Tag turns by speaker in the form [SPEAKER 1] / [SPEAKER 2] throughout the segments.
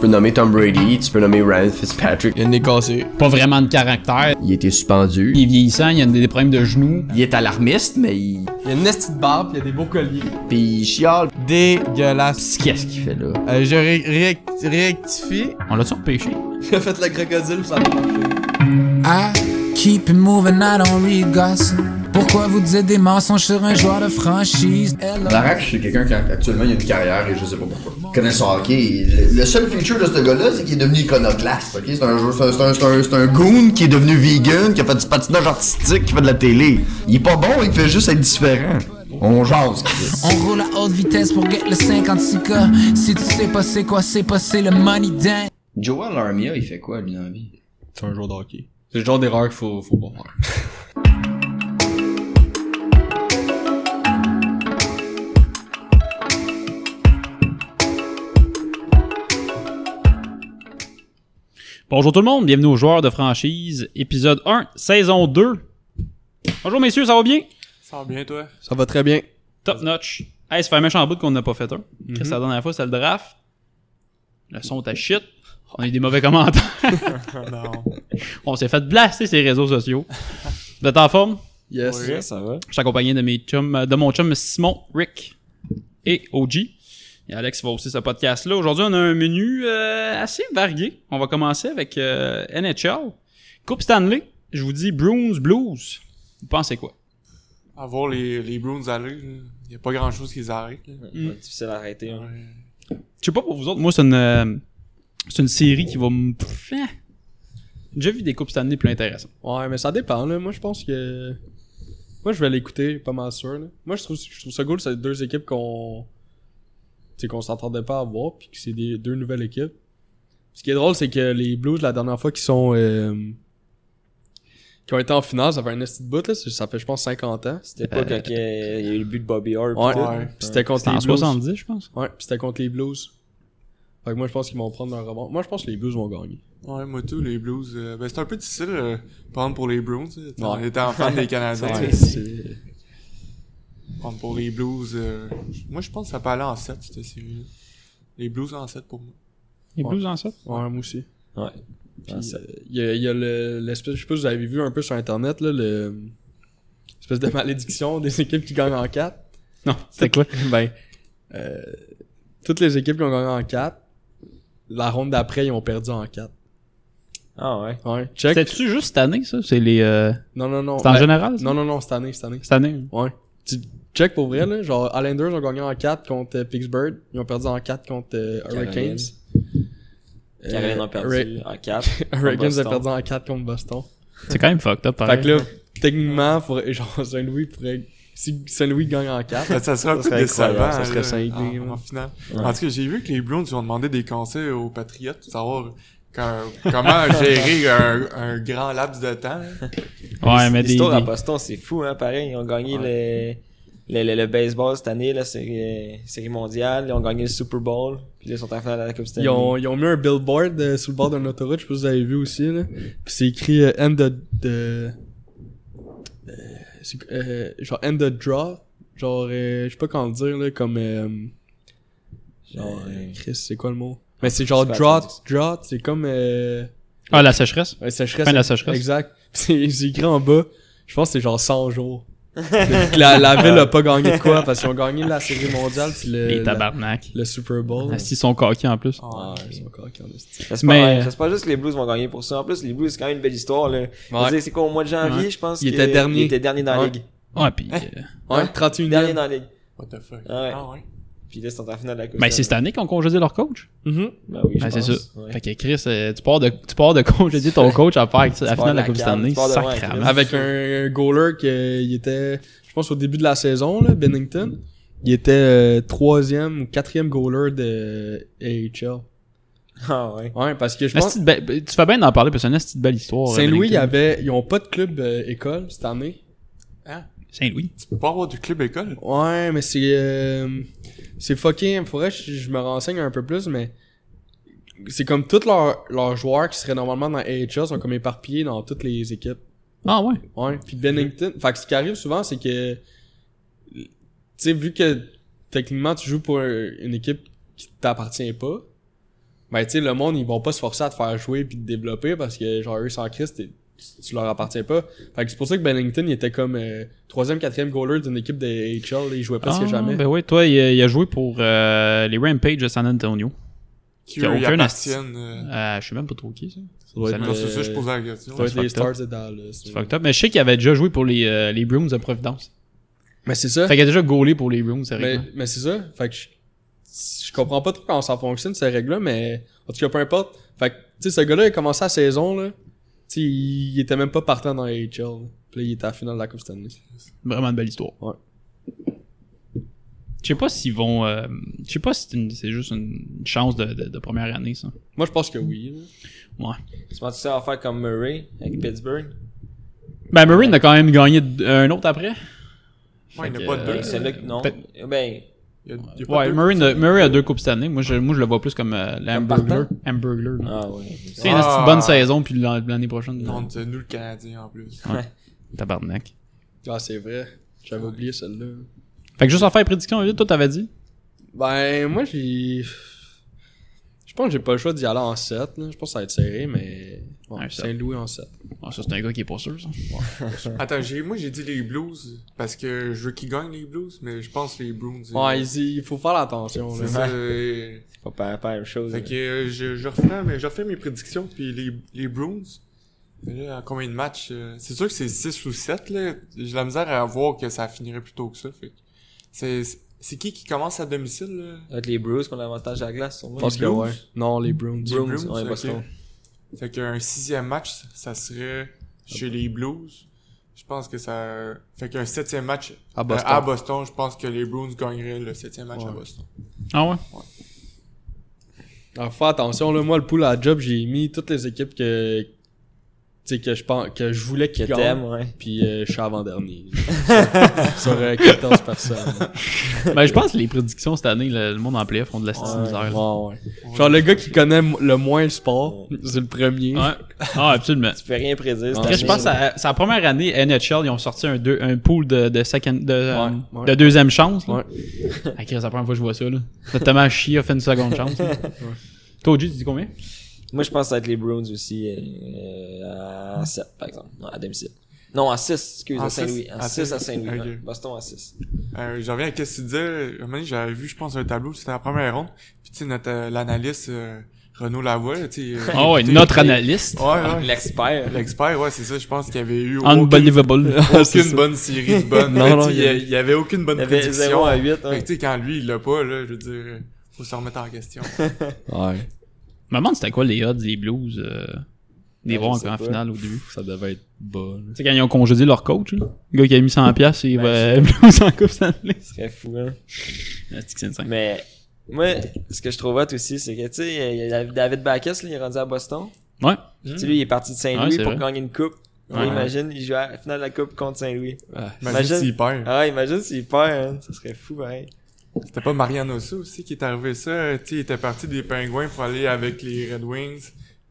[SPEAKER 1] peux nommer Tom Brady, tu peux nommer Ryan Fitzpatrick.
[SPEAKER 2] Il y a une nez cassé.
[SPEAKER 3] Pas vraiment de caractère.
[SPEAKER 1] Il était suspendu.
[SPEAKER 3] Il est vieillissant, il a des problèmes de genoux.
[SPEAKER 1] Il est alarmiste, mais il.
[SPEAKER 2] Il y a une petite barbe, il y a des beaux colliers.
[SPEAKER 1] Puis il chiale.
[SPEAKER 2] Dégueulasse.
[SPEAKER 3] Qu'est-ce qu'il
[SPEAKER 1] Il fait là.
[SPEAKER 2] Euh, je ré- réact- réactifie.
[SPEAKER 3] On l'a-tu repêché?
[SPEAKER 2] Il a fait le crocodile, ça a marché.
[SPEAKER 4] I keep it moving, I don't read gossip. Pourquoi vous dites des mensonges sur un joueur de franchise? Hello.
[SPEAKER 5] Larache, c'est quelqu'un qui a- actuellement il a une carrière et je sais pas pourquoi. Il connaît son hockey. Il- Le seul feature de ce gars-là, c'est qu'il est devenu iconoclaste. ok? C'est un, jeu- c'est un, c'est un- c'est un- c'est un goon qui est devenu vegan, qui a fait du patinage artistique, qui fait de la télé. Il est pas bon, il fait juste être différent. On jase. Chris.
[SPEAKER 4] On roule à haute vitesse pour get le 56K. Si tu sais pas c'est quoi, c'est pas c'est le money dent.
[SPEAKER 1] Joel Armia, il fait quoi, lui, dans la vie?
[SPEAKER 2] C'est un jour de hockey. C'est le genre d'erreur qu'il faut, faut pas faire.
[SPEAKER 3] Bonjour tout le monde, bienvenue aux joueurs de franchise, épisode 1, saison 2. Bonjour messieurs, ça va bien?
[SPEAKER 6] Ça va bien, toi?
[SPEAKER 2] Ça va très bien.
[SPEAKER 3] Top notch. Hey, ça fait un méchant bout qu'on n'a pas fait un. Chris, La dernière fois, c'était le draft. Le son était shit. On a eu des mauvais commentaires.
[SPEAKER 6] non.
[SPEAKER 3] On s'est fait blaster ces réseaux sociaux. Vous êtes en forme?
[SPEAKER 2] Yes.
[SPEAKER 6] Ouais,
[SPEAKER 2] ça va.
[SPEAKER 3] Je suis accompagné de, mes chums, de mon chum Simon, Rick et OG. Et Alex va aussi ce podcast-là. Aujourd'hui, on a un menu euh, assez varié. On va commencer avec euh, NHL. Coupe Stanley. Je vous dis Bruins Blues. Vous pensez quoi?
[SPEAKER 6] À voir les, les Bruins aller, il y a pas grand chose qui les arrête. là.
[SPEAKER 3] Mm.
[SPEAKER 7] Difficile à arrêter. hein.
[SPEAKER 6] Ouais.
[SPEAKER 3] Je sais pas pour vous autres, moi c'est une euh, c'est une série qui va me Pff, hein. J'ai vu des coupes Stanley plus intéressantes.
[SPEAKER 2] Ouais, mais ça dépend, là. Moi, je pense que. Moi, je vais l'écouter, pas mal sûr, là. Moi, je trouve, je trouve ça cool, c'est deux équipes qu'on. Tu sais, qu'on s'entendait pas à voir, puis que c'est des deux nouvelles équipes. Ce qui est drôle, c'est que les Blues, la dernière fois, qui sont. euh, qui ont été en finale, ça fait un petit bout, là. Ça fait, je pense, 50 ans.
[SPEAKER 7] C'était pas quand il y a il y a eu le but de Bobby Orr. pis
[SPEAKER 2] Euh, Ouais.
[SPEAKER 7] tout.
[SPEAKER 2] Puis c'était contre
[SPEAKER 3] C'était en
[SPEAKER 2] les Blues.
[SPEAKER 3] 70, je pense.
[SPEAKER 2] Ouais, puis c'était contre les Blues. Fait que moi, je pense qu'ils vont prendre leur revanche. Moi, je pense que les Blues vont gagner.
[SPEAKER 6] Ouais, moi tout, les Blues. euh, ben, c'est un peu difficile, euh, par exemple, pour les Bruins. là. On
[SPEAKER 2] Ouais.
[SPEAKER 6] était en fan des Canadiens.
[SPEAKER 2] Ouais,
[SPEAKER 6] tu sais.
[SPEAKER 2] c'est-
[SPEAKER 6] Par exemple, pour les Blues, euh, moi, je pense que ça peut aller en 7, cette série-là. Les Blues en 7 pour moi.
[SPEAKER 3] Les
[SPEAKER 2] Ouais.
[SPEAKER 3] Blues en 7.
[SPEAKER 2] Ouais, moi aussi.
[SPEAKER 7] Ouais.
[SPEAKER 2] Puis,
[SPEAKER 7] Ah, ça-
[SPEAKER 2] euh, il y a, il y a le- l'espèce, je sais pas si vous avez vu un peu sur internet, là, le, espèce de malédiction des équipes qui gagnent en 4.
[SPEAKER 3] Non, c'est quoi?
[SPEAKER 2] ben, euh, toutes les équipes qui ont gagné en 4, la ronde d'après, ils ont perdu en 4. euh,
[SPEAKER 7] Ah ouais.
[SPEAKER 2] Ouais, check.
[SPEAKER 3] C'était-tu juste cette année, ça? C'est les. euh,
[SPEAKER 2] Non, non, non.
[SPEAKER 3] C'est en
[SPEAKER 2] Ben,
[SPEAKER 3] général? ça?
[SPEAKER 2] Non, non, non, cette année, cette année.
[SPEAKER 3] Cette année.
[SPEAKER 2] Ouais. Tu- check pour vrai, là. Genre, Islanders ont gagné en 4 contre euh, Pittsburgh. Ils ont perdu en 4 contre euh, Hurricanes. Euh,
[SPEAKER 7] Caroline a perdu
[SPEAKER 2] Hurri-
[SPEAKER 7] en 4.
[SPEAKER 2] Hurricanes a perdu en 4 contre Boston.
[SPEAKER 3] C'est quand même fucked up, pareil.
[SPEAKER 2] Fait que là, techniquement, pour, genre, Saint-Louis pourrait. Si Saint-Louis gagne en 4,
[SPEAKER 6] Ben, Ça, ça serait un peu
[SPEAKER 7] serait
[SPEAKER 6] décevant.
[SPEAKER 7] incroyable,
[SPEAKER 2] ça serait
[SPEAKER 6] là,
[SPEAKER 2] cinglé,
[SPEAKER 6] En,
[SPEAKER 2] ouais.
[SPEAKER 6] en finale.
[SPEAKER 7] Ouais.
[SPEAKER 6] En tout cas, j'ai vu que les Bruins ils ont demandé des conseils aux Patriotes pour savoir quand- comment gérer un, un grand laps de temps. là.
[SPEAKER 3] Ouais, mais des.
[SPEAKER 7] L'histoire à
[SPEAKER 3] des-
[SPEAKER 7] Boston, c'est fou, hein, pareil. Ils ont gagné le, le, le, le baseball cette année, la série, euh, série mondiale. Ils ont gagné le Super Bowl. Puis là, ils sont en finale de la Coupe Stanley.
[SPEAKER 2] ils ont, ils ont mis un billboard euh, sur le bord d'une autoroute, je sais pas si vous avez vu aussi, là. Puis c'est écrit euh, end the, the- euh, c'est- euh, genre end the draw, genre euh, je sais pas comment le dire là, comme euh,
[SPEAKER 7] Genre, euh,
[SPEAKER 2] Chris, c'est quoi le mot Mais c'est genre
[SPEAKER 7] C'est pas
[SPEAKER 2] draw,
[SPEAKER 7] attendu, ça.
[SPEAKER 2] draw, c'est comme euh,
[SPEAKER 3] Ah, la sécheresse?
[SPEAKER 2] ouais, sécheresse.
[SPEAKER 3] Fin de la sécheresse.
[SPEAKER 2] Exact. Puis c'est c'est écrit en bas, je pense que c'est genre 100 jours. Depuis que la, la ville a pas gagné de quoi parce qu'ils ont gagné la série mondiale puis le,
[SPEAKER 3] Ah. Les Ah,
[SPEAKER 2] la-
[SPEAKER 3] tabarnak.
[SPEAKER 2] le Super Bowl.
[SPEAKER 3] Asti, ils sont coqués en plus.
[SPEAKER 2] Ah,
[SPEAKER 6] Ah,
[SPEAKER 2] ils sont coquins, en esti.
[SPEAKER 7] ça, c'est pas,
[SPEAKER 3] Mais-
[SPEAKER 7] vrai. Ça, c'est pas juste que les Blues vont gagner pour ça. En plus, les Blues, c'est quand même une belle histoire. Là. Je veux
[SPEAKER 2] Ouais.
[SPEAKER 7] dire, C'est quoi, au mois de janvier, je pense
[SPEAKER 2] Ils
[SPEAKER 7] que-
[SPEAKER 2] étaient derniers.
[SPEAKER 7] Ils étaient derniers dans la
[SPEAKER 2] Ouais.
[SPEAKER 7] ligue.
[SPEAKER 3] Ouais, pis.
[SPEAKER 7] Hein?
[SPEAKER 3] euh,
[SPEAKER 2] Ouais, 31
[SPEAKER 7] Derniers dans la ligue.
[SPEAKER 6] What the fuck.
[SPEAKER 7] Ouais.
[SPEAKER 6] Ah ouais.
[SPEAKER 7] Puis là, ils sont en finale de la Coupe
[SPEAKER 3] Ben, c'est cette
[SPEAKER 7] Stanley.
[SPEAKER 3] année qu'on congédie leur coach.
[SPEAKER 2] Mhm.
[SPEAKER 7] Ben oui, je
[SPEAKER 3] Ben, c'est
[SPEAKER 7] pense.
[SPEAKER 3] ça.
[SPEAKER 7] Ouais.
[SPEAKER 3] Fait que Chris, euh, tu pars de, tu pars de congédier ton coach à faire à la
[SPEAKER 7] pars
[SPEAKER 3] finale
[SPEAKER 7] de
[SPEAKER 3] de la
[SPEAKER 7] la
[SPEAKER 3] Coupe
[SPEAKER 7] cave,
[SPEAKER 3] Stanley.
[SPEAKER 7] tu pars de loin,
[SPEAKER 3] Sacrament.
[SPEAKER 7] Chris.
[SPEAKER 2] Avec un, un goaler qui euh, il était, je pense au début de la saison, là, Bennington, il était euh, troisième ou quatrième goaler de AHL.
[SPEAKER 7] Ah ouais.
[SPEAKER 2] Ouais, parce que je
[SPEAKER 3] Asti
[SPEAKER 2] pense
[SPEAKER 3] de belle- Tu fais bien d'en parler parce que c'est une asti de belle histoire. euh,
[SPEAKER 2] Saint-Louis, il y
[SPEAKER 3] Bennington.
[SPEAKER 2] avait, ils ont pas de club euh, école cette année.
[SPEAKER 3] Saint-Louis.
[SPEAKER 6] Tu peux pas avoir du club école.
[SPEAKER 2] Ouais, mais c'est, euh, c'est fucking. Faudrait que je, je me renseigne un peu plus, mais c'est comme tous leurs leurs joueurs qui seraient normalement dans AHL sont comme éparpillés dans toutes les équipes.
[SPEAKER 3] Ah ouais.
[SPEAKER 2] Ouais, puis Bennington. Fait que ce qui arrive souvent, c'est que. Tu sais, vu que techniquement, tu joues pour un- une équipe qui t'appartient pas, ben tu sais le monde ils vont pas se forcer à te faire jouer puis te développer parce que genre eux sans Christ t'es- tu- tu leur appartiens pas fait que c'est pour ça que Bennington il était comme euh, troisième quatrième goaler d'une équipe des HL il jouait presque
[SPEAKER 3] Ah,
[SPEAKER 2] jamais
[SPEAKER 3] Ben oui, toi, il, a- il a joué pour euh, les Rampage de San Antonio.
[SPEAKER 6] Qui
[SPEAKER 3] Qui a
[SPEAKER 6] eux, ils
[SPEAKER 3] aucun
[SPEAKER 6] appartiennent. euh,
[SPEAKER 3] Euh, je sais même pas trop qui, ça.
[SPEAKER 2] ça doit
[SPEAKER 3] ça
[SPEAKER 2] être,
[SPEAKER 6] moi, c'est ça,
[SPEAKER 2] euh,
[SPEAKER 6] je posais la question.
[SPEAKER 2] ça doit être les
[SPEAKER 3] fucked up.
[SPEAKER 2] Stars de Dallas
[SPEAKER 3] C'est fucked up. Mais je sais qu'il avait déjà joué pour les, euh, les Brooms de Providence.
[SPEAKER 2] mais c'est ça
[SPEAKER 3] Fait qu'il a déjà gaulé pour les Brooms, c'est
[SPEAKER 2] Mais,
[SPEAKER 7] Ben,
[SPEAKER 3] vrai.
[SPEAKER 2] mais c'est ça. Fait que je, je comprends pas trop comment ça fonctionne, ces règles-là, mais en tout cas, peu importe. Fait que, tu sais, ce gars-là, il a commencé la saison, là. Tu sais, il il était même pas partant dans les HL. là. Puis là, il était à la finale de la Coupe Stanley.
[SPEAKER 3] Vraiment une belle histoire.
[SPEAKER 2] Ouais.
[SPEAKER 3] Je sais pas s'ils vont. euh, je sais pas si c'est une- c'est juste une chance de, de- de première année, ça.
[SPEAKER 2] Moi, je pense que oui. là.
[SPEAKER 7] Tu penses ça en faire comme Murray avec Pittsburgh?
[SPEAKER 3] Ben, Marine a quand même gagné d- euh, un autre après.
[SPEAKER 6] Ouais, il n'y
[SPEAKER 3] Fait
[SPEAKER 6] a pas de
[SPEAKER 3] que,
[SPEAKER 6] deux.
[SPEAKER 7] Avec celui Euh, que- non.
[SPEAKER 3] Pe-
[SPEAKER 7] Ben,
[SPEAKER 6] Il y a- il y a pas
[SPEAKER 3] Ouais,
[SPEAKER 6] deux.
[SPEAKER 3] Murray, a- Murray a deux coupes cette année. Moi, je, moi, je le vois plus comme euh, l'Hamburgler.
[SPEAKER 7] partant?
[SPEAKER 3] Hamburgler. là.
[SPEAKER 7] ah ouais.
[SPEAKER 3] Tu sais, une
[SPEAKER 6] Ah.
[SPEAKER 3] petite bonne saison, puis l'an- l'année prochaine. euh,
[SPEAKER 6] Non, c'est nous le Canadien en plus.
[SPEAKER 3] Tabarnak.
[SPEAKER 2] Ah, c'est vrai. J'avais oublié celle-là.
[SPEAKER 3] Fait que juste en faire prédiction, vite, toi, t'avais dit.
[SPEAKER 2] Ben, moi, j'ai. Je pense que j'ai pas le choix d'y aller en 7. Là. Je pense que ça va être serré, mais. Bon,
[SPEAKER 3] Un sept.
[SPEAKER 2] Saint-Louis en 7.
[SPEAKER 3] Ah, ça, c'est un gars qui est pas sûr, ça.
[SPEAKER 6] Attends, j'ai- moi j'ai dit les Blues parce que je veux qu'ils gagnent les Blues, mais je pense les Bruins. euh,
[SPEAKER 2] Ouais, il- il faut faire attention.
[SPEAKER 6] c'est
[SPEAKER 2] Là.
[SPEAKER 6] ça. euh,
[SPEAKER 7] Faut pas faire la même chose.
[SPEAKER 6] Fait que euh, je, je refais, mais je refais mes prédictions, puis les, les Bruins, là, en combien de matchs euh, C'est sûr que c'est 6 ou 7, là. J'ai la misère à voir que ça finirait plus tôt que ça. Fait que c'est, c'est qui qui commence à domicile, là
[SPEAKER 7] Avec les Bruce qu'on a avantage à la glace, sûrement.
[SPEAKER 2] Je pense que
[SPEAKER 6] Bruins?
[SPEAKER 2] ouais. Non, les Browns.
[SPEAKER 6] Les
[SPEAKER 7] Bruins, ouais,
[SPEAKER 6] ok.
[SPEAKER 7] Boston.
[SPEAKER 6] Fait qu'un sixième match, ça serait chez les Blues. Je pense que ça. Fait qu'un septième match
[SPEAKER 2] À
[SPEAKER 6] euh,
[SPEAKER 2] Boston.
[SPEAKER 6] à Boston, je pense que les Bruins gagneraient le septième match à
[SPEAKER 2] Ouais.
[SPEAKER 6] Boston.
[SPEAKER 3] Ah ouais?
[SPEAKER 2] Alors, Ah, fais attention, là, moi, le pool à la job, j'ai mis toutes les équipes que, tu sais, que je pense, que je voulais
[SPEAKER 7] Que
[SPEAKER 2] qu'ils
[SPEAKER 7] t'aimes,
[SPEAKER 2] gagnent.
[SPEAKER 7] ouais.
[SPEAKER 2] Puis, euh, je suis avant-dernier. là. sur euh, 14 personnes.
[SPEAKER 3] ben, je pense que les prédictions cette année, le, le monde en playoff font de la petite
[SPEAKER 7] Ouais.
[SPEAKER 3] misère. là.
[SPEAKER 2] Ouais, ouais. Genre, le gars qui connaît m- le moins le sport, c'est le premier.
[SPEAKER 3] Ouais. Ah, absolument.
[SPEAKER 7] Tu peux rien prédire. cette
[SPEAKER 2] Ouais.
[SPEAKER 3] Après, je
[SPEAKER 7] année,
[SPEAKER 3] pense
[SPEAKER 7] là.
[SPEAKER 3] à c'est la première année NHL, ils ont sorti un, deux, un pool de, de, second, de, euh,
[SPEAKER 2] ouais.
[SPEAKER 3] de deuxième chance. là.
[SPEAKER 2] Ouais.
[SPEAKER 3] Ah, Chris, c'est la première fois que je vois ça. Là. Notamment, Chi a fait une seconde chance. là. Toi, OG, tu dis combien
[SPEAKER 7] Moi, je pense que ça va être les Bruins aussi euh, à 7, par exemple. Non, à domicile. Non, à 6, excuse,
[SPEAKER 6] En
[SPEAKER 7] à Saint-Louis.
[SPEAKER 6] six?
[SPEAKER 7] À
[SPEAKER 6] À
[SPEAKER 7] 6 à
[SPEAKER 6] six.
[SPEAKER 7] Saint-Louis.
[SPEAKER 6] Ok.
[SPEAKER 7] ouais. Boston à 6.
[SPEAKER 6] Euh, j'en reviens à qu'est-ce que tu disais. Un moment donné, j'avais vu, je pense, un tableau, c'était la première ronde. Puis, tu sais, notre, euh, l'analyste, euh, Renaud Lavoie, tu sais. euh,
[SPEAKER 3] Ah ouais,
[SPEAKER 6] écoutez-
[SPEAKER 3] notre analyste.
[SPEAKER 6] Ouais,
[SPEAKER 2] Ah.
[SPEAKER 6] ouais.
[SPEAKER 7] L'expert.
[SPEAKER 6] L'expert, ouais, c'est ça, je pense qu'il y avait eu aucune,
[SPEAKER 3] Unbelievable.
[SPEAKER 6] aucune bonne série de bonnes.
[SPEAKER 2] Non,
[SPEAKER 6] Mais
[SPEAKER 2] non,
[SPEAKER 6] tu sais,
[SPEAKER 2] il y a-
[SPEAKER 6] il y avait aucune bonne
[SPEAKER 7] Il y avait 0
[SPEAKER 6] prédiction.
[SPEAKER 7] à hein. 8.
[SPEAKER 6] Fait que, tu sais, quand lui, il l'a pas, là, je veux dire, euh, faut se remettre en question.
[SPEAKER 2] Ouais.
[SPEAKER 3] Je me demande c'était quoi les odds, les blues, euh, des
[SPEAKER 7] Ouais,
[SPEAKER 3] voir
[SPEAKER 7] je sais
[SPEAKER 3] en
[SPEAKER 7] pas.
[SPEAKER 3] finale au début.
[SPEAKER 2] Ça devait être bas, là.
[SPEAKER 3] Tu sais, quand ils ont congédié leur coach, là. le gars qui a mis 100$, il
[SPEAKER 7] Ben,
[SPEAKER 3] va blues en Coupe Stanley.
[SPEAKER 7] Ce serait fou, hein.
[SPEAKER 3] Ah, c'est que c'est une scène.
[SPEAKER 7] Mais moi, ce que je trouve hot aussi, c'est que, tu sais, il y a David Backus, là, il est rendu à Boston.
[SPEAKER 3] Ouais.
[SPEAKER 7] Tu sais, lui, il est parti de
[SPEAKER 3] Hmm. Ouais,
[SPEAKER 7] Saint-Louis
[SPEAKER 3] c'est
[SPEAKER 7] pour
[SPEAKER 3] vrai.
[SPEAKER 7] gagner une coupe.
[SPEAKER 6] Ouais.
[SPEAKER 7] Imagine, il joue à la finale de la coupe contre Saint-Louis.
[SPEAKER 6] Imagine
[SPEAKER 7] Imagine-
[SPEAKER 6] s'il perd.
[SPEAKER 7] Ah, imagine s'il perd, hein. Ça serait fou, pareil.
[SPEAKER 6] C'était pas Mariano Ossa aussi qui est arrivé ça. euh, Tu sais, il était parti des Pingouins pour aller avec les Red Wings.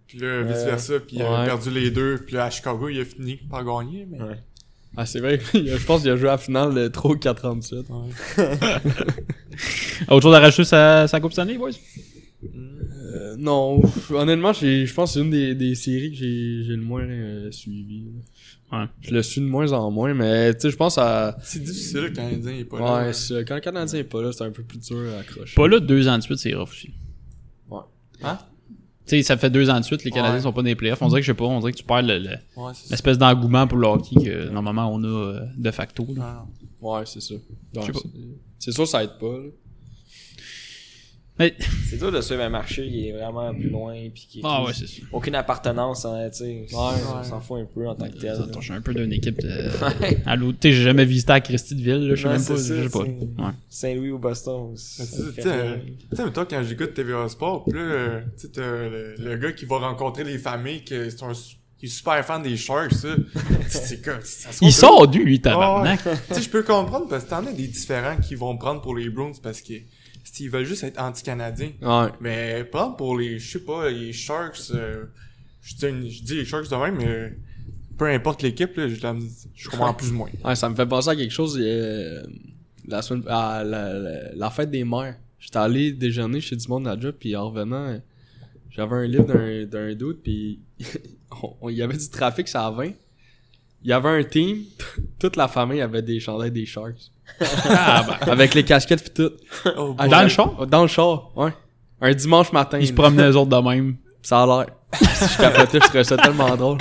[SPEAKER 6] Puis là, vice-versa, puis il
[SPEAKER 2] Ouais.
[SPEAKER 6] a perdu les deux. Puis là, à Chicago, il a fini par gagner, mais...
[SPEAKER 7] Ouais.
[SPEAKER 2] Ah, c'est vrai. il a- Je pense qu'il a joué à la finale de trop 437.
[SPEAKER 6] Ouais.
[SPEAKER 3] Autre chose à rajouter sa, sa Coupe Stanley, boys
[SPEAKER 2] Euh, non. Honnêtement, j'ai- je pense que c'est une des, des séries que j'ai j'ai le moins euh, suivi.
[SPEAKER 3] Ouais.
[SPEAKER 2] Je le suis de moins en moins, mais, tu sais, je pense à,
[SPEAKER 6] C'est difficile, le Canadien, il est pas là.
[SPEAKER 2] Ouais, c'est- quand le Canadien est pas là, c'est un peu plus dur à accrocher.
[SPEAKER 3] Pas là, deux ans de suite, c'est rough aussi.
[SPEAKER 2] Ouais.
[SPEAKER 6] Hein?
[SPEAKER 3] Tu sais, ça fait deux ans de suite, les Canadiens
[SPEAKER 6] Ouais.
[SPEAKER 3] sont pas dans les playoffs. On dirait que je sais pas, on dirait que tu perds le- le-
[SPEAKER 6] Ouais, c'est ça.
[SPEAKER 3] l'espèce d'engouement pour le hockey que normalement on a euh, de facto. là.
[SPEAKER 6] Ah,
[SPEAKER 2] Ouais, c'est ça. Ouais,
[SPEAKER 3] Je sais pas.
[SPEAKER 2] c'est- C'est sûr, ça aide pas. là.
[SPEAKER 3] Mais,
[SPEAKER 7] C'est dur de suivre un marché qui est vraiment plus loin pis qui
[SPEAKER 3] ah ouais, c'est sûr.
[SPEAKER 7] aucune appartenance, hein, tu sais. on
[SPEAKER 6] ouais.
[SPEAKER 7] s'en fout un peu en tant que tel.
[SPEAKER 3] Ça, attends, je suis un peu d'une équipe de. à l'autre. Tu sais, j'ai jamais visité à Christie-de-Ville, là, je sais
[SPEAKER 7] Ouais,
[SPEAKER 3] même pas.
[SPEAKER 7] c'est ça,
[SPEAKER 3] Je sais pas.
[SPEAKER 7] c'est-
[SPEAKER 3] Ouais.
[SPEAKER 7] Saint-Louis ou Boston.
[SPEAKER 6] Mais
[SPEAKER 7] ça
[SPEAKER 6] c'est ça, tu
[SPEAKER 7] fait
[SPEAKER 6] sais, euh,
[SPEAKER 7] rien.
[SPEAKER 6] tu sais, toi, quand j'écoute TVA Sport, pis là, euh, tu sais, t'as le, le gars qui va rencontrer les familles qui sont su- qui est super fan des Sharks, ça. c'est comme, ça se
[SPEAKER 3] Il
[SPEAKER 6] comprend-
[SPEAKER 3] sort du, lui, tabarnak.
[SPEAKER 6] Ah ouais. tu sais, je peux comprendre parce que t'en as des différents qui vont prendre pour les Browns parce que s'ils veulent juste être anti-canadiens.
[SPEAKER 2] Ouais.
[SPEAKER 6] Mais prendre pour les, je sais pas, les Sharks, euh, je dis, une- je dis les Sharks de même, mais peu importe l'équipe, là, je, la- je comprends plus ou moins.
[SPEAKER 2] Ouais, ça me fait penser à quelque chose. euh, la semaine. à la, la- la fête des mères. J'étais allé déjeuner chez du monde à la job, puis en revenant, euh, J'avais un livre d'un, d'un doute, puis on- on- il y avait du trafic, ça à 20. Il y avait un team, toute la famille avait des chandails des Sharks. Avec les casquettes pis tout.
[SPEAKER 6] Oh,
[SPEAKER 2] Ah,
[SPEAKER 6] boy.
[SPEAKER 3] Dans
[SPEAKER 2] ouais.
[SPEAKER 3] le char?
[SPEAKER 2] Ah, ben. Dans le char, ouais. Un dimanche matin.
[SPEAKER 3] Ils se
[SPEAKER 2] là.
[SPEAKER 3] promenaient eux autres de même.
[SPEAKER 2] Ça a l'air. si je capotais, je serais ça tellement drôle.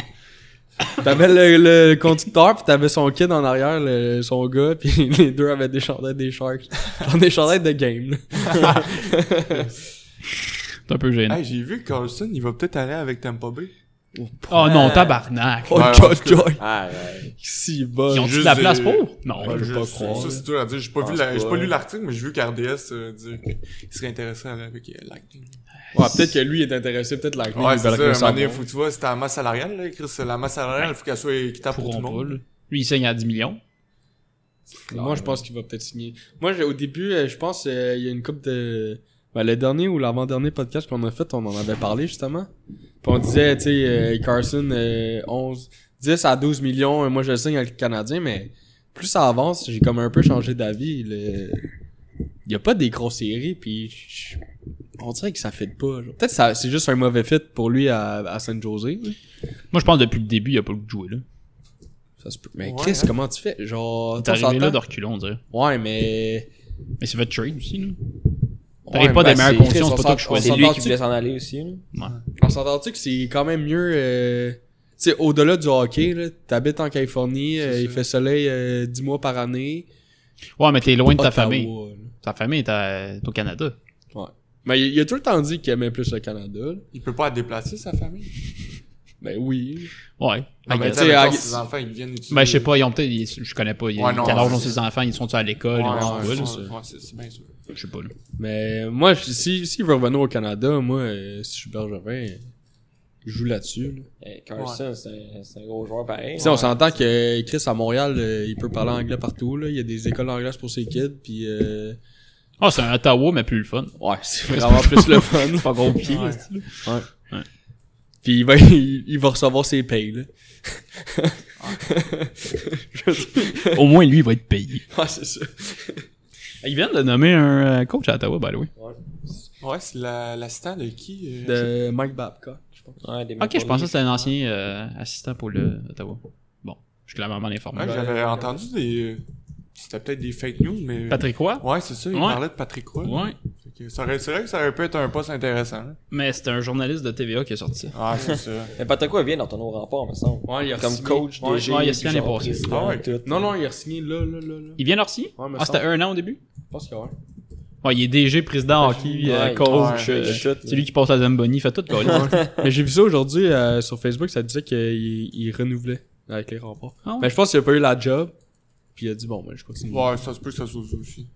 [SPEAKER 2] T'avais le, le conducteur, puis t'avais son kid en arrière, le- son gars, puis les deux avaient des chandails des Sharks. Genre des chandails de game. là.
[SPEAKER 3] C'est un peu gênant.
[SPEAKER 6] Hey, j'ai vu que Carlson, il va peut-être aller avec Tampa Bay.
[SPEAKER 3] Oh non, tabarnak.
[SPEAKER 2] Oh,
[SPEAKER 6] Ouais, en
[SPEAKER 2] God,
[SPEAKER 6] tout cas.
[SPEAKER 2] God.
[SPEAKER 7] Arrête.
[SPEAKER 2] Si, bon.
[SPEAKER 3] Ils ont de
[SPEAKER 6] juste
[SPEAKER 3] la place
[SPEAKER 6] des-
[SPEAKER 3] pour? Non.
[SPEAKER 2] Ouais, je veux
[SPEAKER 6] je
[SPEAKER 2] pas
[SPEAKER 6] sais,
[SPEAKER 2] croire.
[SPEAKER 6] Ça, c'est dur à dire. J'ai pas, vu la- j'ai pas lu l'article, mais j'ai vu qu'RDS euh, dire qu'il serait intéressant à aller avec euh, Lightning.
[SPEAKER 2] Ouais, peut-être que lui est intéressé, peut-être la
[SPEAKER 6] Ouais, c'est ça. À un moment donné, faut que tu vois, c'est ta masse salariale, là, Chris. La masse salariale, il faut qu'elle soit équitable pour tout le
[SPEAKER 3] Pourront pas,
[SPEAKER 6] monde.
[SPEAKER 3] là. Lui, il signe à 10 millions.
[SPEAKER 2] Moi, je pense qu'il va peut-être signer. Moi, j'ai- au début, euh, je pense euh, il y a une coupe de. Ben, le dernier ou l'avant-dernier podcast qu'on a fait, on en avait parlé justement. Puis on disait, tu sais, euh, Carson, euh, 11, 10 à 12 millions, euh, moi je le signe avec le Canadien, mais plus ça avance, j'ai comme un peu changé d'avis. Le... Il n'y a pas des grosses séries, puis je- on dirait que ça fait pas. genre. Peut-être que ça- c'est juste un mauvais fit pour lui à, à San Jose.
[SPEAKER 3] Moi, je pense que depuis le début, il a pas le goût de jouer, là.
[SPEAKER 2] Ça se peut. Mais
[SPEAKER 6] Ouais,
[SPEAKER 2] Chris,
[SPEAKER 6] hein.
[SPEAKER 2] comment tu fais Genre,
[SPEAKER 3] T'es arrivé là
[SPEAKER 2] t'entends-
[SPEAKER 3] de reculons, on dirait.
[SPEAKER 2] Ouais, mais.
[SPEAKER 3] Mais c'est votre trade aussi, là.
[SPEAKER 2] Ouais,
[SPEAKER 3] T'arrives pas des
[SPEAKER 2] ben,
[SPEAKER 3] meilleures
[SPEAKER 2] c'est-
[SPEAKER 3] conditions, c'est pas
[SPEAKER 2] on
[SPEAKER 3] toi qui
[SPEAKER 2] s'en-
[SPEAKER 3] choisis.
[SPEAKER 7] C'est
[SPEAKER 2] on
[SPEAKER 7] lui qui
[SPEAKER 2] s'entend-tu
[SPEAKER 7] voulait s'en aller aussi. là.
[SPEAKER 2] On s'entend-tu que c'est quand même mieux. Euh, tu sais, au-delà du hockey, là, t'habites en Californie, euh,
[SPEAKER 6] C'est
[SPEAKER 2] il
[SPEAKER 6] ça.
[SPEAKER 2] fait soleil euh, 10 mois par année.
[SPEAKER 3] Ouais, mais t'es loin de ta
[SPEAKER 2] Ottawa,
[SPEAKER 3] famille.
[SPEAKER 2] là.
[SPEAKER 3] Ta famille est à- est au Canada.
[SPEAKER 2] Mais il, il a tout le temps dit qu'il aimait plus le Canada. là.
[SPEAKER 6] Il peut pas la déplacer, sa famille.
[SPEAKER 2] Ben oui.
[SPEAKER 3] Ouais.
[SPEAKER 6] Non,
[SPEAKER 3] I
[SPEAKER 6] mais
[SPEAKER 3] guess.
[SPEAKER 6] tu
[SPEAKER 2] tu sais,
[SPEAKER 6] sais, avec
[SPEAKER 2] à-
[SPEAKER 6] ses enfants, ils viennent étudier.
[SPEAKER 3] Ben, je sais pas, ils ont peut-être. ils- Je connais pas. Ils,
[SPEAKER 6] Ouais, non,
[SPEAKER 3] quel âge
[SPEAKER 6] c'est-
[SPEAKER 3] ont ces enfants Ils sont à l'école
[SPEAKER 6] Ouais,
[SPEAKER 3] ils sont
[SPEAKER 6] ouais,
[SPEAKER 3] où, là?
[SPEAKER 6] ouais,
[SPEAKER 2] ça.
[SPEAKER 6] ouais, c'est c'est bien sûr.
[SPEAKER 3] Je sais pas, là.
[SPEAKER 2] Mais moi, je- si, si veut revenir au Canada, moi, euh, si je suis Bergevin, euh, je joue là-dessus. là.
[SPEAKER 7] Eh, Carlson, c'est un- c'est un gros joueur pareil. hein.
[SPEAKER 2] Tu sais, on s'entend que Chris à Montréal, euh, il peut parler anglais partout. Là. Il y a des écoles anglaises pour ses kids. Puis, euh,
[SPEAKER 3] Ah, c'est un Ottawa, mais plus le fun.
[SPEAKER 2] ouais, c'est vraiment plus le fun.
[SPEAKER 7] pas gros pied.
[SPEAKER 6] Ouais.
[SPEAKER 2] Puis il va, il, il va recevoir ses payes. Là.
[SPEAKER 3] Au moins, lui, il va être payé.
[SPEAKER 2] Ouais, c'est ça.
[SPEAKER 3] Ils viennent de nommer un euh, coach à Ottawa, by the way.
[SPEAKER 6] Ouais, c'est la- l'assistant de qui euh,
[SPEAKER 2] De Mike Babcock, je pense.
[SPEAKER 7] Ouais, des
[SPEAKER 3] Ok, je pensais
[SPEAKER 7] Maple
[SPEAKER 3] que
[SPEAKER 7] Leafs.
[SPEAKER 3] c'était un ancien euh, assistant pour le Ottawa. Bon, je suis clairement mal informé.
[SPEAKER 6] Ouais, j'avais entendu des. euh, C'était peut-être des fake news, mais.
[SPEAKER 3] Patrick Roy?
[SPEAKER 6] Ouais, c'est ça, il
[SPEAKER 3] Ouais.
[SPEAKER 6] parlait de Patrick Roy.
[SPEAKER 3] Ouais.
[SPEAKER 6] Fait que ça aurait- C'est vrai que ça aurait pu être un poste intéressant. hein.
[SPEAKER 3] Mais c'était un journaliste de TVA qui a sorti ça.
[SPEAKER 6] Ah, c'est ça.
[SPEAKER 7] Mais Patrick Roy vient dans ton rempart, me semble.
[SPEAKER 2] Ouais, il a
[SPEAKER 7] Comme
[SPEAKER 2] re-signé.
[SPEAKER 7] coach,
[SPEAKER 2] Ouais,
[SPEAKER 7] DG,
[SPEAKER 3] ouais, il a
[SPEAKER 7] puis
[SPEAKER 3] signé l'année
[SPEAKER 7] genre
[SPEAKER 3] passée.
[SPEAKER 7] président,
[SPEAKER 6] Ah ouais.
[SPEAKER 7] tout.
[SPEAKER 2] Non, non, il a signé là, là, là, là.
[SPEAKER 3] Il vient de signer?
[SPEAKER 2] Ouais, me
[SPEAKER 3] Ah, c'était un an au début?
[SPEAKER 2] Je pense qu'il y a un.
[SPEAKER 3] Ouais, il est DG, président hockey, euh,
[SPEAKER 7] Ouais,
[SPEAKER 3] coach.
[SPEAKER 7] ouais,
[SPEAKER 3] euh,
[SPEAKER 7] il fait tout,
[SPEAKER 3] c'est
[SPEAKER 7] là.
[SPEAKER 3] lui qui passe à Zamboni, il fait tout, Colin.
[SPEAKER 2] Mais j'ai vu ça aujourd'hui euh, sur Facebook, ça disait qu'il il renouvelait avec les remparts.
[SPEAKER 3] Ah ouais?
[SPEAKER 2] Mais je pense qu'il a pas eu la job. Puis il a dit, bon, ben, je continue.
[SPEAKER 6] Ouais, ça se peut que ça soit ça aussi.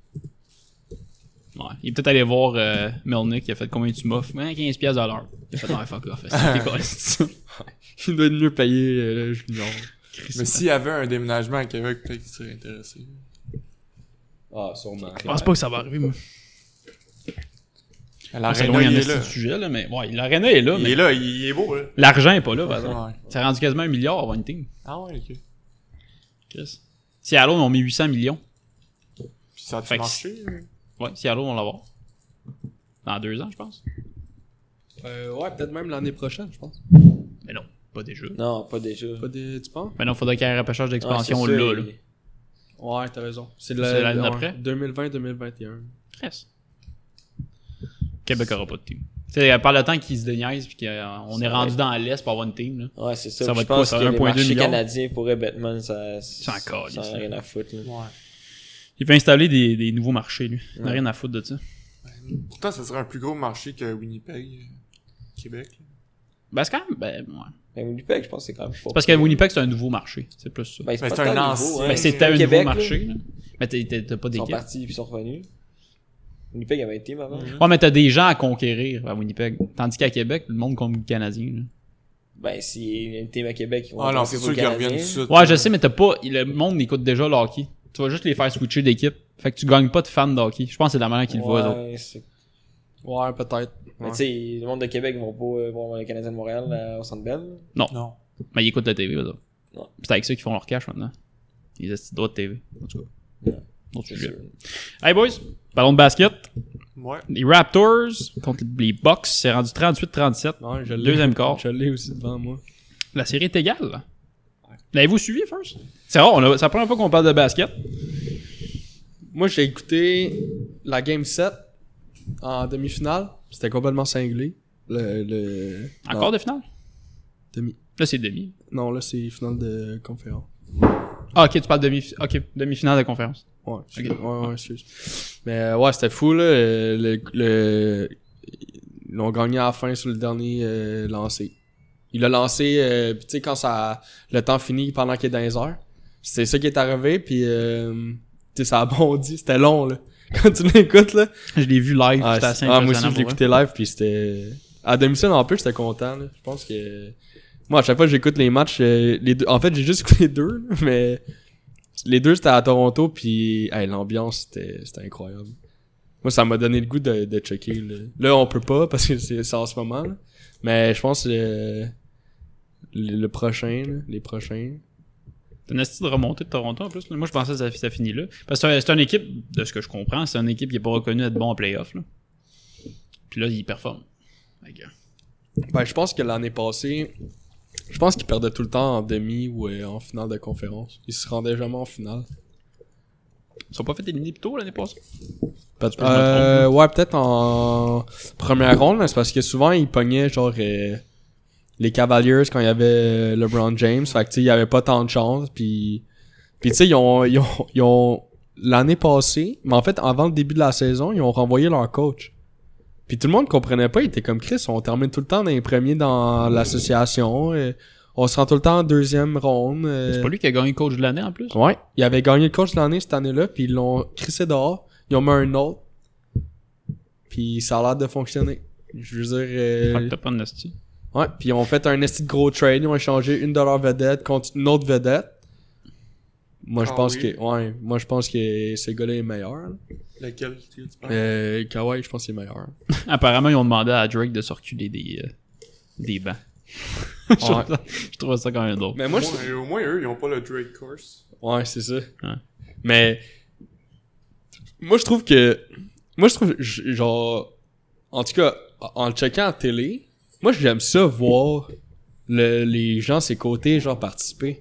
[SPEAKER 3] Ouais. Il est peut-être allé voir euh, Melnick, il a fait combien tu m'offres? Hein, 15$ piastres à l'heure. Il a fait un fuck off. C'est quoi, c'est ça?
[SPEAKER 2] Il doit être mieux payé, euh, le junior.
[SPEAKER 6] Mais s'il y avait un déménagement à Québec, peut-être qu'il serait intéressé.
[SPEAKER 2] Ah, sûrement.
[SPEAKER 3] Je pense pas que ça va arriver, moi.
[SPEAKER 6] L'arena,
[SPEAKER 3] C'est loin, il y en
[SPEAKER 6] il
[SPEAKER 3] a
[SPEAKER 6] est
[SPEAKER 3] ce
[SPEAKER 6] là.
[SPEAKER 3] sujet, là, mais ouais, l'arena est là,
[SPEAKER 6] Il
[SPEAKER 3] mais Ah,
[SPEAKER 6] est là, il est beau, là.
[SPEAKER 3] l'argent est pas là, par exemple.
[SPEAKER 6] Ouais.
[SPEAKER 3] Ça a rendu quasiment un milliard avant une team.
[SPEAKER 6] Ah ouais, ok.
[SPEAKER 3] Chris. Seattle, on met 800 millions.
[SPEAKER 6] Puis ça
[SPEAKER 3] Fait
[SPEAKER 6] a
[SPEAKER 3] que
[SPEAKER 6] marché? là?
[SPEAKER 3] Ouais, Seattle, on va l'avoir. Dans deux ans, je pense.
[SPEAKER 2] Euh, ouais, peut-être même l'année prochaine, je pense.
[SPEAKER 3] Mais non, pas déjà.
[SPEAKER 7] Non, pas déjà.
[SPEAKER 2] Pas des... Tu penses?
[SPEAKER 3] Mais non, faudrait qu'il y ait un repêchage d'expansion
[SPEAKER 7] Ah, c'est ça,
[SPEAKER 3] là, là.
[SPEAKER 7] il-
[SPEAKER 2] Ouais, t'as raison. C'est
[SPEAKER 3] la- C'est l'année d'après?
[SPEAKER 2] 2020-2021.
[SPEAKER 3] Chris. Québec aura pas de team. Tu sais, par le temps qu'ils se déniaisent puis qu'on est
[SPEAKER 7] C'est
[SPEAKER 3] rendu
[SPEAKER 7] vrai.
[SPEAKER 3] dans l'Est pour avoir une team, là.
[SPEAKER 7] Ouais, c'est
[SPEAKER 3] Ça
[SPEAKER 7] ça. Puis
[SPEAKER 3] va
[SPEAKER 7] je
[SPEAKER 3] être quoi,
[SPEAKER 7] pense
[SPEAKER 3] ça,
[SPEAKER 7] que les
[SPEAKER 3] 1,2
[SPEAKER 7] marchés
[SPEAKER 3] milliard?
[SPEAKER 7] canadiens pourraient Batman, ça. Ça
[SPEAKER 3] encore,
[SPEAKER 7] ça
[SPEAKER 3] ça.
[SPEAKER 7] a rien à foutre, là.
[SPEAKER 3] Il fait installer des, des nouveaux marchés, lui. Il n'a
[SPEAKER 7] Ouais.
[SPEAKER 3] rien à foutre de ça.
[SPEAKER 6] Pourtant, ça serait un plus gros marché que Winnipeg, euh, Québec. là.
[SPEAKER 3] Ben, c'est quand même. Ben, ouais.
[SPEAKER 7] Mais Winnipeg, je pense que c'est quand même pas.
[SPEAKER 3] C'est parce que Winnipeg, c'est un nouveau marché. C'est plus ça.
[SPEAKER 7] Ben,
[SPEAKER 6] Ben,
[SPEAKER 7] pas
[SPEAKER 6] c'est un
[SPEAKER 7] tant
[SPEAKER 6] ancien-
[SPEAKER 7] nouveau, hein.
[SPEAKER 3] Ben,
[SPEAKER 6] c'est
[SPEAKER 3] c'était un
[SPEAKER 7] Au
[SPEAKER 3] nouveau
[SPEAKER 7] Québec, là,
[SPEAKER 3] marché, là. Mais t'es- t'es- t'as pas
[SPEAKER 7] Ils sont
[SPEAKER 3] d'équipe.
[SPEAKER 7] partis puis ils sont revenus. Winnipeg avait été avant.
[SPEAKER 3] Ouais, mais t'as des gens à conquérir à Winnipeg. Tandis qu'à Québec, le monde compte le Canadien, là.
[SPEAKER 7] Ben, s'il y a une team à Québec, ils vont
[SPEAKER 6] Ah non, c'est
[SPEAKER 7] passer pour
[SPEAKER 6] sûr
[SPEAKER 7] le
[SPEAKER 6] qu'ils
[SPEAKER 7] Canadien.
[SPEAKER 6] reviennent tout de suite.
[SPEAKER 3] Ouais, je sais, mais t'as pas. Le monde écoute déjà le hockey. Tu vas juste les faire switcher d'équipe. Fait que tu gagnes pas de fans de hockey. Je pense que c'est de la manière qu'ils le voient, eux autres.
[SPEAKER 7] Ouais, c'est-
[SPEAKER 2] Ouais, peut-être.
[SPEAKER 7] Mais tu sais, le monde de Québec vont pas euh, voir le Canadien de Montréal euh, au Centre Bell.
[SPEAKER 6] Non.
[SPEAKER 3] Mais ils écoutent la TV, eux autres.
[SPEAKER 7] Ouais.
[SPEAKER 3] Puis C'est avec ça qu'ils font leur cash maintenant. Ils ont droits de TV. En tout cas.
[SPEAKER 7] Ouais.
[SPEAKER 3] Autre
[SPEAKER 7] C'est
[SPEAKER 3] sujet.
[SPEAKER 7] sûr.
[SPEAKER 3] Hey boys, ballon de basket.
[SPEAKER 6] Ouais.
[SPEAKER 3] Les Raptors contre les Bucks, c'est rendu 38-37.
[SPEAKER 2] Ouais, je l'ai.
[SPEAKER 3] Deuxième quart.
[SPEAKER 2] Je l'ai aussi devant moi.
[SPEAKER 3] La série est égale. L'avez-vous suivi, First? C'est rare, on a- c'est la première fois qu'on parle de basket.
[SPEAKER 2] Moi, j'ai écouté la Game 7 en demi-finale. C'était complètement cinglé. Le, le...
[SPEAKER 3] Encore
[SPEAKER 2] non,
[SPEAKER 3] de finale?
[SPEAKER 2] Demi.
[SPEAKER 3] Là, c'est demi.
[SPEAKER 2] Non, là, c'est finale de conférence.
[SPEAKER 3] Ah, ok, tu parles de demi, ok, demi-finale de conférence.
[SPEAKER 2] Ouais, excuse- ouais, ouais, excuse. Mais euh, ouais, c'était fou, là. euh, Le, le- Ils l'ont gagné à la fin sur le dernier euh, lancé. Il l'a lancé, euh, puis tu sais, quand ça, le temps finit pendant qu'il est dans les heures. C'est ça qui est arrivé, puis euh, tu sais, ça a bondi. C'était long, là. Quand tu l'écoutes, là.
[SPEAKER 3] Je l'ai vu live,
[SPEAKER 2] Ah,
[SPEAKER 3] c'était
[SPEAKER 2] c'est-
[SPEAKER 3] assez
[SPEAKER 2] ah, moi aussi,
[SPEAKER 3] impressionnant
[SPEAKER 2] je
[SPEAKER 3] pour
[SPEAKER 2] l'ai écouté live, puis c'était... À domicile, en plus, j'étais content. là. Je pense que... Moi, à chaque fois que j'écoute les matchs, euh, les deux... en fait, j'ai juste écouté les deux, là, mais les deux, c'était à Toronto, puis hey, l'ambiance, c'était c'était incroyable. Moi, ça m'a donné le goût de, de checker. Là. Là, on peut pas, parce que c'est c'est en ce moment, là. mais je pense que le, le- le prochain, là, les prochains...
[SPEAKER 3] T'as une astuce de remontée de Toronto en plus. là. Moi, je pensais que ça, ça finit là. Parce que c'est un- c'est une équipe, de ce que je comprends, c'est une équipe qui est pas reconnue d'être bon en playoff. Là. Puis là, ils performent. Fait que,
[SPEAKER 2] Ben, je pense que l'année passée, je pense qu'ils perdaient tout le temps en demi ou euh, en finale de conférence. Ils se rendaient jamais en finale.
[SPEAKER 3] Ils sont pas fait éliminer plus tôt l'année passée.
[SPEAKER 2] Peut-être
[SPEAKER 3] que je me trompe,
[SPEAKER 2] euh, ouais, peut-être en première ronde, mais c'est parce que souvent ils pognaient genre euh, les Cavaliers quand il y avait euh, LeBron James, fait que tu sais, il y avait pas tant de chance puis puis tu sais ils ont ils ont ils ont l'année passée, mais en fait avant le début de la saison, ils ont renvoyé leur coach. Puis tout le monde comprenait pas, il était comme Chris, on termine tout le temps dans les premiers dans l'association, euh, on se rend tout le temps en deuxième ronde. euh,
[SPEAKER 3] C'est pas lui qui a gagné coach de l'année en plus.
[SPEAKER 2] Ouais, il avait gagné le coach de l'année cette année-là, puis ils l'ont crissé dehors, ils ont mis un autre, puis ça a l'air de fonctionner. Je veux dire... euh,
[SPEAKER 3] Fait que t'as pas une astuce.
[SPEAKER 2] ouais, puis ils ont fait un esti de gros trade, ils ont échangé une de leurs vedettes contre une autre vedette. Moi, je
[SPEAKER 6] Ah
[SPEAKER 2] pense
[SPEAKER 6] oui.
[SPEAKER 2] que... Ouais, moi, je pense que ce gars-là est meilleur. là.
[SPEAKER 6] Lequel tu tu parles?
[SPEAKER 2] Euh, Kawhi, je pense qu'il est meilleur.
[SPEAKER 3] Apparemment, ils ont demandé à Drake de se reculer des, euh, des bancs. je, trouve ça, je trouve ça quand même drôle.
[SPEAKER 2] Mais
[SPEAKER 6] Moi,
[SPEAKER 2] Ben, moi, je...
[SPEAKER 6] au moins, eux, ils ont pas le Drake Course.
[SPEAKER 2] Ouais, c'est ça.
[SPEAKER 3] Ouais.
[SPEAKER 2] Mais moi je trouve que moi je trouve j- genre en tout cas en le checkant à télé, moi j'aime ça voir le, les gens ses côtés genre participer.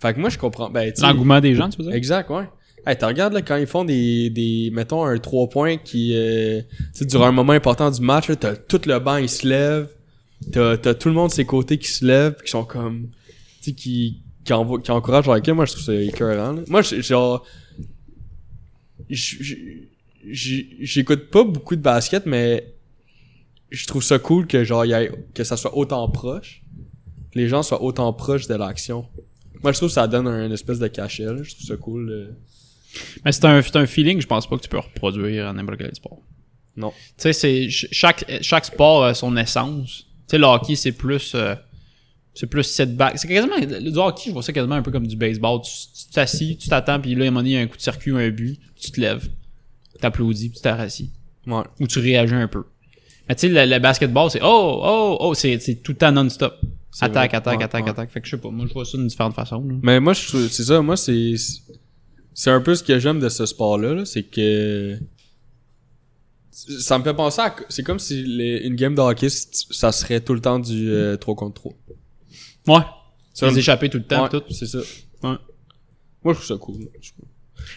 [SPEAKER 2] Fait que moi je comprends ben tu sais-
[SPEAKER 3] L'engouement des gens, tu veux dire?
[SPEAKER 2] Exact, ouais. Hey, t'en regardes là, quand ils font des, des mettons un 3 points qui euh, tu sais, durant un moment important du match, là, t'as tout le banc il se lève, t'as, t'as tout le monde de ses côtés qui se lève, pis qui sont comme tu sais qui qui, envo- qui encouragent leur équipe, moi je trouve ça écœurant. là. Moi j'ai- genre j'- j'- j'- j'écoute pas beaucoup de basket mais je trouve ça cool que genre y ait- que ça soit autant proche, que les gens soient autant proches de l'action. Moi, je trouve que ça donne un une espèce de cachet. là. Je trouve ça cool. euh.
[SPEAKER 3] Mais c'est un, c'est un feeling, je pense pas que tu peux reproduire en n'importe quel sport.
[SPEAKER 2] Non.
[SPEAKER 3] Tu sais, c'est ch- chaque, chaque sport a son essence. Tu sais, le hockey, c'est plus. euh, c'est plus setback. C'est quasiment. Le du hockey, je vois ça quasiment un peu comme du baseball. Tu tu t'assis, tu t'attends, puis là, à un moment donné, il y a un coup de circuit ou un but, tu te lèves, t'applaudis, puis tu t'arrassis.
[SPEAKER 2] Ouais.
[SPEAKER 3] Ou tu réagis un peu. Mais tu sais, le, le basketball, c'est oh, oh, oh, c'est c'est tout le temps non-stop.
[SPEAKER 2] C'est
[SPEAKER 3] Attaque,
[SPEAKER 2] vrai.
[SPEAKER 3] attaque,
[SPEAKER 2] Ouais,
[SPEAKER 3] attaque,
[SPEAKER 2] ouais.
[SPEAKER 3] attaque. Fait que je sais pas, moi, je vois ça d'une différente façon. là.
[SPEAKER 2] Mais moi, je trouve- c'est ça. Moi, c'est. C'est un peu ce que j'aime de ce sport-là. là, c'est que. Ça me fait penser à. C'est comme si les- une game de hockey, c- ça serait tout le temps du euh, 3 contre 3.
[SPEAKER 3] Ouais.
[SPEAKER 2] Ça
[SPEAKER 3] les
[SPEAKER 2] me-
[SPEAKER 3] échapper tout le temps,
[SPEAKER 2] Ouais,
[SPEAKER 3] tout.
[SPEAKER 2] C'est ça.
[SPEAKER 3] Ouais.
[SPEAKER 2] Moi, je trouve ça cool. Je-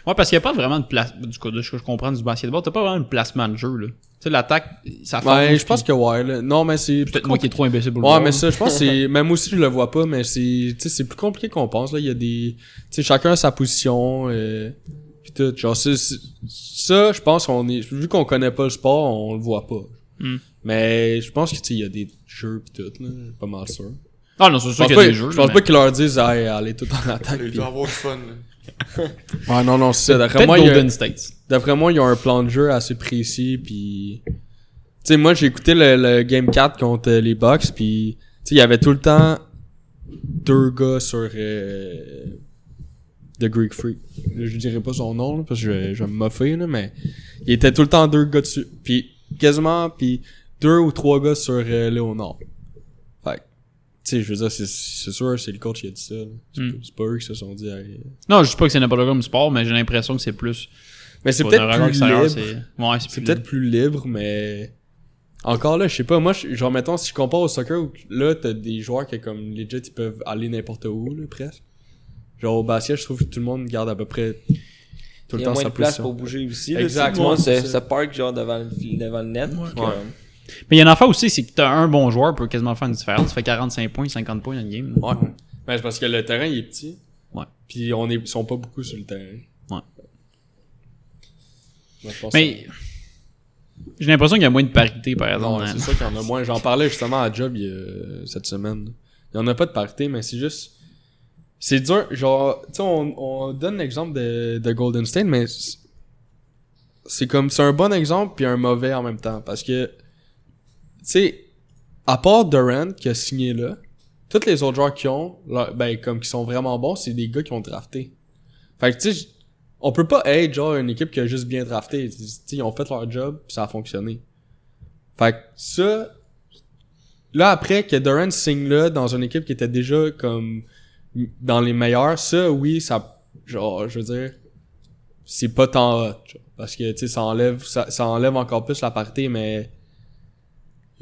[SPEAKER 3] Ouais, parce qu'il n'y a pas vraiment de place. Du coup, de ce que je comprends du basketball, t'as pas vraiment de placement de jeu, là. Tu sais, l'attaque, ça fait.
[SPEAKER 2] Ouais, Ben, je pense que ouais. là. Non, mais c'est.
[SPEAKER 3] Peut-être moi qui est trop imbécile pour le
[SPEAKER 2] Ouais,
[SPEAKER 3] voir,
[SPEAKER 2] mais
[SPEAKER 3] là.
[SPEAKER 2] ça, je pense que c'est. Même aussi, je le vois pas, mais c'est. Tu sais, c'est plus compliqué qu'on pense, là. Il y a des. Tu sais, chacun a sa position. Euh, pis tout. Genre, c'est- c'est- ça, je pense qu'on est. Vu qu'on connaît pas le sport, on le voit pas.
[SPEAKER 3] Hmm.
[SPEAKER 2] Mais je pense que, tu sais, il y a des jeux pis tout, là. Pas mal sûr.
[SPEAKER 3] Ah non, c'est
[SPEAKER 2] Je
[SPEAKER 3] sûr
[SPEAKER 2] pense
[SPEAKER 3] qu'il y a
[SPEAKER 2] pas,
[SPEAKER 3] des
[SPEAKER 2] je
[SPEAKER 3] jeux.
[SPEAKER 2] pense
[SPEAKER 3] là,
[SPEAKER 2] pas qu'ils leur disent, hey, allez tout en attaque.
[SPEAKER 6] Ils
[SPEAKER 2] pis-
[SPEAKER 6] doivent avoir du fun. là.
[SPEAKER 2] Ah, non, non, c'est ça.
[SPEAKER 3] mais
[SPEAKER 2] D'après
[SPEAKER 3] Peut-être
[SPEAKER 2] moi, il y a-
[SPEAKER 3] Golden State.
[SPEAKER 2] D'après moi, ils ont un plan de jeu assez précis, puis... Tu sais, moi, j'ai écouté le, le Game 4 contre euh, les Bucks, puis... Tu sais, il y avait tout le temps deux gars sur euh, The Greek Freak. Je dirais pas son nom, là, parce que je, vais- je vais me moffer, là, mais... Il était tout le temps deux gars dessus. Puis quasiment, puis deux ou trois gars sur euh, Léonard. Fait que, tu sais, je veux dire, c'est- c'est sûr, c'est le coach qui a dit ça. là. C'est
[SPEAKER 3] Mm.
[SPEAKER 2] pas- c'est pas eux qui se sont dit... Hey, euh.
[SPEAKER 3] Non, je dis pas que c'est n'importe quoi comme sport, mais j'ai l'impression que c'est plus.
[SPEAKER 2] Mais c'est
[SPEAKER 3] Pour
[SPEAKER 2] peut-être
[SPEAKER 3] Noruega
[SPEAKER 2] plus
[SPEAKER 3] extérieur,
[SPEAKER 2] libre.
[SPEAKER 3] c'est- Ouais,
[SPEAKER 2] C'est
[SPEAKER 3] c'est
[SPEAKER 2] peut-être
[SPEAKER 3] peut-être.
[SPEAKER 2] plus libre, mais. Encore là, je sais pas. Moi, je- genre, mettons, si je compare au soccer, où là, t'as des joueurs qui, comme, legit, ils peuvent aller n'importe où, là, presque. Genre, au basket, je trouve que tout le monde garde à peu près tout
[SPEAKER 7] Il
[SPEAKER 2] le
[SPEAKER 7] y a
[SPEAKER 2] temps
[SPEAKER 7] moins
[SPEAKER 2] sa
[SPEAKER 7] de place
[SPEAKER 2] position.
[SPEAKER 7] pour bouger aussi.
[SPEAKER 2] Exact,
[SPEAKER 7] Exactement.
[SPEAKER 2] ouais,
[SPEAKER 7] Tout le
[SPEAKER 2] c'est
[SPEAKER 7] monde se,
[SPEAKER 2] ça.
[SPEAKER 7] se parque genre devant le, fil- devant le net. puis euh,
[SPEAKER 2] Ouais.
[SPEAKER 7] comme-
[SPEAKER 3] Mais il y a un affaire aussi, c'est que t'as un bon joueur peut quasiment faire une différence. Tu fais 45 points, 50 points dans le game.
[SPEAKER 2] Ouais. Mais c'est parce que le terrain, il est petit.
[SPEAKER 3] Ouais.
[SPEAKER 2] Puis on est, ils sont pas beaucoup sur le terrain.
[SPEAKER 3] Ouais.
[SPEAKER 2] Moi, je pense
[SPEAKER 3] Mais j'ai l'impression qu'il y a moins de parité, par
[SPEAKER 2] que- Non,
[SPEAKER 3] exemple.
[SPEAKER 2] c'est
[SPEAKER 3] dans-
[SPEAKER 2] sûr qu'il y en a moins. J'en parlais justement à Job il y a- euh, cette semaine. Il y en a pas de parité, mais c'est juste. C'est dur. Genre, tu sais, on, on donne l'exemple de, de Golden State, mais c'est- c'est comme. C'est un bon exemple puis un mauvais en même temps. Parce que, tu sais, à part Durant qui a signé là, tous les autres joueurs qui ont, leur- ben, comme qui sont vraiment bons, c'est des gars qui ont drafté. Fait que, tu sais, j- on peut pas être genre une équipe qui a juste bien drafté. Tu sais, ils ont fait leur job, puis ça a fonctionné. Fait que ça, là, après que Durant signe là, dans une équipe qui était déjà comme dans les meilleurs, ça, oui, ça, genre, je veux dire, c'est pas tant hot, genre. Parce que, tu sais, ça enlève, ça, ça enlève encore plus la parité, mais,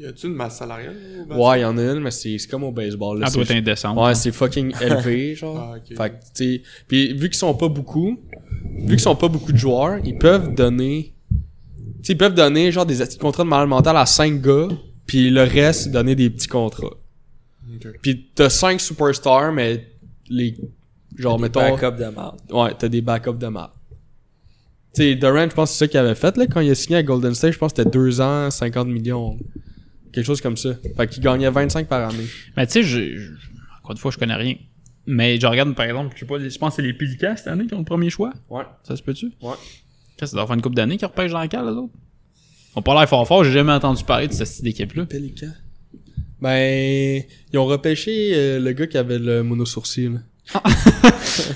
[SPEAKER 6] Y a-tu une masse salariale? au basket?
[SPEAKER 2] ouais, il y en a une, mais c'est c'est comme au baseball, là.
[SPEAKER 3] Ah,
[SPEAKER 2] c'est
[SPEAKER 3] doit être indécent.
[SPEAKER 2] Ouais, c'est fucking élevé, genre.
[SPEAKER 6] Ah, ok.
[SPEAKER 2] Fait que, tu sais, Puis vu qu'ils sont pas beaucoup, vu qu'ils sont pas beaucoup de joueurs, ils peuvent donner. Tu sais, ils peuvent donner, genre, des petits contrats de malade mental à 5 gars, puis le reste, donner des petits contrats.
[SPEAKER 6] Ok.
[SPEAKER 2] Puis t'as 5 superstars, mais les. Genre,
[SPEAKER 7] des
[SPEAKER 2] mettons.
[SPEAKER 7] backups de marde.
[SPEAKER 2] Ouais, t'as des backups de mal. Tu sais, Durant, je pense que c'est ça qu'il avait fait, là. Quand il a signé à Golden State, je pense que c'était 2 ans, 50 millions. Quelque chose comme ça. Fait qu'il gagnait 25 par année.
[SPEAKER 3] Mais tu sais, je, je- encore une fois, je connais rien. Mais je regarde, par exemple, je sais pas, les- je pense que c'est les Pelicans cette année qui ont le premier choix.
[SPEAKER 2] Ouais.
[SPEAKER 3] Ça se peut-tu?
[SPEAKER 2] Ouais.
[SPEAKER 3] Qu'est-ce que ça doit faire une coupe d'années qu'ils repêchent dans la cale, les autres? Ils ont pas l'air fort fort, j'ai jamais entendu parler de cette petite équipe-là.
[SPEAKER 2] Pélican. Ben, ils ont repêché euh, le gars qui avait le monosourcil.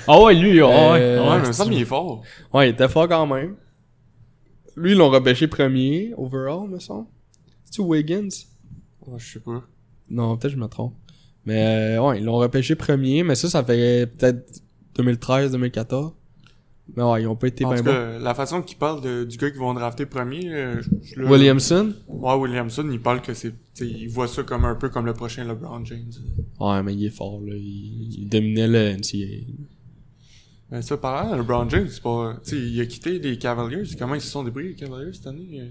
[SPEAKER 3] Ah ouais, lui, ah ouais.
[SPEAKER 2] Euh,
[SPEAKER 3] ah
[SPEAKER 6] Ouais,
[SPEAKER 3] ouais.
[SPEAKER 6] mais ça, mais il est fort.
[SPEAKER 2] Ouais, il était fort quand même. Lui, ils l'ont repêché premier, overall, me semble. C'est-tu Wiggins?
[SPEAKER 6] Ouais, je sais pas.
[SPEAKER 2] Non, peut-être que je me trompe. Mais euh, ouais, ils l'ont repêché premier, mais ça, ça fait peut-être 2013-2014. Mais ouais, ils ont pas été
[SPEAKER 6] En
[SPEAKER 2] bien
[SPEAKER 6] tout
[SPEAKER 2] bons.
[SPEAKER 6] cas, la façon qu'il parle de- du gars qui vont drafter premier, euh, je- je le-
[SPEAKER 2] Williamson?
[SPEAKER 6] Ouais, Williamson, il parle que c'est. t'sais, Il voit ça comme un peu comme le prochain LeBron James.
[SPEAKER 2] Ouais, mais il est fort, là. Il, il dominait le NCAA.
[SPEAKER 6] Mais ça, parlant, LeBron James, c'est pas. t'sais, il a quitté les Cavaliers. Comment ils se sont débrouillés, les Cavaliers, cette année Euh,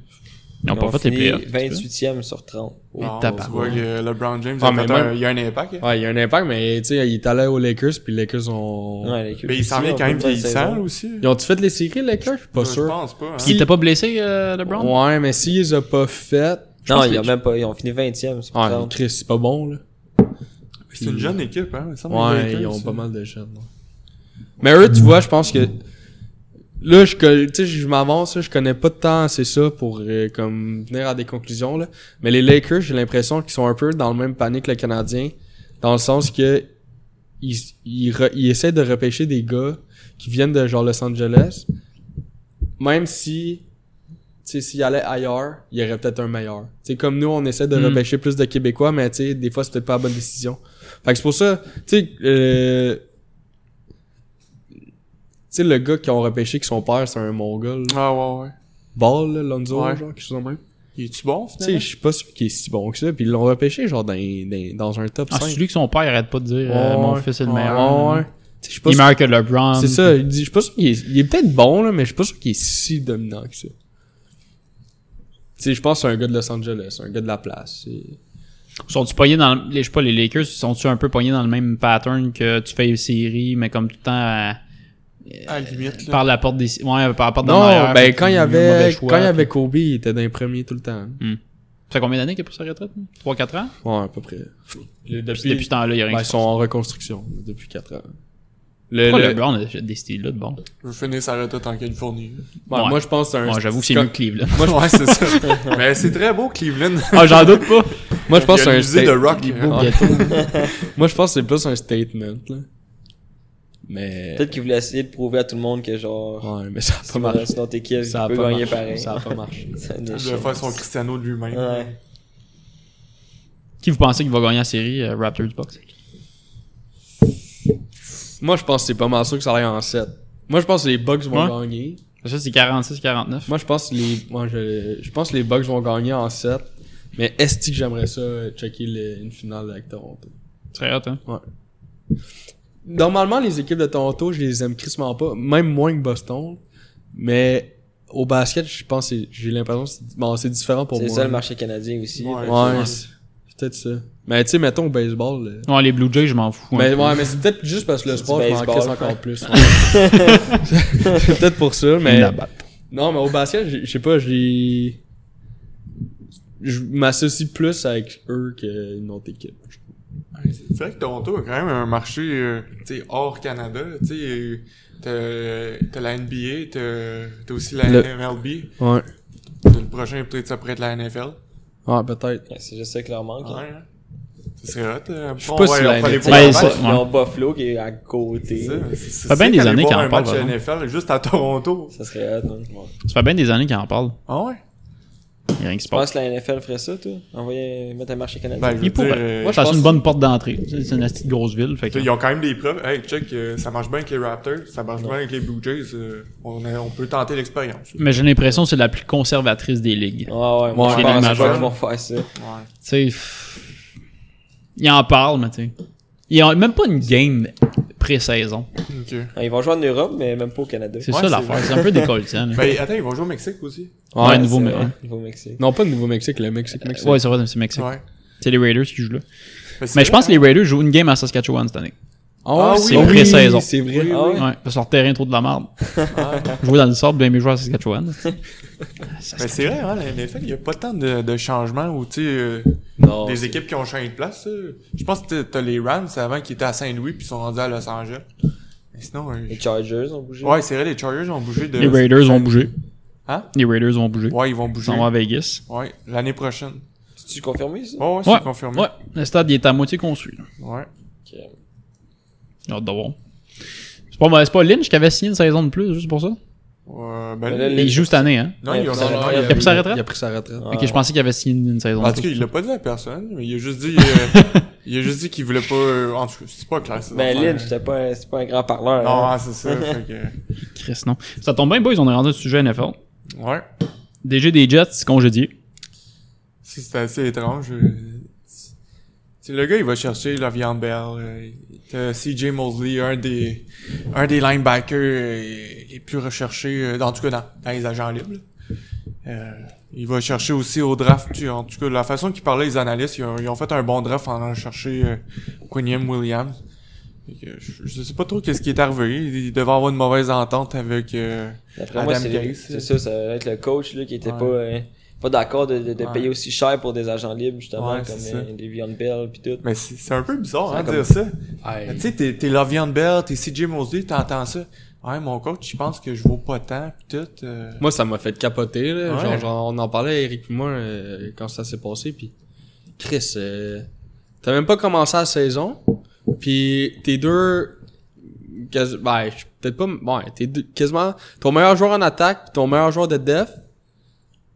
[SPEAKER 3] Ils ont
[SPEAKER 7] Ils ont
[SPEAKER 3] pas fait les
[SPEAKER 7] fini
[SPEAKER 3] playoffs.
[SPEAKER 7] 28e sur 30.
[SPEAKER 6] Non,
[SPEAKER 3] tabarnak.
[SPEAKER 6] Tu vois que LeBron James,
[SPEAKER 2] Ah,
[SPEAKER 6] a
[SPEAKER 2] mais
[SPEAKER 6] fait un-
[SPEAKER 2] même-
[SPEAKER 6] il y a un impact. hein.
[SPEAKER 2] Ouais, il y a un impact, mais tu sais, il est allé aux Lakers, puis les Lakers ont...
[SPEAKER 7] Ouais, les Cubs
[SPEAKER 6] Mais il s'en
[SPEAKER 7] aussi,
[SPEAKER 6] vient
[SPEAKER 7] on
[SPEAKER 6] quand même
[SPEAKER 7] peut dire
[SPEAKER 6] vieillissant
[SPEAKER 7] saison.
[SPEAKER 6] aussi.
[SPEAKER 2] Ils ont-tu fait les séries, les Lakers? Je suis pas
[SPEAKER 6] Je
[SPEAKER 2] sûr.
[SPEAKER 6] pense pas. hein.
[SPEAKER 3] Il était pas blessé, euh, LeBron?
[SPEAKER 2] Ouais, mais s'ils les ont pas fait. je
[SPEAKER 7] Non,
[SPEAKER 2] pense
[SPEAKER 7] ils
[SPEAKER 2] que-
[SPEAKER 7] ont même pas. Ils ont fini 20e sur
[SPEAKER 2] Ah,
[SPEAKER 7] 30.
[SPEAKER 2] Chris, c'est pas bon, là.
[SPEAKER 6] C'est une jeune équipe, hein. il semble les
[SPEAKER 2] Ouais,
[SPEAKER 6] Lakers, hein.
[SPEAKER 2] ils ont
[SPEAKER 6] ça.
[SPEAKER 2] pas mal de jeunes. ouais. Mais eux, tu vois, je pense que. Là, je, co- tu sais, je m'avance, là, je connais pas de temps, c'est ça, pour euh, comme venir à des conclusions. Là. Mais les Lakers, j'ai l'impression qu'ils sont un peu dans le même panier que le Canadien, dans le sens que ils, ils, re- ils essaient de repêcher des gars qui viennent de genre Los Angeles, même si tu sais, s'ils allaient ailleurs, il y aurait peut-être un meilleur. Tu sais, comme nous, on essaie de
[SPEAKER 3] Mm.
[SPEAKER 2] repêcher plus de Québécois, mais tu sais, des fois, c'est peut-être pas la bonne décision. Fait que c'est pour ça, tu sais, euh, tu sais, le gars qui ont repêché que son père, c'est un mongol. là.
[SPEAKER 6] Ah, ouais, ouais.
[SPEAKER 2] Ball, là, Lonzo,
[SPEAKER 6] Ouais.
[SPEAKER 2] genre, quelque chose de même.
[SPEAKER 6] Il est-tu bon,
[SPEAKER 2] Tu sais,
[SPEAKER 6] finalement?
[SPEAKER 2] je suis pas sûr qu'il est si bon que ça. Puis ils l'ont repêché, genre, dans, dans, dans un top
[SPEAKER 3] Ah,
[SPEAKER 2] 5.
[SPEAKER 3] c'est lui que son père arrête pas de dire euh,
[SPEAKER 2] Ouais,
[SPEAKER 3] mon
[SPEAKER 2] ouais.
[SPEAKER 3] fils est le
[SPEAKER 2] Ouais,
[SPEAKER 3] meilleur.
[SPEAKER 2] ouais. Tu sais, je suis
[SPEAKER 3] Il
[SPEAKER 2] pas
[SPEAKER 3] est
[SPEAKER 2] sûr-
[SPEAKER 3] meilleur que LeBron.
[SPEAKER 2] C'est ça, il dit, je suis pas sûr qu'il est, il est peut-être bon, là, mais je suis pas sûr qu'il est si dominant que ça. Tu sais, je pense que c'est un gars de Los Angeles, un gars de la place. c'est-
[SPEAKER 3] Sont-tu pognés dans le- les, je sais pas, les Lakers, sont-tu un peu pognés dans le même pattern que tu fais une série, mais comme tout le temps euh, à-
[SPEAKER 6] À la limite, là.
[SPEAKER 3] par la porte des, ouais, par la porte d'en
[SPEAKER 2] Non,
[SPEAKER 3] arrière,
[SPEAKER 2] ben,
[SPEAKER 3] puis
[SPEAKER 2] quand il y
[SPEAKER 3] le
[SPEAKER 2] avait,
[SPEAKER 3] mauvais choix,
[SPEAKER 2] quand il y
[SPEAKER 3] puis-
[SPEAKER 2] avait Kobe, il était dans les premiers tout le temps.
[SPEAKER 3] Ça fait combien d'années qu'il est pour sa retraite? 3-4 ans?
[SPEAKER 2] Ouais, à peu près.
[SPEAKER 3] Puis depuis ce temps-là, il y a rien
[SPEAKER 2] Ben, ils
[SPEAKER 3] qui se
[SPEAKER 2] sont en reconstruction depuis 4 ans. Le-
[SPEAKER 3] passe. Pourquoi
[SPEAKER 2] le-
[SPEAKER 3] LeBron a des styles-là de bon?
[SPEAKER 6] Je veux finir sa retraite en Californie.
[SPEAKER 2] Ouais,
[SPEAKER 3] Ouais.
[SPEAKER 2] ben, Moi, je pense que c'est un.
[SPEAKER 3] Ouais, j'avoue que c'est
[SPEAKER 2] quand-
[SPEAKER 3] mieux que Cleveland.
[SPEAKER 6] Moi, ouais, c'est ça. Mais c'est très beau, Cleveland.
[SPEAKER 3] ah, j'en doute pas!
[SPEAKER 2] Moi, je pense que
[SPEAKER 6] Il y a
[SPEAKER 2] c'est
[SPEAKER 6] le
[SPEAKER 2] un.
[SPEAKER 6] musée
[SPEAKER 2] sta-
[SPEAKER 6] de rock. hein.
[SPEAKER 2] Ouais. Moi, je pense que c'est plus un statement, là. Mais.
[SPEAKER 7] Peut-être qu'ils voulaient essayer de prouver à tout le monde que genre.
[SPEAKER 2] Ouais, mais ça a pas
[SPEAKER 7] Pas mal.
[SPEAKER 2] marché.
[SPEAKER 7] Sinon, t'es kill,
[SPEAKER 2] Ça a
[SPEAKER 7] tu peux
[SPEAKER 2] pas
[SPEAKER 7] gagner
[SPEAKER 2] marché.
[SPEAKER 7] pareil.
[SPEAKER 2] Ça a pas marché.
[SPEAKER 7] Ça
[SPEAKER 6] Il
[SPEAKER 7] déchire.
[SPEAKER 6] voulait faire son Cristiano de lui-même.
[SPEAKER 7] Ouais.
[SPEAKER 3] Qui vous pensez qu'il va gagner la série euh, Raptors Box?
[SPEAKER 2] Moi, je pense que c'est pas mal sûr que ça aille en 7. Moi, je pense que les Bucks vont
[SPEAKER 3] Ouais.
[SPEAKER 2] gagner.
[SPEAKER 3] Ça, c'est 46-49.
[SPEAKER 2] Moi, je pense que les, moi, je, je pense que les Bucks vont gagner en 7. Mais est-ce que j'aimerais ça euh, checker le- une finale avec Toronto?
[SPEAKER 3] Très hot, hein?
[SPEAKER 2] Normalement, les équipes de Toronto, je les aime crissement pas, même moins que Boston. Mais au basket, je pense que c'est- j'ai l'impression que c'est bon, c'est différent pour
[SPEAKER 7] C'est
[SPEAKER 2] moi.
[SPEAKER 7] ça le marché canadien aussi.
[SPEAKER 6] Ouais.
[SPEAKER 7] fait que-
[SPEAKER 2] Ouais, c'est c'est peut-être ça. Mais tu sais, mettons au baseball. là.
[SPEAKER 3] Ouais, les Blue Jays, je m'en fous. hein. un
[SPEAKER 2] Mais
[SPEAKER 3] peu.
[SPEAKER 2] Ben, ouais, mais c'est peut-être juste parce que le
[SPEAKER 7] C'est du
[SPEAKER 2] sport, je m'en
[SPEAKER 7] baseball,
[SPEAKER 2] crisse
[SPEAKER 7] ouais.
[SPEAKER 2] encore plus. c'est peut-être pour ça, mais.
[SPEAKER 1] la batte.
[SPEAKER 2] Non, mais au basket, j'ai- je sais pas, j'ai. Je m'associe plus avec eux qu'une autre équipe.
[SPEAKER 6] Ouais, C'est c'est vrai que Toronto a quand même un marché euh, tu sais, hors Canada. tu sais, euh, T'as t'as la NBA, t'as t'as aussi la
[SPEAKER 2] Le-
[SPEAKER 6] MLB.
[SPEAKER 2] Ouais.
[SPEAKER 6] Le prochain, peut-être, ça pourrait être la NFL.
[SPEAKER 2] Ouais, Ah, peut-être.
[SPEAKER 7] Ouais, C'est juste ça qui leur manque. hein.
[SPEAKER 6] Ouais. hein. Ce serait hot. euh,
[SPEAKER 2] sais
[SPEAKER 6] on
[SPEAKER 2] pas
[SPEAKER 6] va-
[SPEAKER 2] si
[SPEAKER 6] on
[SPEAKER 2] la
[SPEAKER 6] va aller
[SPEAKER 7] T'sais,
[SPEAKER 6] voir
[SPEAKER 3] Ben,
[SPEAKER 6] la
[SPEAKER 7] ils ont
[SPEAKER 3] ça-
[SPEAKER 6] match.
[SPEAKER 7] Buff- ils ont Buffalo qui est à côté.
[SPEAKER 6] C'est ça, c'est-
[SPEAKER 3] fait
[SPEAKER 6] c'est-
[SPEAKER 3] bien
[SPEAKER 6] c'est
[SPEAKER 3] des
[SPEAKER 6] qu'aller
[SPEAKER 3] années
[SPEAKER 6] voir
[SPEAKER 3] qu'il en
[SPEAKER 6] un
[SPEAKER 3] parle,
[SPEAKER 6] match
[SPEAKER 3] vraiment.
[SPEAKER 6] NFL juste à Toronto.
[SPEAKER 7] Ça serait hot. hein. Ouais.
[SPEAKER 3] Ça fait bien des années qu'ils en parlent.
[SPEAKER 6] Ah ouais?
[SPEAKER 3] Il y a rien qui se
[SPEAKER 7] Tu penses
[SPEAKER 3] passe.
[SPEAKER 7] que la NFL ferait ça, toi? Envoyer, mettre un marché canadien?
[SPEAKER 6] Ben, je veux
[SPEAKER 3] Il pourrait.
[SPEAKER 6] dire, euh,
[SPEAKER 3] Moi,
[SPEAKER 6] tu
[SPEAKER 3] je pense une bonne porte d'entrée. Tu sais, C'est une petite grosse ville. Fait que...
[SPEAKER 6] sais, Ils ont quand même des preuves. Hey, check, euh, ça marche bien avec les Raptors, ça marche bien avec les Blue Jays. euh, on, a- on peut tenter l'expérience.
[SPEAKER 3] Mais j'ai l'impression que c'est la plus conservatrice des ligues.
[SPEAKER 7] Ah ouais, moi,
[SPEAKER 3] Ouais,
[SPEAKER 7] je
[SPEAKER 3] les
[SPEAKER 7] pense
[SPEAKER 3] majeurs.
[SPEAKER 7] pas qu'ils vont faire ça.
[SPEAKER 3] Tu sais, pff, ils en parlent, mais tu sais. Ils ont même pas une game pré-saison.
[SPEAKER 6] Ok.
[SPEAKER 7] Ah, Ils vont jouer en Europe, mais même pas au Canada.
[SPEAKER 3] C'est
[SPEAKER 6] Ouais,
[SPEAKER 3] ça
[SPEAKER 6] c'est
[SPEAKER 3] l'affaire.
[SPEAKER 6] vrai.
[SPEAKER 3] C'est un peu décolletant. là.
[SPEAKER 6] Ben, attends, ils vont jouer au Mexique aussi.
[SPEAKER 3] Ouais,
[SPEAKER 2] Ouais,
[SPEAKER 3] nouveau,
[SPEAKER 7] c'est
[SPEAKER 3] mais
[SPEAKER 7] vrai,
[SPEAKER 3] ouais.
[SPEAKER 7] Nouveau-Mexique.
[SPEAKER 2] Non, pas le Nouveau-Mexique, le Mexique-Mexique.
[SPEAKER 3] Ouais, c'est vrai, c'est Mexique.
[SPEAKER 6] Ouais.
[SPEAKER 3] C'est les Raiders qui jouent là.
[SPEAKER 6] Ben, c'est
[SPEAKER 3] Mais je
[SPEAKER 6] vrai,
[SPEAKER 3] pense que les Raiders jouent une game à Saskatchewan cette année.
[SPEAKER 2] Ah,
[SPEAKER 6] Ah
[SPEAKER 2] oui,
[SPEAKER 6] oui,
[SPEAKER 2] oui,
[SPEAKER 3] pré-saison.
[SPEAKER 2] C'est vrai.
[SPEAKER 7] Ah ouais?
[SPEAKER 3] Ouais, parce que leur terrain est trop de la merde. Jouer dans le sable, bien mieux jouer à Saskatchewan.
[SPEAKER 6] Ben, c'est vrai, hein, la NFL, il n'y a pas tant de, de changements ou tu sais, euh,
[SPEAKER 2] Non.
[SPEAKER 6] des équipes qui ont changé de place. euh. Je pense que t'as- t'as les Rams avant qui étaient à Saint-Louis puis sont rendus à Los Angeles. Mais sinon, euh,
[SPEAKER 7] Les Chargers ont bougé.
[SPEAKER 6] ouais, c'est vrai, les Chargers ont bougé de.
[SPEAKER 3] Les Raiders ont bougé.
[SPEAKER 6] Hein?
[SPEAKER 3] Les Raiders vont bouger.
[SPEAKER 6] Ouais, ils vont
[SPEAKER 3] Ils
[SPEAKER 6] bouger.
[SPEAKER 3] s'en vont à Vegas.
[SPEAKER 6] Ouais, l'année prochaine.
[SPEAKER 7] Tu confirmé ça?
[SPEAKER 6] Oh, ouais,
[SPEAKER 3] Ouais.
[SPEAKER 6] c'est confirmé.
[SPEAKER 3] Ouais, le stade il est à moitié construit. là.
[SPEAKER 6] Ouais.
[SPEAKER 7] Ok.
[SPEAKER 3] J'ai hâte de voir. C'est pas, ben, c'est pas Lynch qui avait signé une saison de plus juste pour ça.
[SPEAKER 6] Euh, ben,
[SPEAKER 7] Mais là,
[SPEAKER 3] Il joue cette année, hein.
[SPEAKER 6] Non, il
[SPEAKER 7] Ouais,
[SPEAKER 6] a
[SPEAKER 7] ça
[SPEAKER 6] non,
[SPEAKER 7] va,
[SPEAKER 6] il
[SPEAKER 3] Il a pris sa retraite?
[SPEAKER 2] Il a pris sa retraite.
[SPEAKER 7] Ah Ouais.
[SPEAKER 3] Ok, je pensais qu'il avait signé une saison. de
[SPEAKER 6] En tout cas, Ah, il
[SPEAKER 3] plus.
[SPEAKER 6] l'a pas dit à personne, mais il a juste dit. euh, il a juste dit qu'il voulait pas. euh, en tout cas, c'est pas clair. ces
[SPEAKER 7] Ben,
[SPEAKER 6] affaires.
[SPEAKER 7] Lynn, c'était pas, un- c'était pas un grand parleur.
[SPEAKER 6] Non,
[SPEAKER 7] hein.
[SPEAKER 6] ouais, c'est ça. fait que...
[SPEAKER 3] Chris, non. Ça tombe bien, boys, on est rendu à ce sujet NFL.
[SPEAKER 6] Ouais.
[SPEAKER 3] DG des Jets, congédié.
[SPEAKER 6] C'est c'est assez étrange. euh, c'est- c'est le gars, il va chercher Lavian Bell. euh, t'as CJ Mosley, un des, un des linebackers euh, les plus recherchés, euh, dans- en tout cas dans, dans les agents libres. là. Euh, il va chercher aussi au draft. tu- En tout cas, la façon qu'ils parlaient les analystes, ils ont, ils ont fait un bon draft en allant chercher euh, Quiniam Williams. Fait que Je, je sais pas trop qu'est-ce qui est arrivé. Il, il devait avoir une mauvaise entente avec... euh,
[SPEAKER 7] D'après moi,
[SPEAKER 6] Adam
[SPEAKER 7] c'est
[SPEAKER 6] Gase,
[SPEAKER 7] c'est ça, ça va être le coach là, qui était
[SPEAKER 6] Ouais.
[SPEAKER 7] pas, euh, pas d'accord de, de, de
[SPEAKER 6] Ouais.
[SPEAKER 7] payer aussi cher pour des agents libres, justement,
[SPEAKER 6] Ouais,
[SPEAKER 7] comme
[SPEAKER 6] c'est
[SPEAKER 7] euh,
[SPEAKER 6] ça.
[SPEAKER 7] Le'Veon Bell pis tout.
[SPEAKER 6] Mais c'est c'est un peu bizarre,
[SPEAKER 7] C'est
[SPEAKER 6] hein,
[SPEAKER 7] comme-
[SPEAKER 6] dire ça. Tu sais, t'es, t'es Lavian Bell, t'es CJ Mosley, t'entends ça. Ouais, mon coach, je pense que je vaux pas tant, pis tout. euh.
[SPEAKER 2] Moi, ça m'a fait capoter. Là.
[SPEAKER 6] Ouais.
[SPEAKER 2] Genre, genre, on en parlait, Eric et moi, euh, quand ça s'est passé. Puis, Chris, euh, t'as même pas commencé la saison. Puis, tes deux. quasi- ben, je- peut-être pas. Ouais, t'es deux- quasiment. Ton meilleur joueur en attaque, puis ton meilleur joueur de def,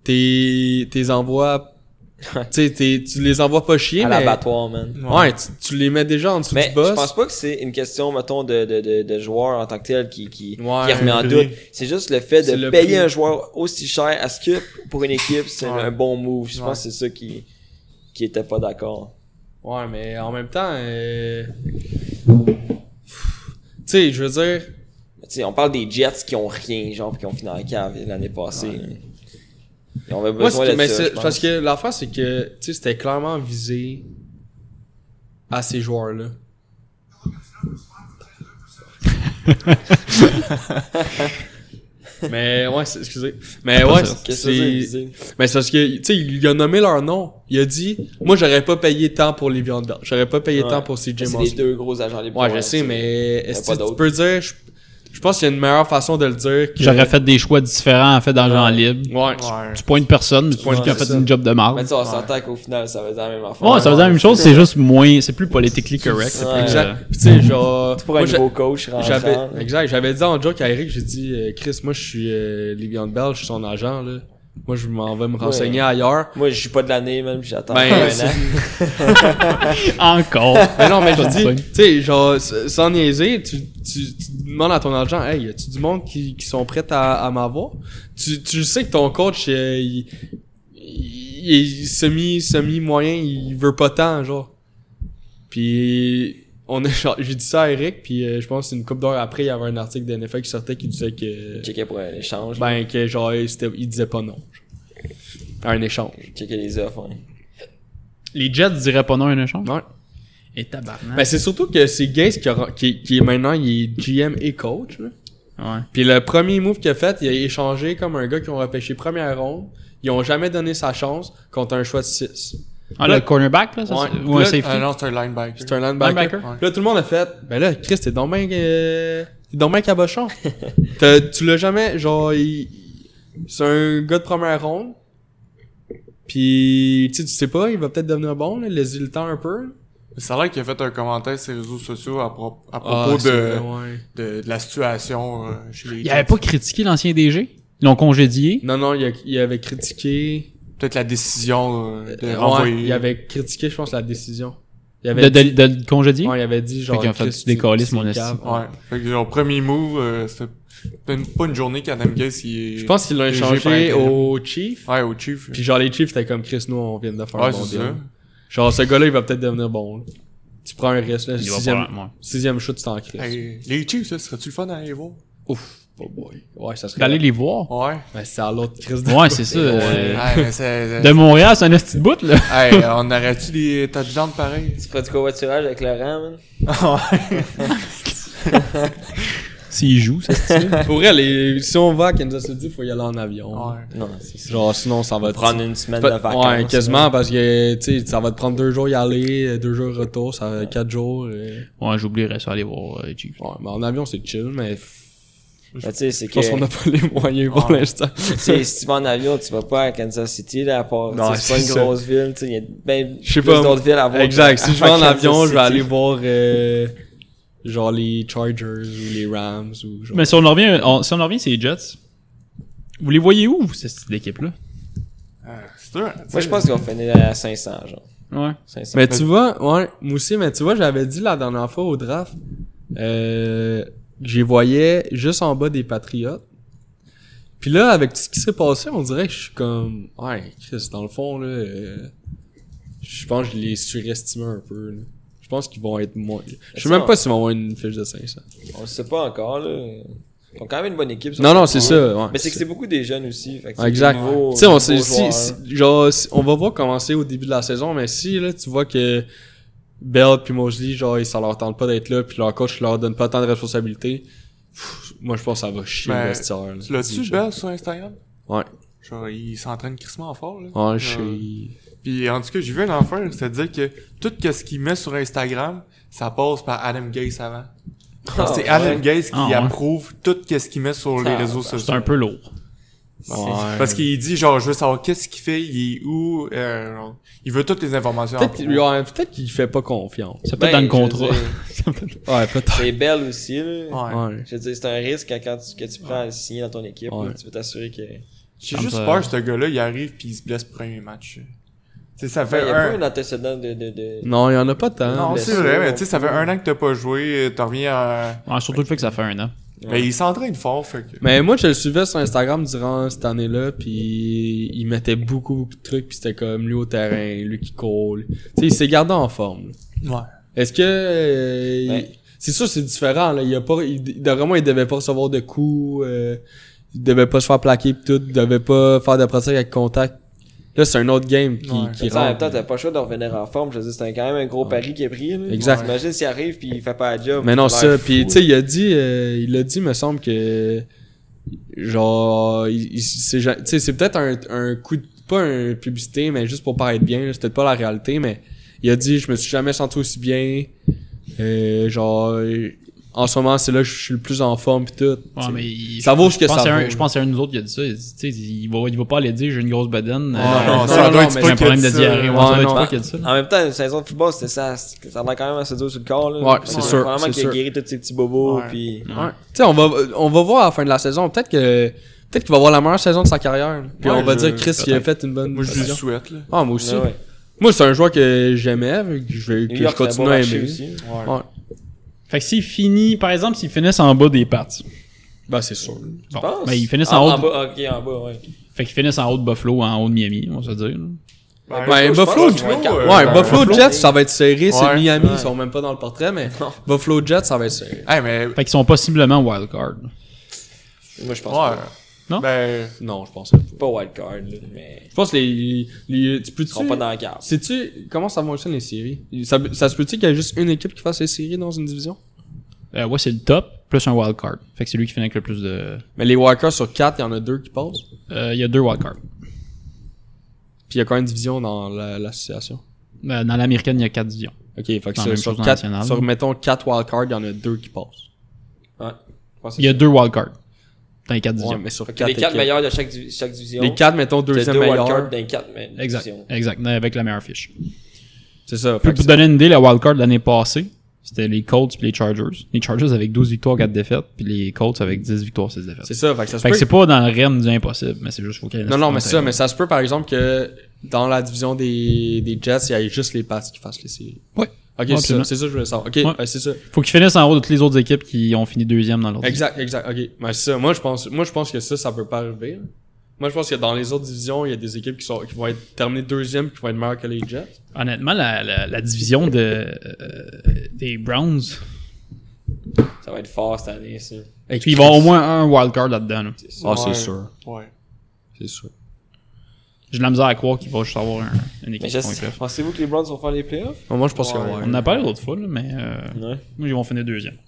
[SPEAKER 2] t'es, t'es envoies. tu sais, t'es- tu les envoies pas chier,
[SPEAKER 7] À
[SPEAKER 2] mais.
[SPEAKER 7] l'abattoir, man.
[SPEAKER 2] Ouais, tu, tu les mets déjà en dessous
[SPEAKER 7] Mais
[SPEAKER 2] du boss.
[SPEAKER 7] je pense pas que c'est une question, mettons, de, de, de, de joueur en tant que tel qui, qui,
[SPEAKER 2] Ouais,
[SPEAKER 7] qui remet en
[SPEAKER 6] le prix.
[SPEAKER 7] doute. C'est juste le fait
[SPEAKER 2] C'est
[SPEAKER 7] de
[SPEAKER 2] le
[SPEAKER 7] payer
[SPEAKER 2] prix.
[SPEAKER 7] un joueur aussi cher. Est-ce que pour une équipe, c'est
[SPEAKER 6] Ouais.
[SPEAKER 7] un bon move? Je
[SPEAKER 6] Ouais.
[SPEAKER 7] pense que c'est ça qui, qui était pas d'accord.
[SPEAKER 2] Ouais, mais en même temps. euh, Tu sais, je veux dire.
[SPEAKER 7] Mais tu sais, on parle des Jets qui ont rien, genre, pis qui ont fini en cave l'année passée. Et on avait
[SPEAKER 2] Moi, ce
[SPEAKER 7] besoin
[SPEAKER 2] qui- mais
[SPEAKER 7] de ça.
[SPEAKER 2] c'est-
[SPEAKER 7] je pense.
[SPEAKER 2] parce que l'affaire, c'est que tu sais, c'était clairement visé à ces joueurs-là. mais ouais, c'est- excusez. Mais ouais,
[SPEAKER 7] Qu'est-ce que ça veut
[SPEAKER 2] c'est.
[SPEAKER 7] dire?
[SPEAKER 2] Mais c'est parce que, tu sais, il a nommé leur nom. Il a dit, moi, j'aurais pas payé tant pour les viandes blanches. J'aurais pas payé
[SPEAKER 7] Ouais.
[SPEAKER 2] tant pour CJ
[SPEAKER 7] C'est
[SPEAKER 2] Mosley.
[SPEAKER 7] les deux gros agents libres.
[SPEAKER 2] Ouais, je sais, mais
[SPEAKER 7] Y a
[SPEAKER 2] est-ce
[SPEAKER 7] pas
[SPEAKER 2] que tu
[SPEAKER 7] d'autre.
[SPEAKER 2] peux dire, je, je pense qu'il y a une meilleure façon de le dire que.
[SPEAKER 3] J'aurais fait des choix différents, en fait, dans le genre libre.
[SPEAKER 2] Euh, Ouais.
[SPEAKER 6] Ouais.
[SPEAKER 3] Tu pointes personne, mais tu pointes qui a fait
[SPEAKER 2] personne.
[SPEAKER 3] une job de
[SPEAKER 7] Mais
[SPEAKER 3] marde.
[SPEAKER 7] tu sais, on s'entend qu'au final, ça veut dire la même affaire.
[SPEAKER 3] Ouais, ça veut dire la même chose, c'est juste moins, c'est plus politiquement correct. c'est
[SPEAKER 7] Ouais.
[SPEAKER 3] plus, euh,
[SPEAKER 2] Exact. Puis, tu sais, genre.
[SPEAKER 7] Pour un
[SPEAKER 2] moi, j'a-
[SPEAKER 7] nouveau coach
[SPEAKER 2] j'avais,
[SPEAKER 7] rentrant.
[SPEAKER 2] exact, j'avais dit en joke à Eric, j'ai dit, euh, Chris, moi, je suis euh, Livian Bell, je suis son agent, là. Moi, je m'en vais me renseigner ailleurs.
[SPEAKER 7] Moi, je suis pas de l'année, même, pis j'attends
[SPEAKER 2] Ben,
[SPEAKER 7] un
[SPEAKER 2] c'est-
[SPEAKER 7] an.
[SPEAKER 3] Encore. Euh,
[SPEAKER 2] Mais non, mais je
[SPEAKER 3] Ça me
[SPEAKER 2] dis,
[SPEAKER 3] pogne.
[SPEAKER 2] tu sais, genre, s- sans niaiser, tu, tu, tu te demandes à ton agent, hey, y a-tu du monde qui, qui sont prêts à, à m'avoir? Tu, tu sais que ton coach, euh, il, il est semi, semi moyen, il veut pas tant, genre. Puis, on a, genre, j'ai dit ça à Eric, puis euh, je pense une couple d'heures après, il y avait un article de NFL qui sortait qui disait que,
[SPEAKER 7] Checker pour un échange.
[SPEAKER 2] ben, que genre, c'était- il disait pas non. genre. À un échange.
[SPEAKER 7] Checker les offres. hein.
[SPEAKER 3] Les Jets diraient pas non à un échange.
[SPEAKER 2] Ouais.
[SPEAKER 3] Et tabarnak.
[SPEAKER 2] Ben, c'est surtout que c'est Gaze qui, a- qui, qui est maintenant, il est GM et coach, là.
[SPEAKER 3] ouais.
[SPEAKER 2] Puis le premier move qu'il a fait, il a échangé comme un gars qui ont repêché première ronde. Ils ont jamais donné sa chance contre un choix de 6.
[SPEAKER 3] Ah,
[SPEAKER 2] Là-
[SPEAKER 3] le cornerback, là, ça,
[SPEAKER 2] Ouais.
[SPEAKER 3] c'est- ou un
[SPEAKER 2] Là,
[SPEAKER 3] safety.
[SPEAKER 6] Ah non, c'est un linebacker.
[SPEAKER 2] C'est un linebacker.
[SPEAKER 3] Linebacker.
[SPEAKER 6] Ouais.
[SPEAKER 2] Puis Là, tout le monde a fait, ben là, Chris, t'es donc ben, euh, t'es donc ben cabochon. T'as- tu l'as jamais, genre, il- c'est un gars de première ronde. Puis, tu sais, tu sais pas, il va peut-être devenir bon, là, laisse-y le temps un peu.
[SPEAKER 6] Ça a l'air qu'il a fait un commentaire sur les réseaux sociaux à, pro- à
[SPEAKER 2] Ah,
[SPEAKER 6] propos
[SPEAKER 2] c'est
[SPEAKER 6] de,
[SPEAKER 2] vrai, ouais.
[SPEAKER 6] de, de la situation euh, chez les
[SPEAKER 3] Il avait pas critiqué l'ancien DG. Ils l'ont congédié.
[SPEAKER 2] Non, non, il, a- il avait critiqué.
[SPEAKER 6] Peut-être la décision euh, de
[SPEAKER 2] Ouais,
[SPEAKER 6] renvoyer.
[SPEAKER 2] il avait critiqué, je pense, la décision. Il
[SPEAKER 3] De,
[SPEAKER 2] avait
[SPEAKER 3] de, de le congédier.
[SPEAKER 2] Ouais, il avait dit genre.
[SPEAKER 3] Fait qu'il a fait
[SPEAKER 2] Christ,
[SPEAKER 3] des calices,
[SPEAKER 2] c'est
[SPEAKER 3] mon
[SPEAKER 2] cave.
[SPEAKER 3] esti.
[SPEAKER 6] Ouais. Fait que, genre, premier move, euh, c'était c'était pas une journée qu'Adam Gaze, il est...
[SPEAKER 2] Je pense qu'il l'a
[SPEAKER 6] Léger par
[SPEAKER 2] échangé
[SPEAKER 6] intérim.
[SPEAKER 2] au Chief.
[SPEAKER 6] Ouais, au Chief.
[SPEAKER 2] Puis genre, les Chiefs, c'était comme Chris, nous, on vient de faire un
[SPEAKER 6] ouais,
[SPEAKER 2] bon
[SPEAKER 6] c'est
[SPEAKER 2] deal.
[SPEAKER 6] ça.
[SPEAKER 2] Genre, ce gars-là, il va peut-être devenir bon. là. Tu prends un risque. Là,
[SPEAKER 3] Il va
[SPEAKER 2] sixième,
[SPEAKER 3] pas- ouais.
[SPEAKER 2] sixième shoot, tu t'en Chris.
[SPEAKER 6] Hey, les Chiefs, là, serait-tu le fun à aller voir?
[SPEAKER 2] Ouf. Oh boy. Ouais, ça serait.
[SPEAKER 3] D'aller les voir.
[SPEAKER 6] Ouais.
[SPEAKER 2] Ben, c'est à l'autre Chris de.
[SPEAKER 3] Ouais, c'est ça. euh,
[SPEAKER 6] Ouais, mais c'est...
[SPEAKER 3] De Montréal, c'est un esti de bout, là.
[SPEAKER 6] hey, euh, on aurait-tu des touchdowns pareils?
[SPEAKER 7] Tu feras du covoiturage avec Laurent, man.
[SPEAKER 3] S'il joue, ça se tire.
[SPEAKER 2] Pour elle, et si on va à Kansas City, faut y aller en avion.
[SPEAKER 6] Ouais.
[SPEAKER 7] Non, c'est ça.
[SPEAKER 2] Genre, sinon, ça va te.
[SPEAKER 7] Prendre une semaine de
[SPEAKER 2] Peut-
[SPEAKER 7] vacances.
[SPEAKER 2] ouais, quasiment, parce que, tu sais, ça va te prendre deux jours y aller, deux jours retour, ça va quatre jours. et-
[SPEAKER 3] Ouais, j'oublierais ça, aller voir euh, Chiefs.
[SPEAKER 2] Ouais, mais en avion, c'est chill, mais
[SPEAKER 7] Mais tu sais, c'est
[SPEAKER 2] je
[SPEAKER 7] que.
[SPEAKER 2] pense qu'on n'a pas les moyens
[SPEAKER 7] Ah.
[SPEAKER 2] pour
[SPEAKER 6] Ouais.
[SPEAKER 2] l'instant.
[SPEAKER 7] tu sais, si tu vas en avion, tu vas pas à Kansas City, là, à part.
[SPEAKER 2] Non,
[SPEAKER 7] tu sais, c'est pas
[SPEAKER 2] c'est
[SPEAKER 7] une
[SPEAKER 2] ça.
[SPEAKER 7] grosse ville, tu sais. Il y a ben
[SPEAKER 2] Je sais
[SPEAKER 7] plus
[SPEAKER 2] pas,
[SPEAKER 7] d'autres villes à voir.
[SPEAKER 2] Exact. Si je vais
[SPEAKER 7] à
[SPEAKER 2] en
[SPEAKER 7] Kansas
[SPEAKER 2] avion, je vais
[SPEAKER 7] City.
[SPEAKER 2] aller voir euh, genre les Chargers ou les Rams ou genre.
[SPEAKER 3] Mais si on en revient, on- si on en revient, c'est les Jets. Vous les voyez où, vous, cette petite équipe-là?
[SPEAKER 6] Euh, c'est dur. tu
[SPEAKER 7] Moi,
[SPEAKER 6] sais.
[SPEAKER 7] je pense qu'on finit à 500, genre.
[SPEAKER 3] Ouais.
[SPEAKER 7] 500.
[SPEAKER 2] Mais tu vois, ouais, moi aussi, mais tu vois, j'avais dit la dernière fois au draft, euh, j'y voyais juste en bas des Patriotes. Puis là, avec tout ce qui s'est passé, on dirait que je suis comme, ouais, Chris, dans le fond, là, euh, je pense que je les surestimais un peu, là. Je pense qu'ils vont être moins. Je sais même pas s'ils vont avoir une fiche de 500.
[SPEAKER 7] On le sait pas encore, là. Ils ont quand même une bonne équipe. ça,
[SPEAKER 2] Non, non,
[SPEAKER 7] on
[SPEAKER 2] c'est
[SPEAKER 7] le
[SPEAKER 2] ça.
[SPEAKER 7] voit.
[SPEAKER 2] ouais,
[SPEAKER 7] Mais c'est que c'est beaucoup des jeunes aussi. Fait que c'est
[SPEAKER 2] Ah, Exact.
[SPEAKER 7] des nouveaux-
[SPEAKER 2] Tu sais, on
[SPEAKER 7] nouveaux
[SPEAKER 2] sait, si,
[SPEAKER 7] joueurs.
[SPEAKER 2] si- genre, si- on va voir commencer au début de la saison, mais si, là, tu vois que Bell puis Mosley, genre, ils- ça leur tente pas d'être là, puis leur coach leur donne pas tant de responsabilités, pff, moi, je pense que ça va chier
[SPEAKER 6] Mais
[SPEAKER 2] le vestiaire, là.
[SPEAKER 6] Tu l'as-tu,
[SPEAKER 2] Déjà.
[SPEAKER 6] Bell, sur Instagram?
[SPEAKER 2] Ouais.
[SPEAKER 6] Genre, il s'entraîne crissement fort, là.
[SPEAKER 2] Ouais,
[SPEAKER 6] Genre,
[SPEAKER 2] je sais.
[SPEAKER 6] Puis en tout cas, j'ai vu un enfer, c'est-à-dire que tout que ce qu'il met sur Instagram, ça passe par Adam Gaze avant.
[SPEAKER 7] Ah,
[SPEAKER 6] c'est
[SPEAKER 7] ouais.
[SPEAKER 6] Adam Gaze qui
[SPEAKER 3] Ah, ouais.
[SPEAKER 6] approuve tout ce qu'il met sur les
[SPEAKER 7] Ah,
[SPEAKER 6] réseaux
[SPEAKER 3] C'est
[SPEAKER 6] sociaux.
[SPEAKER 3] un peu lourd.
[SPEAKER 7] C'est-
[SPEAKER 6] Parce qu'il dit genre, je veux savoir qu'est-ce qu'il fait, il est où, euh, genre, il veut toutes les informations.
[SPEAKER 2] Peut-être
[SPEAKER 6] en
[SPEAKER 2] qu'il-
[SPEAKER 6] pro.
[SPEAKER 2] ouais, peut-être qu'il fait pas confiance.
[SPEAKER 3] C'est peut-être
[SPEAKER 7] Ben,
[SPEAKER 3] dans le
[SPEAKER 7] je veux
[SPEAKER 3] contrat.
[SPEAKER 7] dire,
[SPEAKER 2] Ouais, peut-être.
[SPEAKER 7] C'est belle aussi, là.
[SPEAKER 6] Ouais.
[SPEAKER 2] Ouais.
[SPEAKER 7] Je veux dire, c'est un risque quand tu, que tu prends à le signer dans ton équipe.
[SPEAKER 2] Ouais.
[SPEAKER 7] là, Tu veux t'assurer que.
[SPEAKER 6] J'ai
[SPEAKER 3] Quand,
[SPEAKER 6] juste
[SPEAKER 3] euh,
[SPEAKER 6] peur, ce gars-là, il arrive puis il se blesse premier match. Tu sais, ça
[SPEAKER 7] Ben, Il
[SPEAKER 6] fait
[SPEAKER 7] y a pas
[SPEAKER 6] un...
[SPEAKER 7] un antécédent de. de, de...
[SPEAKER 2] Non, il y en a pas tant.
[SPEAKER 6] Non,
[SPEAKER 7] blessé,
[SPEAKER 6] c'est vrai, mais
[SPEAKER 7] non
[SPEAKER 6] tu sais, ça fait un an que t'as pas joué, t'en reviens à...
[SPEAKER 3] Ouais, surtout le fait que ça fait un an.
[SPEAKER 6] Mais il s'entraîne fort, fait que...
[SPEAKER 2] Mais moi, je le suivais sur Instagram durant cette année-là, puis il mettait beaucoup, beaucoup de trucs, puis c'était comme lui au terrain, lui qui court. lui. Tu sais, il s'est gardé en forme. là.
[SPEAKER 6] Ouais.
[SPEAKER 2] Est-ce que... euh, il-
[SPEAKER 7] Ouais.
[SPEAKER 2] C'est sûr, c'est différent. Là. Il a pas, il, il- vraiment, il devait pas recevoir de coups, euh, il devait pas se faire plaquer pis tout, il devait pas faire de pratique avec contact. Là, c'est un autre game qui,
[SPEAKER 6] Ouais.
[SPEAKER 2] qui
[SPEAKER 7] Mais tu sais, en même
[SPEAKER 2] rentre.
[SPEAKER 7] temps, t'as pas le choix de revenir en forme. Je veux dire, c'est quand même un gros pari qui est pris. Là.
[SPEAKER 2] Exact.
[SPEAKER 7] Imagine s'il arrive puis il fait pas la job.
[SPEAKER 2] Mais non,
[SPEAKER 7] ça a
[SPEAKER 2] ça.
[SPEAKER 7] l'air
[SPEAKER 2] Puis,
[SPEAKER 7] fou,
[SPEAKER 2] tu sais,
[SPEAKER 7] là.
[SPEAKER 2] il a dit, euh, il a dit, me semble que. Genre, il, il- c'est, ja- tu sais, c'est peut-être un, un coup de. Pas une publicité, mais juste pour paraître bien. là, C'est peut-être pas la réalité, mais il a dit, je me suis jamais senti aussi bien. Euh, genre, euh, en ce moment, c'est là que je suis le plus en forme, pis tout. tu
[SPEAKER 3] Ouais,
[SPEAKER 2] sais.
[SPEAKER 3] mais il-
[SPEAKER 2] Ça
[SPEAKER 3] je-
[SPEAKER 2] vaut
[SPEAKER 3] je
[SPEAKER 2] ce que
[SPEAKER 3] pense
[SPEAKER 2] ça
[SPEAKER 3] à un-
[SPEAKER 2] vaut.
[SPEAKER 3] Je pense à un de nous autres qui a dit ça. Il, dit, tu sais, il, va, il va pas aller dire j'ai une grosse bedaine. euh,
[SPEAKER 6] non,
[SPEAKER 2] non,
[SPEAKER 6] ça
[SPEAKER 2] non,
[SPEAKER 6] doit
[SPEAKER 2] non,
[SPEAKER 6] être
[SPEAKER 2] mais
[SPEAKER 6] pas
[SPEAKER 3] j'ai un
[SPEAKER 6] que
[SPEAKER 3] problème de
[SPEAKER 6] ça.
[SPEAKER 3] diarrhée. Ouais, ça doit
[SPEAKER 2] Ouais,
[SPEAKER 3] être
[SPEAKER 2] non.
[SPEAKER 3] pas qu'il a dit ça.
[SPEAKER 7] En même temps, une saison de football, c'était ça. Ça a l'air quand même assez dur sur le corps. Là.
[SPEAKER 2] Ouais,
[SPEAKER 7] Fait
[SPEAKER 2] c'est
[SPEAKER 7] que
[SPEAKER 2] sûr,
[SPEAKER 7] Probablement
[SPEAKER 2] c'est
[SPEAKER 7] qu'il
[SPEAKER 2] sûr.
[SPEAKER 7] a guéri tous ses petits bobos.
[SPEAKER 6] Ouais.
[SPEAKER 7] Puis...
[SPEAKER 2] Ouais. Tu sais, on va, on va voir à la fin de la saison. Peut-être que. Peut-être qu'il va avoir la meilleure saison de sa carrière. là. Puis
[SPEAKER 6] Ouais,
[SPEAKER 2] on va
[SPEAKER 6] je-
[SPEAKER 2] dire, Chris, il a fait une bonne
[SPEAKER 6] Moi, je lui
[SPEAKER 2] saison.
[SPEAKER 6] souhaite, là.
[SPEAKER 2] Ah, moi aussi.
[SPEAKER 7] Ouais, ouais.
[SPEAKER 2] Moi, c'est un joueur que j'aimais, que je vais
[SPEAKER 7] New
[SPEAKER 2] que je
[SPEAKER 7] York, c'est un
[SPEAKER 2] continue
[SPEAKER 7] bon
[SPEAKER 2] à
[SPEAKER 7] marché
[SPEAKER 2] aimer.
[SPEAKER 7] aussi.
[SPEAKER 6] Ouais.
[SPEAKER 2] Ouais.
[SPEAKER 3] Fait que s'ils finissent, par exemple, s'ils finissent en bas des pattes.
[SPEAKER 2] Bah, c'est sûr.
[SPEAKER 3] Bon,
[SPEAKER 7] penses?
[SPEAKER 3] ben, ils finissent
[SPEAKER 7] Ah,
[SPEAKER 3] en,
[SPEAKER 7] en
[SPEAKER 3] haut.
[SPEAKER 7] bas. Ok, en bas, ouais.
[SPEAKER 3] Fait qu'ils finissent en haut de Buffalo, hein, en haut de Miami, on va se dire. là.
[SPEAKER 6] Ben,
[SPEAKER 2] Ben,
[SPEAKER 6] je pense
[SPEAKER 2] Buffalo,
[SPEAKER 6] que ça va être quatre.
[SPEAKER 2] Ouais,
[SPEAKER 6] Ben,
[SPEAKER 2] Buffalo, Jets, ça va être serré. C'est
[SPEAKER 6] Ouais.
[SPEAKER 2] Miami,
[SPEAKER 6] Ouais.
[SPEAKER 2] ils sont même pas dans le portrait, mais Buffalo Jets, ça va être serré.
[SPEAKER 6] Hey, mais.
[SPEAKER 3] Fait qu'ils sont possiblement wildcard.
[SPEAKER 7] Moi, je pense
[SPEAKER 6] Ouais.
[SPEAKER 7] pas.
[SPEAKER 3] Non?
[SPEAKER 6] Ben.
[SPEAKER 2] Non, je pense pas. Je
[SPEAKER 7] Pas wildcard, là, mais.
[SPEAKER 2] pense les, les, tu peux-tu...
[SPEAKER 7] Ils seront pas dans la carte.
[SPEAKER 2] Sais-tu comment ça fonctionne les séries? Ça, ça se peut-tu qu'il y a juste une équipe qui fasse les séries dans une division?
[SPEAKER 3] Euh, ouais, c'est le top, plus un wildcard. Fait que c'est lui qui finit avec le plus de.
[SPEAKER 2] Mais les Walkers sur 4, il y en a deux qui passent.
[SPEAKER 3] Euh, Il y a deux wildcards.
[SPEAKER 2] Puis il y a quand même une division dans la- l'association.
[SPEAKER 3] Euh, dans l'américaine, il y a quatre divisions.
[SPEAKER 2] Ok, fait que
[SPEAKER 3] Dans la
[SPEAKER 2] sur-
[SPEAKER 3] même
[SPEAKER 2] sur,
[SPEAKER 3] chose dans
[SPEAKER 2] quatre-
[SPEAKER 3] la nationale.
[SPEAKER 2] sur, mettons 4 wildcards, il y en a deux qui passent.
[SPEAKER 7] Ouais. Je pense que
[SPEAKER 3] Il y a
[SPEAKER 7] c'est-
[SPEAKER 3] deux wildcards. Dans les quatre
[SPEAKER 2] Ouais,
[SPEAKER 3] divisions.
[SPEAKER 2] mais sur
[SPEAKER 7] Fait que
[SPEAKER 2] 4
[SPEAKER 7] les quatre meilleurs de chaque, divi- chaque division.
[SPEAKER 2] Les 4, mettons,
[SPEAKER 7] t'as
[SPEAKER 2] deuxième
[SPEAKER 7] deux
[SPEAKER 2] meilleur.
[SPEAKER 7] wildcards dans les quatre mais-
[SPEAKER 3] Exact.
[SPEAKER 7] divisions.
[SPEAKER 3] Exact. Avec la meilleure fiche.
[SPEAKER 2] C'est ça.
[SPEAKER 3] Puis
[SPEAKER 2] fait que
[SPEAKER 3] pour
[SPEAKER 2] c'est-
[SPEAKER 3] donner une idée, la wildcard de l'année passée, c'était les Colts puis les Chargers. Les Chargers avec 12 victoires, 4 défaites, puis les Colts avec 10 victoires, 6 défaites.
[SPEAKER 2] C'est ça, fait que ça se
[SPEAKER 3] Fait que c'est
[SPEAKER 2] peut.
[SPEAKER 3] pas dans le REM du impossible, mais c'est juste faut qu'il y ait une
[SPEAKER 2] Non, non, mais c'est ça,
[SPEAKER 3] frontière.
[SPEAKER 2] mais ça se peut par exemple que dans la division des, des Jets, il y ait juste les Pats qui fassent les séries.
[SPEAKER 3] Ouais.
[SPEAKER 2] Ok, c'est
[SPEAKER 3] Ouais,
[SPEAKER 2] ça,
[SPEAKER 3] absolument.
[SPEAKER 2] c'est ça, que je voulais savoir. Ok,
[SPEAKER 3] Ouais.
[SPEAKER 2] ben, c'est ça.
[SPEAKER 3] Faut qu'ils finissent en haut de toutes les autres équipes qui ont fini deuxième dans leur
[SPEAKER 2] Exact, exact. Ok, ben, c'est ça. Moi, je pense, moi, je pense que ça, ça peut pas arriver. là. Moi, je pense que dans les autres divisions, il y a des équipes qui, sont, qui vont être terminées deuxième qui vont être meilleures que les Jets.
[SPEAKER 3] Honnêtement, la, la, la division de, euh, des Browns,
[SPEAKER 7] Ça va être fort cette année, ça.
[SPEAKER 3] ils vont au moins un wildcard là-dedans. là.
[SPEAKER 2] Ah,
[SPEAKER 6] ouais.
[SPEAKER 2] c'est sûr.
[SPEAKER 6] Ouais.
[SPEAKER 2] C'est sûr.
[SPEAKER 3] J'ai de la misère à croire qu'il va juste avoir un, une
[SPEAKER 7] Mais
[SPEAKER 3] équipe.
[SPEAKER 7] je
[SPEAKER 3] qui font les
[SPEAKER 7] sais-
[SPEAKER 3] playoffs.
[SPEAKER 7] pensez-vous que les Browns vont faire les playoffs?
[SPEAKER 2] Moi, je pense que
[SPEAKER 6] Ouais.
[SPEAKER 2] ouais.
[SPEAKER 3] On en a parlé l'autre fois, là, mais euh,
[SPEAKER 7] Non.
[SPEAKER 3] moi, ils vont finir deuxième.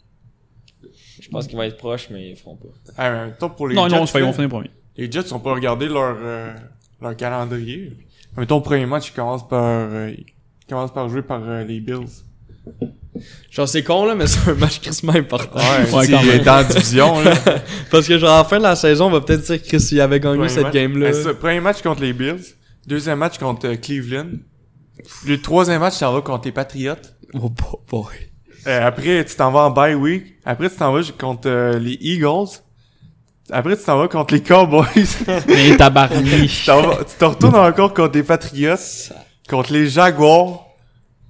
[SPEAKER 7] Je pense qu'ils vont être proches, mais ils feront pas.
[SPEAKER 6] Hey, mais en même temps, pour les
[SPEAKER 3] non,
[SPEAKER 6] Jets.
[SPEAKER 3] non, ils vont
[SPEAKER 6] là,
[SPEAKER 3] finir premier.
[SPEAKER 6] les Jets ont pas regardé leur, euh, leur calendrier. En même temps, au premier match, ils commencent par. euh, ils commencent par jouer par euh, les Bills.
[SPEAKER 2] Genre, c'est con, là, mais c'est un match crissement important.
[SPEAKER 3] Ouais,
[SPEAKER 6] si
[SPEAKER 3] quand
[SPEAKER 6] il
[SPEAKER 3] même.
[SPEAKER 6] est en division, là.
[SPEAKER 2] Parce que, genre, à la fin de la saison, on va peut-être dire Chris, il avait gagné
[SPEAKER 6] Premier
[SPEAKER 2] cette
[SPEAKER 6] match-
[SPEAKER 2] game-là.
[SPEAKER 6] Ben, c'est ça, premier match contre les Bills. Deuxième match contre euh, Cleveland. Le troisième match, tu t'en vas contre les Patriots.
[SPEAKER 2] Oh, bo- boy.
[SPEAKER 6] Euh, après, tu t'en vas en bye week. Après, tu t'en vas contre euh, les Eagles. Après, tu t'en vas contre les Cowboys. tu
[SPEAKER 3] Mais tabarni.
[SPEAKER 6] t'en vas- tu te retournes encore contre les Patriots. Contre les Jaguars.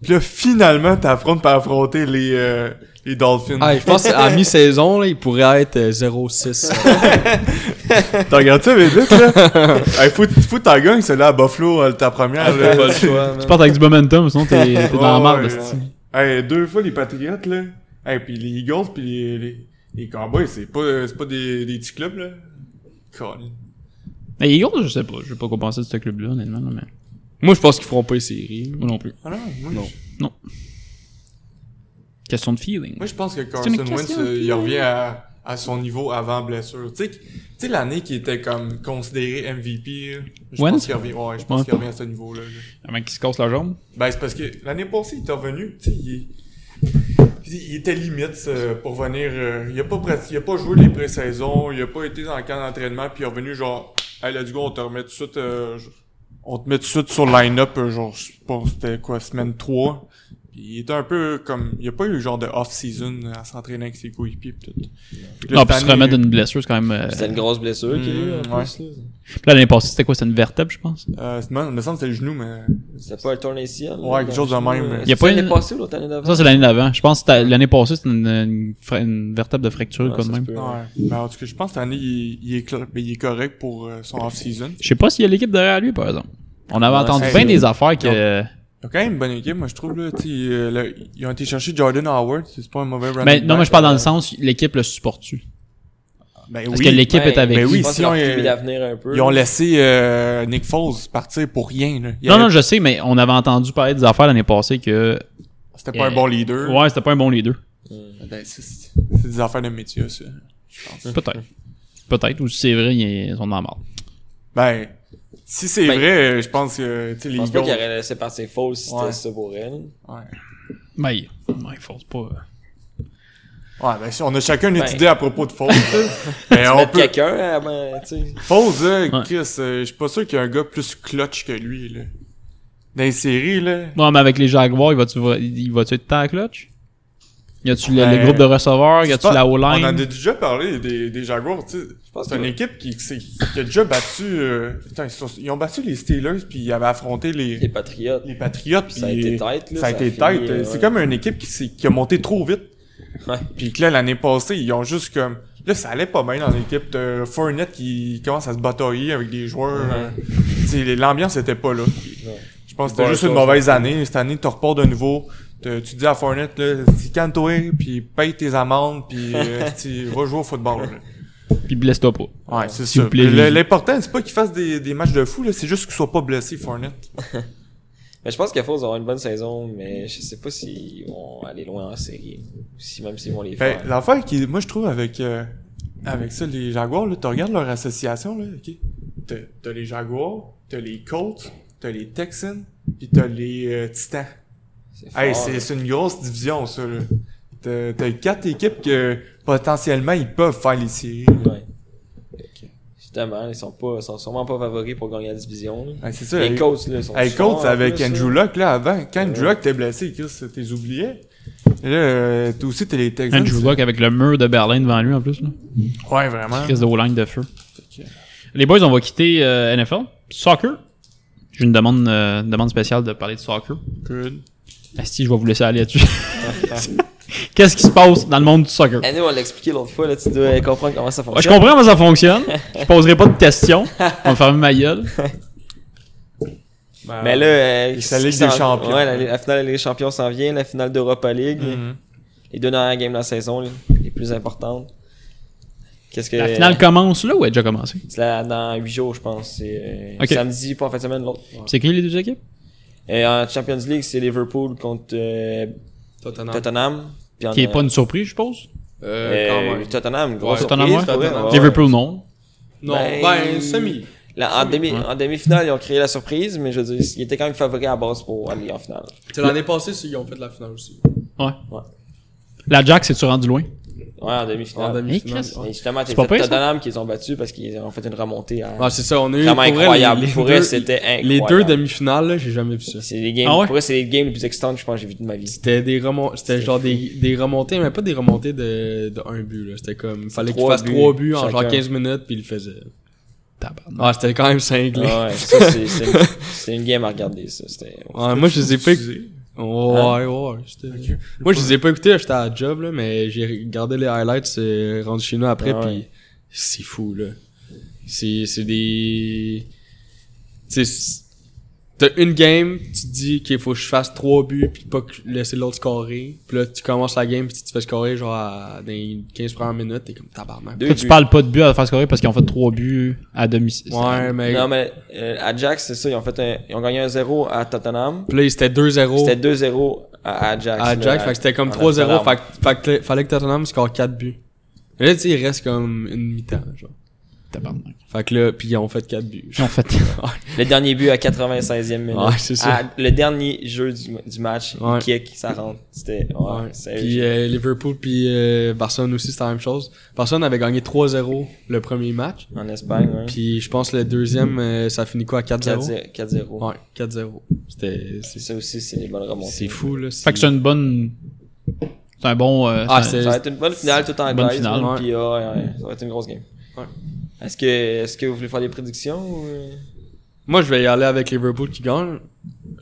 [SPEAKER 6] Puis là, finalement, t'affrontes par affronter les, euh, les Dolphins.
[SPEAKER 2] Ah, je pense qu'à mi-saison, là, il pourrait être euh, 0-6. euh.
[SPEAKER 6] T'en regardes ça, mais vite, là. hey, faut, faut que t'en gagnes, celle-là, à Buffalo, euh, ta première. là. hein,
[SPEAKER 3] tu partes avec du momentum, sinon t'es t'es dans la
[SPEAKER 6] Ouais,
[SPEAKER 3] marde.
[SPEAKER 6] ouais,
[SPEAKER 3] esti.
[SPEAKER 6] ouais. Hey, deux fois les Patriots, là. Hey, puis les Eagles, puis les, les, les Cowboys, c'est pas, euh, c'est pas des, des petits clubs, là. Colin.
[SPEAKER 3] Mais les Eagles, je sais pas. Je vais pas quoi penser de ce club-là, honnêtement. là, mais
[SPEAKER 2] Moi, je pense qu'ils feront pas les séries.
[SPEAKER 3] moi non plus.
[SPEAKER 6] Ah non, moi,
[SPEAKER 2] Non.
[SPEAKER 6] Je,
[SPEAKER 3] Question de feeling.
[SPEAKER 6] moi, je pense que
[SPEAKER 3] une
[SPEAKER 6] Carson Wentz,
[SPEAKER 3] question
[SPEAKER 6] euh, il revient à, à son niveau avant blessure. Tu sais, que- tu sais l'année qui était comme considérée MVP, là, je
[SPEAKER 3] Wentz?
[SPEAKER 6] pense qu'il revient, ouais, je pense
[SPEAKER 3] Ouais.
[SPEAKER 6] qu'il revient à ce niveau-là. là.
[SPEAKER 3] Un mec qui se casse la jambe.
[SPEAKER 6] Ben, c'est parce que l'année passée, il était revenu, tu sais, il, il était limite euh, pour venir. euh, il, a pas prati- il a pas joué les pré-saisons, il a pas été dans le camp d'entraînement, puis il est revenu genre, hey, let's go, on te remet tout de suite. euh, je- on te met tout de suite sur le line-up, euh, genre, je pense c'était quoi, semaine 3. Puis il était un peu comme. Il a pas eu genre de off-season à s'entraîner avec ses coéquipiers, pis tout. Puis là,
[SPEAKER 3] Non,
[SPEAKER 6] cette
[SPEAKER 3] puis se
[SPEAKER 6] année-
[SPEAKER 3] remettre d'une blessure, c'est quand même. euh,
[SPEAKER 7] C'était une grosse blessure qu'il y a eu,
[SPEAKER 2] Hmm,
[SPEAKER 7] en
[SPEAKER 6] Mm,
[SPEAKER 7] plus, là.
[SPEAKER 3] Puis L'année passée, c'était quoi C'était une vertèbre, je pense.
[SPEAKER 6] Euh, c'est- il me semble que c'était le genou, mais.
[SPEAKER 7] C'était pas un tourné ciel.
[SPEAKER 6] Ouais, quelque chose de même.
[SPEAKER 7] Il y a pas une...
[SPEAKER 3] une-
[SPEAKER 7] passée ou l'autre année d'avant?
[SPEAKER 3] Ça, c'est l'année d'avant. Je pense que c'était- l'année passée, c'était une, une fra- une vertèbre de fracture,
[SPEAKER 7] Ouais,
[SPEAKER 3] quand
[SPEAKER 7] ça
[SPEAKER 3] même.
[SPEAKER 7] se peut, ouais.
[SPEAKER 6] Ouais. Ben, en tout cas, je pense que cette année, il, il est, cl- ben, il est correct pour euh, son off-season.
[SPEAKER 3] Je sais pas s'il y a l'équipe derrière lui, par exemple. On avait
[SPEAKER 7] Ouais,
[SPEAKER 3] entendu
[SPEAKER 6] c'est
[SPEAKER 3] bien
[SPEAKER 6] ça.
[SPEAKER 3] des affaires que.
[SPEAKER 6] Ils ont quand même une bonne équipe, moi je trouve. Là, tu sais, euh, là, ils ont été chercher Jordan Howard, c'est pas un mauvais running
[SPEAKER 3] Mais non,
[SPEAKER 6] back. euh,
[SPEAKER 3] mais je parle dans le sens, l'équipe le supporte-tu.
[SPEAKER 6] Ben
[SPEAKER 3] Parce
[SPEAKER 6] oui,
[SPEAKER 3] que l'équipe est avec
[SPEAKER 6] ben
[SPEAKER 3] lui.
[SPEAKER 6] oui,
[SPEAKER 7] je pense que
[SPEAKER 6] sinon,
[SPEAKER 7] leur
[SPEAKER 6] il-
[SPEAKER 7] QB d'avenir un peu.
[SPEAKER 6] ils ont laissé euh, Nick Foles partir pour rien. Là. Il
[SPEAKER 3] Non,
[SPEAKER 6] avait-
[SPEAKER 3] non, je sais, mais on avait entendu parler des affaires l'année passée que.
[SPEAKER 6] C'était pas un bon leader.
[SPEAKER 3] Euh, Ouais, c'était pas un bon les deux.
[SPEAKER 6] Ben, c'est c'est des affaires de métier, ça.
[SPEAKER 3] Peut-être. Peut-être, ou si c'est vrai, ils sont dans la marde.
[SPEAKER 6] Ben, si c'est
[SPEAKER 7] Ben,
[SPEAKER 6] vrai, euh, je pense que tu sais,
[SPEAKER 7] Je
[SPEAKER 6] les
[SPEAKER 7] pense pas
[SPEAKER 6] Eagles...
[SPEAKER 7] qu'ils auraient laissé partir Falls si
[SPEAKER 6] Ouais.
[SPEAKER 7] c'était ça pour elle.
[SPEAKER 6] Ouais.
[SPEAKER 3] Mais Ben, il il force pas.
[SPEAKER 6] ouais, ben si on a chacun une
[SPEAKER 7] Ben.
[SPEAKER 6] idée à propos de Foles. là. ben, on
[SPEAKER 7] Mettre
[SPEAKER 6] peut...
[SPEAKER 7] quelqu'un avant, tu sais.
[SPEAKER 6] Foles, là,
[SPEAKER 3] Ouais.
[SPEAKER 6] Chris, euh, je suis pas sûr qu'il y a un gars plus clutch que lui. Là. Dans les séries, là...
[SPEAKER 3] Non, mais avec les Jaguars, il va-tu il va être tant à clutch? Y a-tu le,
[SPEAKER 6] Ben,
[SPEAKER 3] le groupe de receveurs? Y
[SPEAKER 6] C'est
[SPEAKER 3] a-tu
[SPEAKER 6] pas-
[SPEAKER 3] la
[SPEAKER 6] On en a
[SPEAKER 3] O-line?
[SPEAKER 6] déjà parlé des, des Jaguars, tu sais.
[SPEAKER 7] pense
[SPEAKER 6] C'est une
[SPEAKER 7] que-
[SPEAKER 6] équipe qui, qui s'est- qui a déjà battu. euh, attends, ils, sont- ils ont battu les Steelers, puis ils avaient affronté
[SPEAKER 7] Les
[SPEAKER 6] les,
[SPEAKER 7] Patriotes.
[SPEAKER 6] les Patriots.
[SPEAKER 7] Ça a
[SPEAKER 6] puis-
[SPEAKER 7] été tight, là,
[SPEAKER 6] Ça a
[SPEAKER 7] ça
[SPEAKER 6] été
[SPEAKER 7] a fini,
[SPEAKER 6] tight.
[SPEAKER 7] euh,
[SPEAKER 6] C'est
[SPEAKER 7] ouais.
[SPEAKER 6] comme une équipe qui, s'est- qui a monté trop vite. Puis que là, l'année passée, ils ont juste comme. Là, ça allait pas bien dans l'équipe. T'as Fournette qui commence à se batailler avec des joueurs. euh, tu sais, L'ambiance était pas là. Je pense que c'était
[SPEAKER 7] Ouais,
[SPEAKER 6] juste
[SPEAKER 7] ça,
[SPEAKER 6] une
[SPEAKER 7] ça.
[SPEAKER 6] mauvaise année. Cette année, tu repars de nouveau. T'as- Tu dis à Fournette, là, dis, calme-toi, puis paye tes amendes, puis euh, tu vas jouer au football. là.
[SPEAKER 3] Puis blesse-toi pas.
[SPEAKER 6] Ouais, c'est
[SPEAKER 3] S'il
[SPEAKER 6] ça.
[SPEAKER 3] vous plaît,
[SPEAKER 6] Le-
[SPEAKER 3] Lily.
[SPEAKER 6] L'important, c'est pas qu'il fasse des, des matchs de fou, là, c'est juste qu'il soit pas blessé, Fournette.
[SPEAKER 7] Mais je pense qu'il faut avoir une bonne saison, mais je sais pas s'ils vont aller loin en série. ou Si même s'ils vont les
[SPEAKER 6] Ben,
[SPEAKER 7] faire.
[SPEAKER 6] l'affaire qui, moi, je trouve avec, euh, avec ça, les Jaguars, là, tu regardes leur association, là, ok? T'as, t'as les Jaguars, t'as les Colts, t'as les Texans, pis t'as les euh, Titans.
[SPEAKER 7] c'est fort,
[SPEAKER 6] Hey,
[SPEAKER 7] là.
[SPEAKER 6] c'est, c'est une grosse division, ça, là. T'as, t'as quatre équipes que, potentiellement, ils peuvent faire les séries. là.
[SPEAKER 7] Ouais. Justement, ils sont pas, ils sont sûrement pas favoris pour gagner la division. là.
[SPEAKER 6] Ouais, c'est ça.
[SPEAKER 7] les
[SPEAKER 6] hey,
[SPEAKER 7] Colts, là, ils sont
[SPEAKER 6] Hey, Colts
[SPEAKER 7] forts, en
[SPEAKER 6] avec
[SPEAKER 7] plus,
[SPEAKER 6] Andrew
[SPEAKER 7] là.
[SPEAKER 6] Luck, là, avant. Quand Andrew
[SPEAKER 7] Ouais.
[SPEAKER 6] Luck t'es blessé, Chris, t'es oublié. Et Là, euh, t'as aussi, t'es les Texans.
[SPEAKER 3] Andrew Luck avec le mur de Berlin devant lui en plus. Là.
[SPEAKER 6] Ouais, vraiment.
[SPEAKER 3] Crise de O-line de feu. Les boys, on va quitter euh, NFL. Soccer. J'ai une demande, euh, une demande spéciale de parler de soccer.
[SPEAKER 6] Good.
[SPEAKER 3] Asti, Ah, je vais vous laisser aller là-dessus. Qu'est-ce qui se passe dans le monde du soccer?
[SPEAKER 2] Euh,
[SPEAKER 7] Eh, nous, on l'a expliqué l'autre fois, là, tu dois euh, comprendre comment ça
[SPEAKER 3] Ouais, je
[SPEAKER 7] fonctionne.
[SPEAKER 3] comprends comment ça fonctionne. Je poserai pas de questions. On va fermer ma gueule.
[SPEAKER 7] Mais là, euh,
[SPEAKER 6] c'est la Ligue
[SPEAKER 7] qui s'en-
[SPEAKER 6] des Champions.
[SPEAKER 7] Ouais, la, la finale de la Ligue des Champions s'en vient, la finale d'Europa League.
[SPEAKER 6] Mhm.
[SPEAKER 7] Les deux dernières games de la saison, les, les plus importantes. Qu'est-ce que.
[SPEAKER 3] La finale commence là ou elle a déjà commencé?
[SPEAKER 7] C'est là, dans 8 jours, je pense. C'est euh,
[SPEAKER 3] Ok.
[SPEAKER 7] samedi, pas en fin de semaine, l'autre.
[SPEAKER 3] C'est qui les deux équipes?
[SPEAKER 7] Et en Champions League, c'est Liverpool contre euh,
[SPEAKER 2] Tottenham.
[SPEAKER 7] Tottenham. Puis en,
[SPEAKER 3] Qui est
[SPEAKER 7] euh,
[SPEAKER 3] pas une surprise, je suppose.
[SPEAKER 2] Euh, quand
[SPEAKER 7] euh,
[SPEAKER 2] même.
[SPEAKER 7] Tottenham, grosse
[SPEAKER 2] Ouais,
[SPEAKER 3] Tottenham,
[SPEAKER 7] surprise,
[SPEAKER 3] ouais.
[SPEAKER 7] pour vrai,
[SPEAKER 2] Tottenham.
[SPEAKER 7] ouais.
[SPEAKER 3] Liverpool, non.
[SPEAKER 2] Non,
[SPEAKER 7] ben-
[SPEAKER 2] ben, semi.
[SPEAKER 7] Là, en, demi,
[SPEAKER 3] Ouais.
[SPEAKER 7] en demi-finale, ils ont créé la surprise, mais je veux dire, ils étaient quand même favoris à la base pour aller en finale.
[SPEAKER 2] C'est l'année passée, c'est- ils ont fait la finale aussi.
[SPEAKER 3] Ouais.
[SPEAKER 7] Ouais.
[SPEAKER 3] La Jack, c'est-tu rendu loin?
[SPEAKER 7] Ouais, en demi-finale.
[SPEAKER 2] En demi-finale.
[SPEAKER 3] Chris.
[SPEAKER 7] Et justement,
[SPEAKER 3] C'est
[SPEAKER 7] c'est
[SPEAKER 3] pas pire, ça?
[SPEAKER 7] Tottenham qu'ils ont battu parce qu'ils ont fait une remontée à...
[SPEAKER 2] Ah, c'est ça, on a eu.
[SPEAKER 7] vraiment
[SPEAKER 2] pour vrai,
[SPEAKER 7] incroyable.
[SPEAKER 2] les- les
[SPEAKER 7] pour
[SPEAKER 2] deux-
[SPEAKER 7] eux, c'était incroyable.
[SPEAKER 2] Les deux demi-finales, là, j'ai jamais vu ça.
[SPEAKER 7] C'est les games,
[SPEAKER 3] Ah ouais?
[SPEAKER 7] pour eux, c'est les games les plus excitantes que je pense que j'ai vu de ma vie.
[SPEAKER 2] C'était des remon- c'était
[SPEAKER 7] C'était
[SPEAKER 2] genre
[SPEAKER 7] fou.
[SPEAKER 2] des, des remontées, mais pas des remontées de, de un but, là. C'était comme, fallait qu'il
[SPEAKER 7] Trois
[SPEAKER 2] fasse
[SPEAKER 7] buts,
[SPEAKER 2] trois buts en genre
[SPEAKER 7] chacun.
[SPEAKER 2] 15 minutes, puis il le faisait.
[SPEAKER 3] Tabarnak.
[SPEAKER 2] Ah, c'était quand même cinglé.
[SPEAKER 7] Ah ouais, ça, c'est- c'est c'est une game à regarder, ça. C'était...
[SPEAKER 2] Ouais, moi, je les ai pas écoutés. Ouais, ouais, c'était- Moi, je les ai pas écoutés, j'étais à la job, là, mais j'ai regardé les highlights, c'est rendu chez nous après,
[SPEAKER 7] Ah ouais.
[SPEAKER 2] puis c'est fou, là. C'est, c'est des... Tu sais, c'est- t'as une game, tu te dis qu'il faut que je fasse trois buts, puis pas que- laisser l'autre scorer. Puis là, tu commences la game, puis tu te fais scorer, genre, à- dans les 15 premières minutes, t'es comme tabarnak.
[SPEAKER 7] Deux
[SPEAKER 3] Toi, tu
[SPEAKER 7] buts.
[SPEAKER 3] parles pas de but à la face corée parce qu'ils ont fait trois buts à domicile.
[SPEAKER 2] Ouais, mais...
[SPEAKER 7] Non, mais euh, à Ajax, c'est ça, ils ont, fait un- ils ont gagné un 0 à Tottenham.
[SPEAKER 2] Puis là, c'était 2-0
[SPEAKER 7] C'était 2-0 à Ajax.
[SPEAKER 2] à Oh. Ajax, Ah, fait que c'était comme
[SPEAKER 7] en
[SPEAKER 2] 3-0,
[SPEAKER 7] Amsterdam.
[SPEAKER 2] fait, que- fait que le- fallait que Tottenham score 4 buts. Mais là, tu sais, il reste comme une mi-temps, genre.
[SPEAKER 3] Tabarnak.
[SPEAKER 2] Fait que là, puis ils ont fait 4 buts.
[SPEAKER 3] Ils ont fait.
[SPEAKER 7] Le dernier but à 96e minute.
[SPEAKER 2] Ouais, c'est ça.
[SPEAKER 7] À- le dernier jeu du, du match,
[SPEAKER 2] Ouais.
[SPEAKER 7] le kick, ça rentre. C'était. Ouais,
[SPEAKER 2] Ouais.
[SPEAKER 7] sérieux.
[SPEAKER 2] Puis euh, Liverpool puis euh, Barcelone aussi, c'était la même chose. Barcelone avait gagné 3-0 le premier match.
[SPEAKER 7] En Espagne, ouais.
[SPEAKER 2] euh, Puis je pense le deuxième, euh, ça finit quoi à 4-0?
[SPEAKER 7] 4-0. 4-0.
[SPEAKER 2] Ouais, 4-0. C'était... c'est-
[SPEAKER 7] Ça aussi, c'est des bonnes remontées.
[SPEAKER 2] C'est fou, là.
[SPEAKER 3] fait que c'est une bonne. C'est un bon. euh,
[SPEAKER 2] Ah,
[SPEAKER 3] c'est un-
[SPEAKER 2] c'est...
[SPEAKER 7] Ça va être une bonne finale tout en
[SPEAKER 3] Bonne
[SPEAKER 7] Grèce,
[SPEAKER 3] finale,
[SPEAKER 7] là,
[SPEAKER 2] ouais.
[SPEAKER 7] Puis, ouais, ouais, ça va être une grosse game.
[SPEAKER 2] Ouais.
[SPEAKER 7] Est-ce que, est-ce que vous voulez faire des prédictions ou. euh?
[SPEAKER 2] Moi, je vais y aller avec Liverpool qui gagne.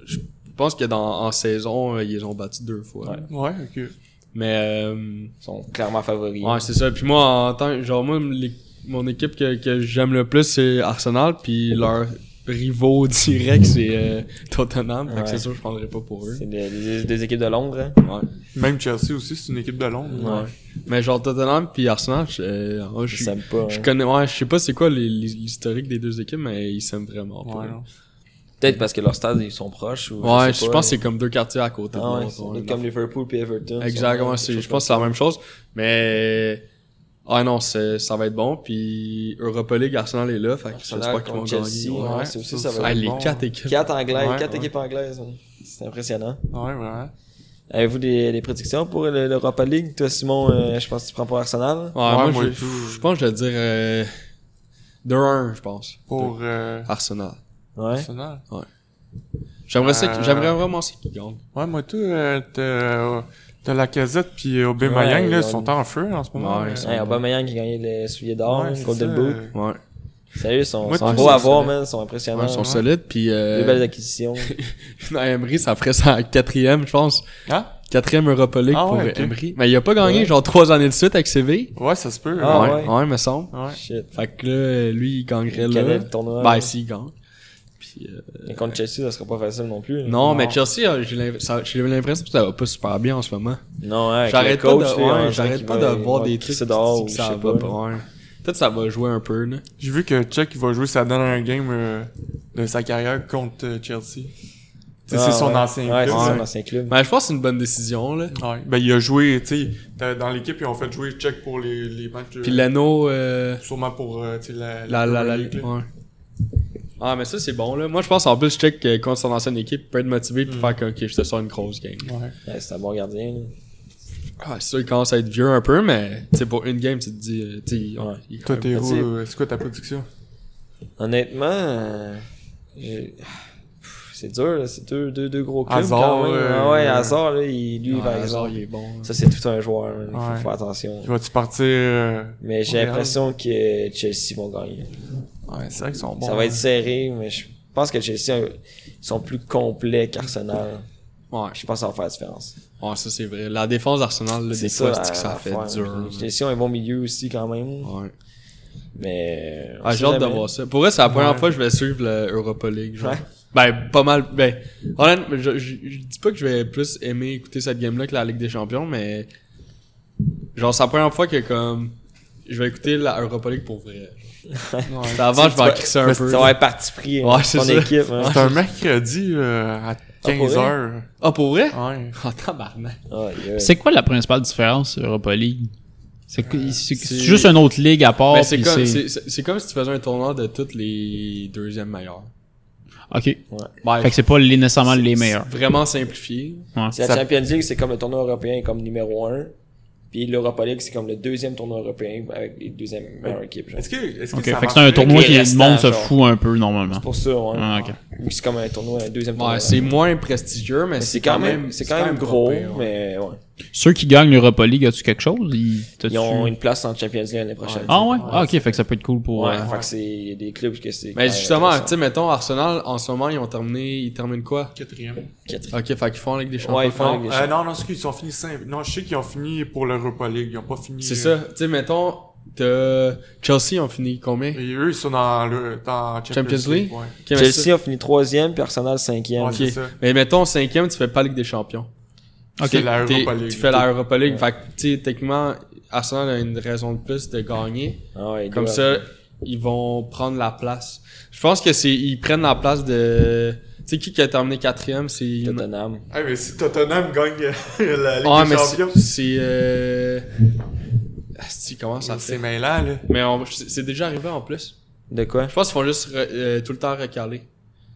[SPEAKER 2] Je pense que dans, en saison, euh, ils ont battu deux fois.
[SPEAKER 7] Ouais.
[SPEAKER 6] Ouais, ok.
[SPEAKER 2] Mais... euh,
[SPEAKER 7] Ils sont clairement favoris.
[SPEAKER 2] Ouais, c'est ça. Puis moi, en tant genre moi, l'é- mon équipe que, que j'aime le plus, c'est Arsenal. Puis leur rivaux direct, c'est euh, Tottenham. Fait
[SPEAKER 7] Ouais.
[SPEAKER 2] que c'est sûr, je prendrais pas pour eux.
[SPEAKER 7] C'est des, des- des équipes de Londres. hein.
[SPEAKER 2] Ouais.
[SPEAKER 6] Même Chelsea aussi, c'est une équipe de Londres.
[SPEAKER 7] Ouais.
[SPEAKER 2] Mais genre Tottenham puis Arsenal, je, euh, ouais, je,
[SPEAKER 7] Ils s'aiment pas.
[SPEAKER 2] je
[SPEAKER 7] hein.
[SPEAKER 2] connais, ouais, je sais pas c'est quoi les- les- l'historique des deux équipes, mais ils s'aiment vraiment. pas.
[SPEAKER 6] Ouais, non.
[SPEAKER 7] Peut-être parce que leurs stades, ils sont proches. Ou
[SPEAKER 2] Ouais,
[SPEAKER 7] sais
[SPEAKER 2] je pense
[SPEAKER 7] pas,
[SPEAKER 2] que
[SPEAKER 7] là.
[SPEAKER 2] c'est comme deux quartiers à côté. de
[SPEAKER 7] Ah ouais,
[SPEAKER 2] l'autre,
[SPEAKER 7] c'est
[SPEAKER 2] ouais,
[SPEAKER 7] comme Liverpool puis Everton.
[SPEAKER 2] Exactement,
[SPEAKER 7] sûrement,
[SPEAKER 2] c'est-
[SPEAKER 7] quelque
[SPEAKER 2] je
[SPEAKER 7] chose comme
[SPEAKER 2] pense que c'est la même chose, mais ah non, c'est- ça va être bon. Puis Europa League, Arsenal est là, fait que
[SPEAKER 7] Arsenal
[SPEAKER 2] j'espère qu'ils vont
[SPEAKER 7] contre
[SPEAKER 2] gagner.
[SPEAKER 7] Chelsea,
[SPEAKER 2] ouais.
[SPEAKER 7] ouais, c'est aussi, ça va
[SPEAKER 2] Ah,
[SPEAKER 7] être
[SPEAKER 2] les
[SPEAKER 6] bon.
[SPEAKER 2] quatre équipes.
[SPEAKER 7] Quatre anglaises,
[SPEAKER 6] Ouais,
[SPEAKER 7] quatre
[SPEAKER 6] ouais.
[SPEAKER 7] équipes anglaises. hein. C'est impressionnant.
[SPEAKER 6] Ouais, vraiment.
[SPEAKER 7] Avez-vous des, des prédictions pour le- l'Europa League? Toi, Simon, euh, je pense que tu prends pour Arsenal.
[SPEAKER 2] Ouais,
[SPEAKER 6] Ouais,
[SPEAKER 2] moi,
[SPEAKER 6] moi
[SPEAKER 2] je-
[SPEAKER 6] et tout.
[SPEAKER 2] je pense que je vais dire euh, 2-1, je pense.
[SPEAKER 6] Pour euh,
[SPEAKER 2] Arsenal.
[SPEAKER 7] Ouais.
[SPEAKER 6] Arsenal.
[SPEAKER 2] J'aimerais ça qu'ils-
[SPEAKER 6] Euh,
[SPEAKER 2] j'aimerais vraiment ça qu'ils gagnent.
[SPEAKER 6] Ouais, moi, tout, euh, t'as euh, t'as la casette puis Aubameyang,
[SPEAKER 7] Ouais,
[SPEAKER 6] là, ils
[SPEAKER 7] on-
[SPEAKER 6] sont en feu en ce moment.
[SPEAKER 2] Ouais,
[SPEAKER 6] euh.
[SPEAKER 2] ils sont-
[SPEAKER 7] Ouais, Aubameyang qui a gagné le soulier d'or,
[SPEAKER 6] Ouais,
[SPEAKER 7] hein,
[SPEAKER 6] c'est
[SPEAKER 7] Golden
[SPEAKER 6] ça,
[SPEAKER 7] Boot.
[SPEAKER 6] euh,
[SPEAKER 2] Ouais,
[SPEAKER 7] Sérieux, ils sont,
[SPEAKER 6] Moi,
[SPEAKER 7] sont
[SPEAKER 6] tout
[SPEAKER 7] beaux
[SPEAKER 6] ça,
[SPEAKER 7] à voir,
[SPEAKER 6] c'est-
[SPEAKER 7] man. Ils sont impressionnants.
[SPEAKER 2] Ouais, ils sont
[SPEAKER 7] hein.
[SPEAKER 2] solides. Puis
[SPEAKER 7] Deux belles
[SPEAKER 2] euh,
[SPEAKER 7] acquisitions.
[SPEAKER 2] Emery, ça ferait ça en quatrième, je pense.
[SPEAKER 6] Hein?
[SPEAKER 2] Quatrième Europa League
[SPEAKER 6] Ah
[SPEAKER 2] pour
[SPEAKER 6] ouais, ok.
[SPEAKER 2] Emery. Mais il a pas gagné genre trois années de suite avec Séville.
[SPEAKER 6] Ouais, ça se peut.
[SPEAKER 7] Ah
[SPEAKER 6] ouais.
[SPEAKER 7] ouais.
[SPEAKER 2] Ouais, me semble.
[SPEAKER 6] Ouais.
[SPEAKER 7] Shit.
[SPEAKER 2] Fait que là, lui, il gagnerait
[SPEAKER 7] Il
[SPEAKER 2] là.
[SPEAKER 7] connaît le tournoi.
[SPEAKER 2] Ben, s'il gagne. Puis, euh,
[SPEAKER 7] Mais contre Chelsea, ça sera pas facile non plus. hein.
[SPEAKER 2] non, mais Chelsea, euh, j'ai l'imp- ça- j'ai l'impression que ça va pas super bien en ce moment.
[SPEAKER 7] Non, hein, avec
[SPEAKER 2] J'arrête
[SPEAKER 7] le
[SPEAKER 2] pas, de,
[SPEAKER 7] coach, là,
[SPEAKER 2] ouais,
[SPEAKER 7] on dirait
[SPEAKER 2] j'arrête
[SPEAKER 7] qu'il
[SPEAKER 2] pas
[SPEAKER 7] va-
[SPEAKER 2] de
[SPEAKER 7] il
[SPEAKER 2] voir
[SPEAKER 7] va
[SPEAKER 2] des trucs
[SPEAKER 7] crisser
[SPEAKER 2] qui
[SPEAKER 7] dehors
[SPEAKER 2] disent
[SPEAKER 7] ou
[SPEAKER 2] que
[SPEAKER 7] je
[SPEAKER 2] ça
[SPEAKER 7] sais
[SPEAKER 2] va
[SPEAKER 7] pas.
[SPEAKER 2] pas. ouais. Peut-être que ça va jouer un peu, là.
[SPEAKER 6] J'ai vu que Chuck il va jouer sa dernière game euh, de sa carrière contre euh, Chelsea. Tu sais,
[SPEAKER 7] Ah,
[SPEAKER 6] c'est son
[SPEAKER 7] ouais.
[SPEAKER 6] ancien
[SPEAKER 7] Ouais, c'est
[SPEAKER 6] club.
[SPEAKER 7] son
[SPEAKER 6] Ouais.
[SPEAKER 7] ancien club.
[SPEAKER 2] Ben, je pense que c'est une bonne décision, là.
[SPEAKER 6] Ouais. Ben, il a joué, tu sais, dans- dans l'équipe, ils ont fait jouer Chuck pour les, les matchs. euh,
[SPEAKER 2] Puis Leno, euh,
[SPEAKER 6] Sûrement pour euh, tu sais, la,
[SPEAKER 2] la, la, la,
[SPEAKER 6] Premier League, là.
[SPEAKER 2] ouais. Ah, mais ça, c'est bon, là. Moi, je pense, en plus, je check euh, contre son ancienne équipe, il peut être motivé puis faire que, ok, je te sors une grosse game.
[SPEAKER 6] Ouais.
[SPEAKER 7] Ouais, c'est un bon gardien. là.
[SPEAKER 2] Ah, c'est sûr, il commence à être vieux un peu, mais, tu sais, pour une game, tu te dis, euh, tu sais,
[SPEAKER 7] Ouais.
[SPEAKER 2] il- il-
[SPEAKER 6] Toi, t'es
[SPEAKER 7] Merci.
[SPEAKER 6] où euh, C'est quoi ta production
[SPEAKER 7] Honnêtement, euh, j'ai- Pff, c'est dur, là, c'est deux, deux, deux gros clubs
[SPEAKER 6] Hazard,
[SPEAKER 7] quand même.
[SPEAKER 6] euh,
[SPEAKER 7] Ah ouais, Hazard, là, il- lui,
[SPEAKER 2] Ouais,
[SPEAKER 7] par
[SPEAKER 2] Hazard,
[SPEAKER 7] exemple,
[SPEAKER 2] il est bon.
[SPEAKER 7] ça c'est tout un joueur, man, il faut
[SPEAKER 6] Ouais.
[SPEAKER 7] faire attention.
[SPEAKER 6] Tu vas-tu partir euh,
[SPEAKER 7] Mais j'ai
[SPEAKER 6] Real.
[SPEAKER 7] l'impression que Chelsea vont gagner.
[SPEAKER 2] Ben,
[SPEAKER 6] Ouais, c'est vrai qu'ils sont bons.
[SPEAKER 7] ça va
[SPEAKER 6] hein.
[SPEAKER 7] être serré, mais je pense que Chelsea euh, ils sont plus complets qu'Arsenal.
[SPEAKER 2] Ouais,
[SPEAKER 7] Je pense que ça va faire la différence.
[SPEAKER 2] Ouais, ça c'est vrai. La défense d'Arsenal, là, des fois, c'est que ça fait
[SPEAKER 7] l'affaire.
[SPEAKER 2] dur. là.
[SPEAKER 7] Chelsea ont un bon milieu aussi quand même,
[SPEAKER 2] Ouais.
[SPEAKER 7] mais... on
[SPEAKER 2] Ah,
[SPEAKER 7] sait
[SPEAKER 2] j'ai hâte de
[SPEAKER 7] jamais.
[SPEAKER 2] voir ça. Pour vrai, c'est la première
[SPEAKER 6] Ouais.
[SPEAKER 2] fois que je vais suivre le Europa League. Genre.
[SPEAKER 7] Ouais.
[SPEAKER 2] Ben, pas mal. Ben, honnêtement, je, je, je dis pas que je vais plus aimer écouter cette game-là que la Ligue des Champions, mais. Genre, c'est la première fois que, comme. Je vais écouter la Europa League pour vrai. genre. Parce que Avant, je vais en crisser un
[SPEAKER 7] Mais
[SPEAKER 2] peu.
[SPEAKER 7] Ça va être parti pris, hein,
[SPEAKER 2] Ouais, c'est
[SPEAKER 7] ton
[SPEAKER 2] ça.
[SPEAKER 7] équipe. hein.
[SPEAKER 6] C'est un mercredi euh, à
[SPEAKER 7] pour
[SPEAKER 6] 15h.
[SPEAKER 2] Ah, pour vrai?
[SPEAKER 6] Ouais.
[SPEAKER 7] Oh,
[SPEAKER 2] Ah, tabarnak.
[SPEAKER 7] Ah, yeah.
[SPEAKER 8] C'est quoi la principale différence Europa League C'est que- c'est-
[SPEAKER 2] Euh, c'est-
[SPEAKER 8] c'est juste une autre ligue à part.
[SPEAKER 7] Oh,
[SPEAKER 2] Ben, c'est
[SPEAKER 8] puis
[SPEAKER 2] comme,
[SPEAKER 8] c'est-
[SPEAKER 2] c'est- c'est- c'est comme si tu faisais un tournoi de toutes les deuxièmes meilleurs.
[SPEAKER 8] Ok.
[SPEAKER 2] Ben,
[SPEAKER 8] Fait que c'est pas les- nécessairement les
[SPEAKER 2] c'est
[SPEAKER 8] meilleurs.
[SPEAKER 2] Vraiment simplifié.
[SPEAKER 7] C'est la
[SPEAKER 6] Ça-
[SPEAKER 7] Champions League, c'est comme le tournoi européen comme numéro 1. Puis l'Europa League, c'est comme le deuxième tournoi européen avec les deuxièmes meilleures équipes. genre.
[SPEAKER 6] Est-ce que, est-ce que
[SPEAKER 8] Ok.
[SPEAKER 6] ça
[SPEAKER 8] Fait que c'est un
[SPEAKER 6] marche-
[SPEAKER 8] tournoi
[SPEAKER 7] les
[SPEAKER 8] qui le
[SPEAKER 7] restants,
[SPEAKER 8] monde se
[SPEAKER 7] genre.
[SPEAKER 8] fout un peu normalement.
[SPEAKER 7] Pour ça, ouais.
[SPEAKER 8] Ah, ok.
[SPEAKER 7] Ou c'est comme un tournoi, un deuxième tournoi.
[SPEAKER 2] Ouais, c'est moins prestigieux, mais
[SPEAKER 7] Mais c'est quand même, c'est quand même
[SPEAKER 2] pas
[SPEAKER 7] gros,
[SPEAKER 2] pire, ouais.
[SPEAKER 7] mais ouais.
[SPEAKER 8] Ceux qui gagnent l'Europa League, as-tu quelque chose Ils, t'as-tu-
[SPEAKER 7] Ils ont une place en Champions League l'année prochaine.
[SPEAKER 8] Ah ouais. Ah, ok. Fait que ça peut être cool pour.
[SPEAKER 7] Ouais,
[SPEAKER 8] euh,
[SPEAKER 7] fait que c'est il y a des clubs que c'est.
[SPEAKER 2] Mais
[SPEAKER 7] quand même
[SPEAKER 2] Ben, justement, tu sais,
[SPEAKER 7] intéressant.
[SPEAKER 2] mettons, Arsenal, en ce moment, ils ont terminé, ils terminent quoi?
[SPEAKER 6] Quatrième.
[SPEAKER 2] Ok, fait qu'ils font la Ligue des Champions.
[SPEAKER 7] Ouais, ils font
[SPEAKER 6] Non,
[SPEAKER 7] avec les
[SPEAKER 6] euh, non, non, excuse, ils ont fini cinq. Non, je sais qu'ils ont fini pour l'Europa League. Ils ont pas fini.
[SPEAKER 2] C'est
[SPEAKER 6] euh,
[SPEAKER 2] ça, tu sais, mettons, t'as- Chelsea ont fini combien?
[SPEAKER 6] Et eux, ils sont dans, le, dans Champions,
[SPEAKER 2] Champions League?
[SPEAKER 6] Ouais.
[SPEAKER 2] Ok, mais
[SPEAKER 7] Chelsea a fini troisième, puis Arsenal cinquième.
[SPEAKER 6] Ouais,
[SPEAKER 2] ça-
[SPEAKER 6] c'est
[SPEAKER 2] ok.
[SPEAKER 6] ça.
[SPEAKER 2] Mais mettons, cinquième, tu fais pas la Ligue des Champions.
[SPEAKER 8] Ok.
[SPEAKER 6] C'est la
[SPEAKER 2] T'es-
[SPEAKER 6] Europa League.
[SPEAKER 2] Tu fais la Europa League, fait que, tu sais, techniquement, Arsenal a une raison de plus de gagner.
[SPEAKER 7] Ah ouais, ils
[SPEAKER 2] Comme
[SPEAKER 7] doivent.
[SPEAKER 2] ça, ils vont prendre la place. Je pense que c'est, ils prennent la place de, tu sais, qui qui a terminé quatrième, c'est...
[SPEAKER 7] Tottenham.
[SPEAKER 6] Eh, mais si Tottenham gagne euh, la Ligue
[SPEAKER 2] Ah,
[SPEAKER 6] des
[SPEAKER 2] mais
[SPEAKER 6] Champions,
[SPEAKER 2] c'est, c'est, euh... Asti, comment ça fait?
[SPEAKER 6] c'est mêlant, là.
[SPEAKER 2] Mais on- c'est c'est déjà arrivé en plus.
[SPEAKER 7] De quoi
[SPEAKER 2] Je pense qu'ils font juste re- euh, tout le temps recaler.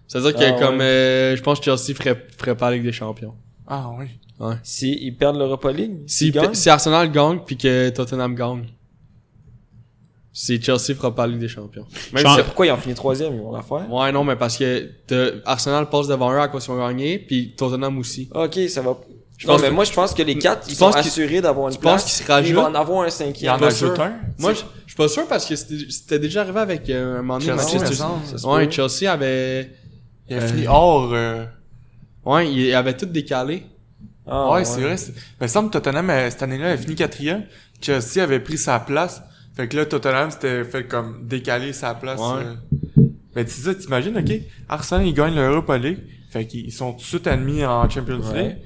[SPEAKER 2] C'est-à-dire que
[SPEAKER 7] Ah,
[SPEAKER 2] comme
[SPEAKER 7] ouais.
[SPEAKER 2] euh, je pense que Chelsea ferait, ferait pas la Ligue des Champions.
[SPEAKER 6] Ah, oui.
[SPEAKER 7] Si ils perdent l'Europa League,
[SPEAKER 2] Si,
[SPEAKER 7] s'ils gagnent,
[SPEAKER 2] si Arsenal gagne puis que Tottenham gagne. Si Chelsea fera pas la Ligue des Champions. Même
[SPEAKER 8] Chan-
[SPEAKER 2] si-
[SPEAKER 7] c'est pourquoi ils ont fini troisième, ils vont la faire.
[SPEAKER 2] Ouais non mais parce que t'as- Arsenal passe devant eux à quoi ils ont gagné puis Tottenham aussi.
[SPEAKER 7] Ok, ça va.
[SPEAKER 2] Je
[SPEAKER 7] non,
[SPEAKER 2] pense
[SPEAKER 7] mais
[SPEAKER 2] que-
[SPEAKER 7] moi, je pense que les quatre,
[SPEAKER 2] Tu
[SPEAKER 7] ils sont
[SPEAKER 2] penses qu'ils-
[SPEAKER 7] assurés d'avoir une
[SPEAKER 2] tu penses
[SPEAKER 7] place.
[SPEAKER 2] qu'ils se
[SPEAKER 7] Ils vont en
[SPEAKER 2] rajoutent
[SPEAKER 7] avoir un
[SPEAKER 6] Il y en
[SPEAKER 7] cinquième.
[SPEAKER 2] pas
[SPEAKER 6] a
[SPEAKER 2] sûr.
[SPEAKER 6] ajoute un.
[SPEAKER 2] Moi je je suis pas sûr parce que c'était c'était déjà arrivé avec euh, un moment donné
[SPEAKER 6] Chelsea,
[SPEAKER 2] Manchester
[SPEAKER 6] me semble.
[SPEAKER 7] Ça se
[SPEAKER 2] Ouais,
[SPEAKER 7] peut.
[SPEAKER 2] Chelsea avait
[SPEAKER 6] Il a
[SPEAKER 2] Euh,
[SPEAKER 6] fini hors. euh,
[SPEAKER 2] ouais, il avait tout décalé.
[SPEAKER 7] Ah,
[SPEAKER 6] ouais, c'est vrai. c'est- Mais il semble que Tottenham, euh, cette année-là, a fini quatrième. Chelsea avait pris sa place. Fait que là, Tottenham, c'était fait comme décaler sa place.
[SPEAKER 2] Ouais.
[SPEAKER 6] euh. Mais tu sais, t'imagines, OK, Arsenal, ils gagnent l'Europa League. Fait qu'ils sont tout de suite admis en Champions
[SPEAKER 7] Ouais.
[SPEAKER 6] League.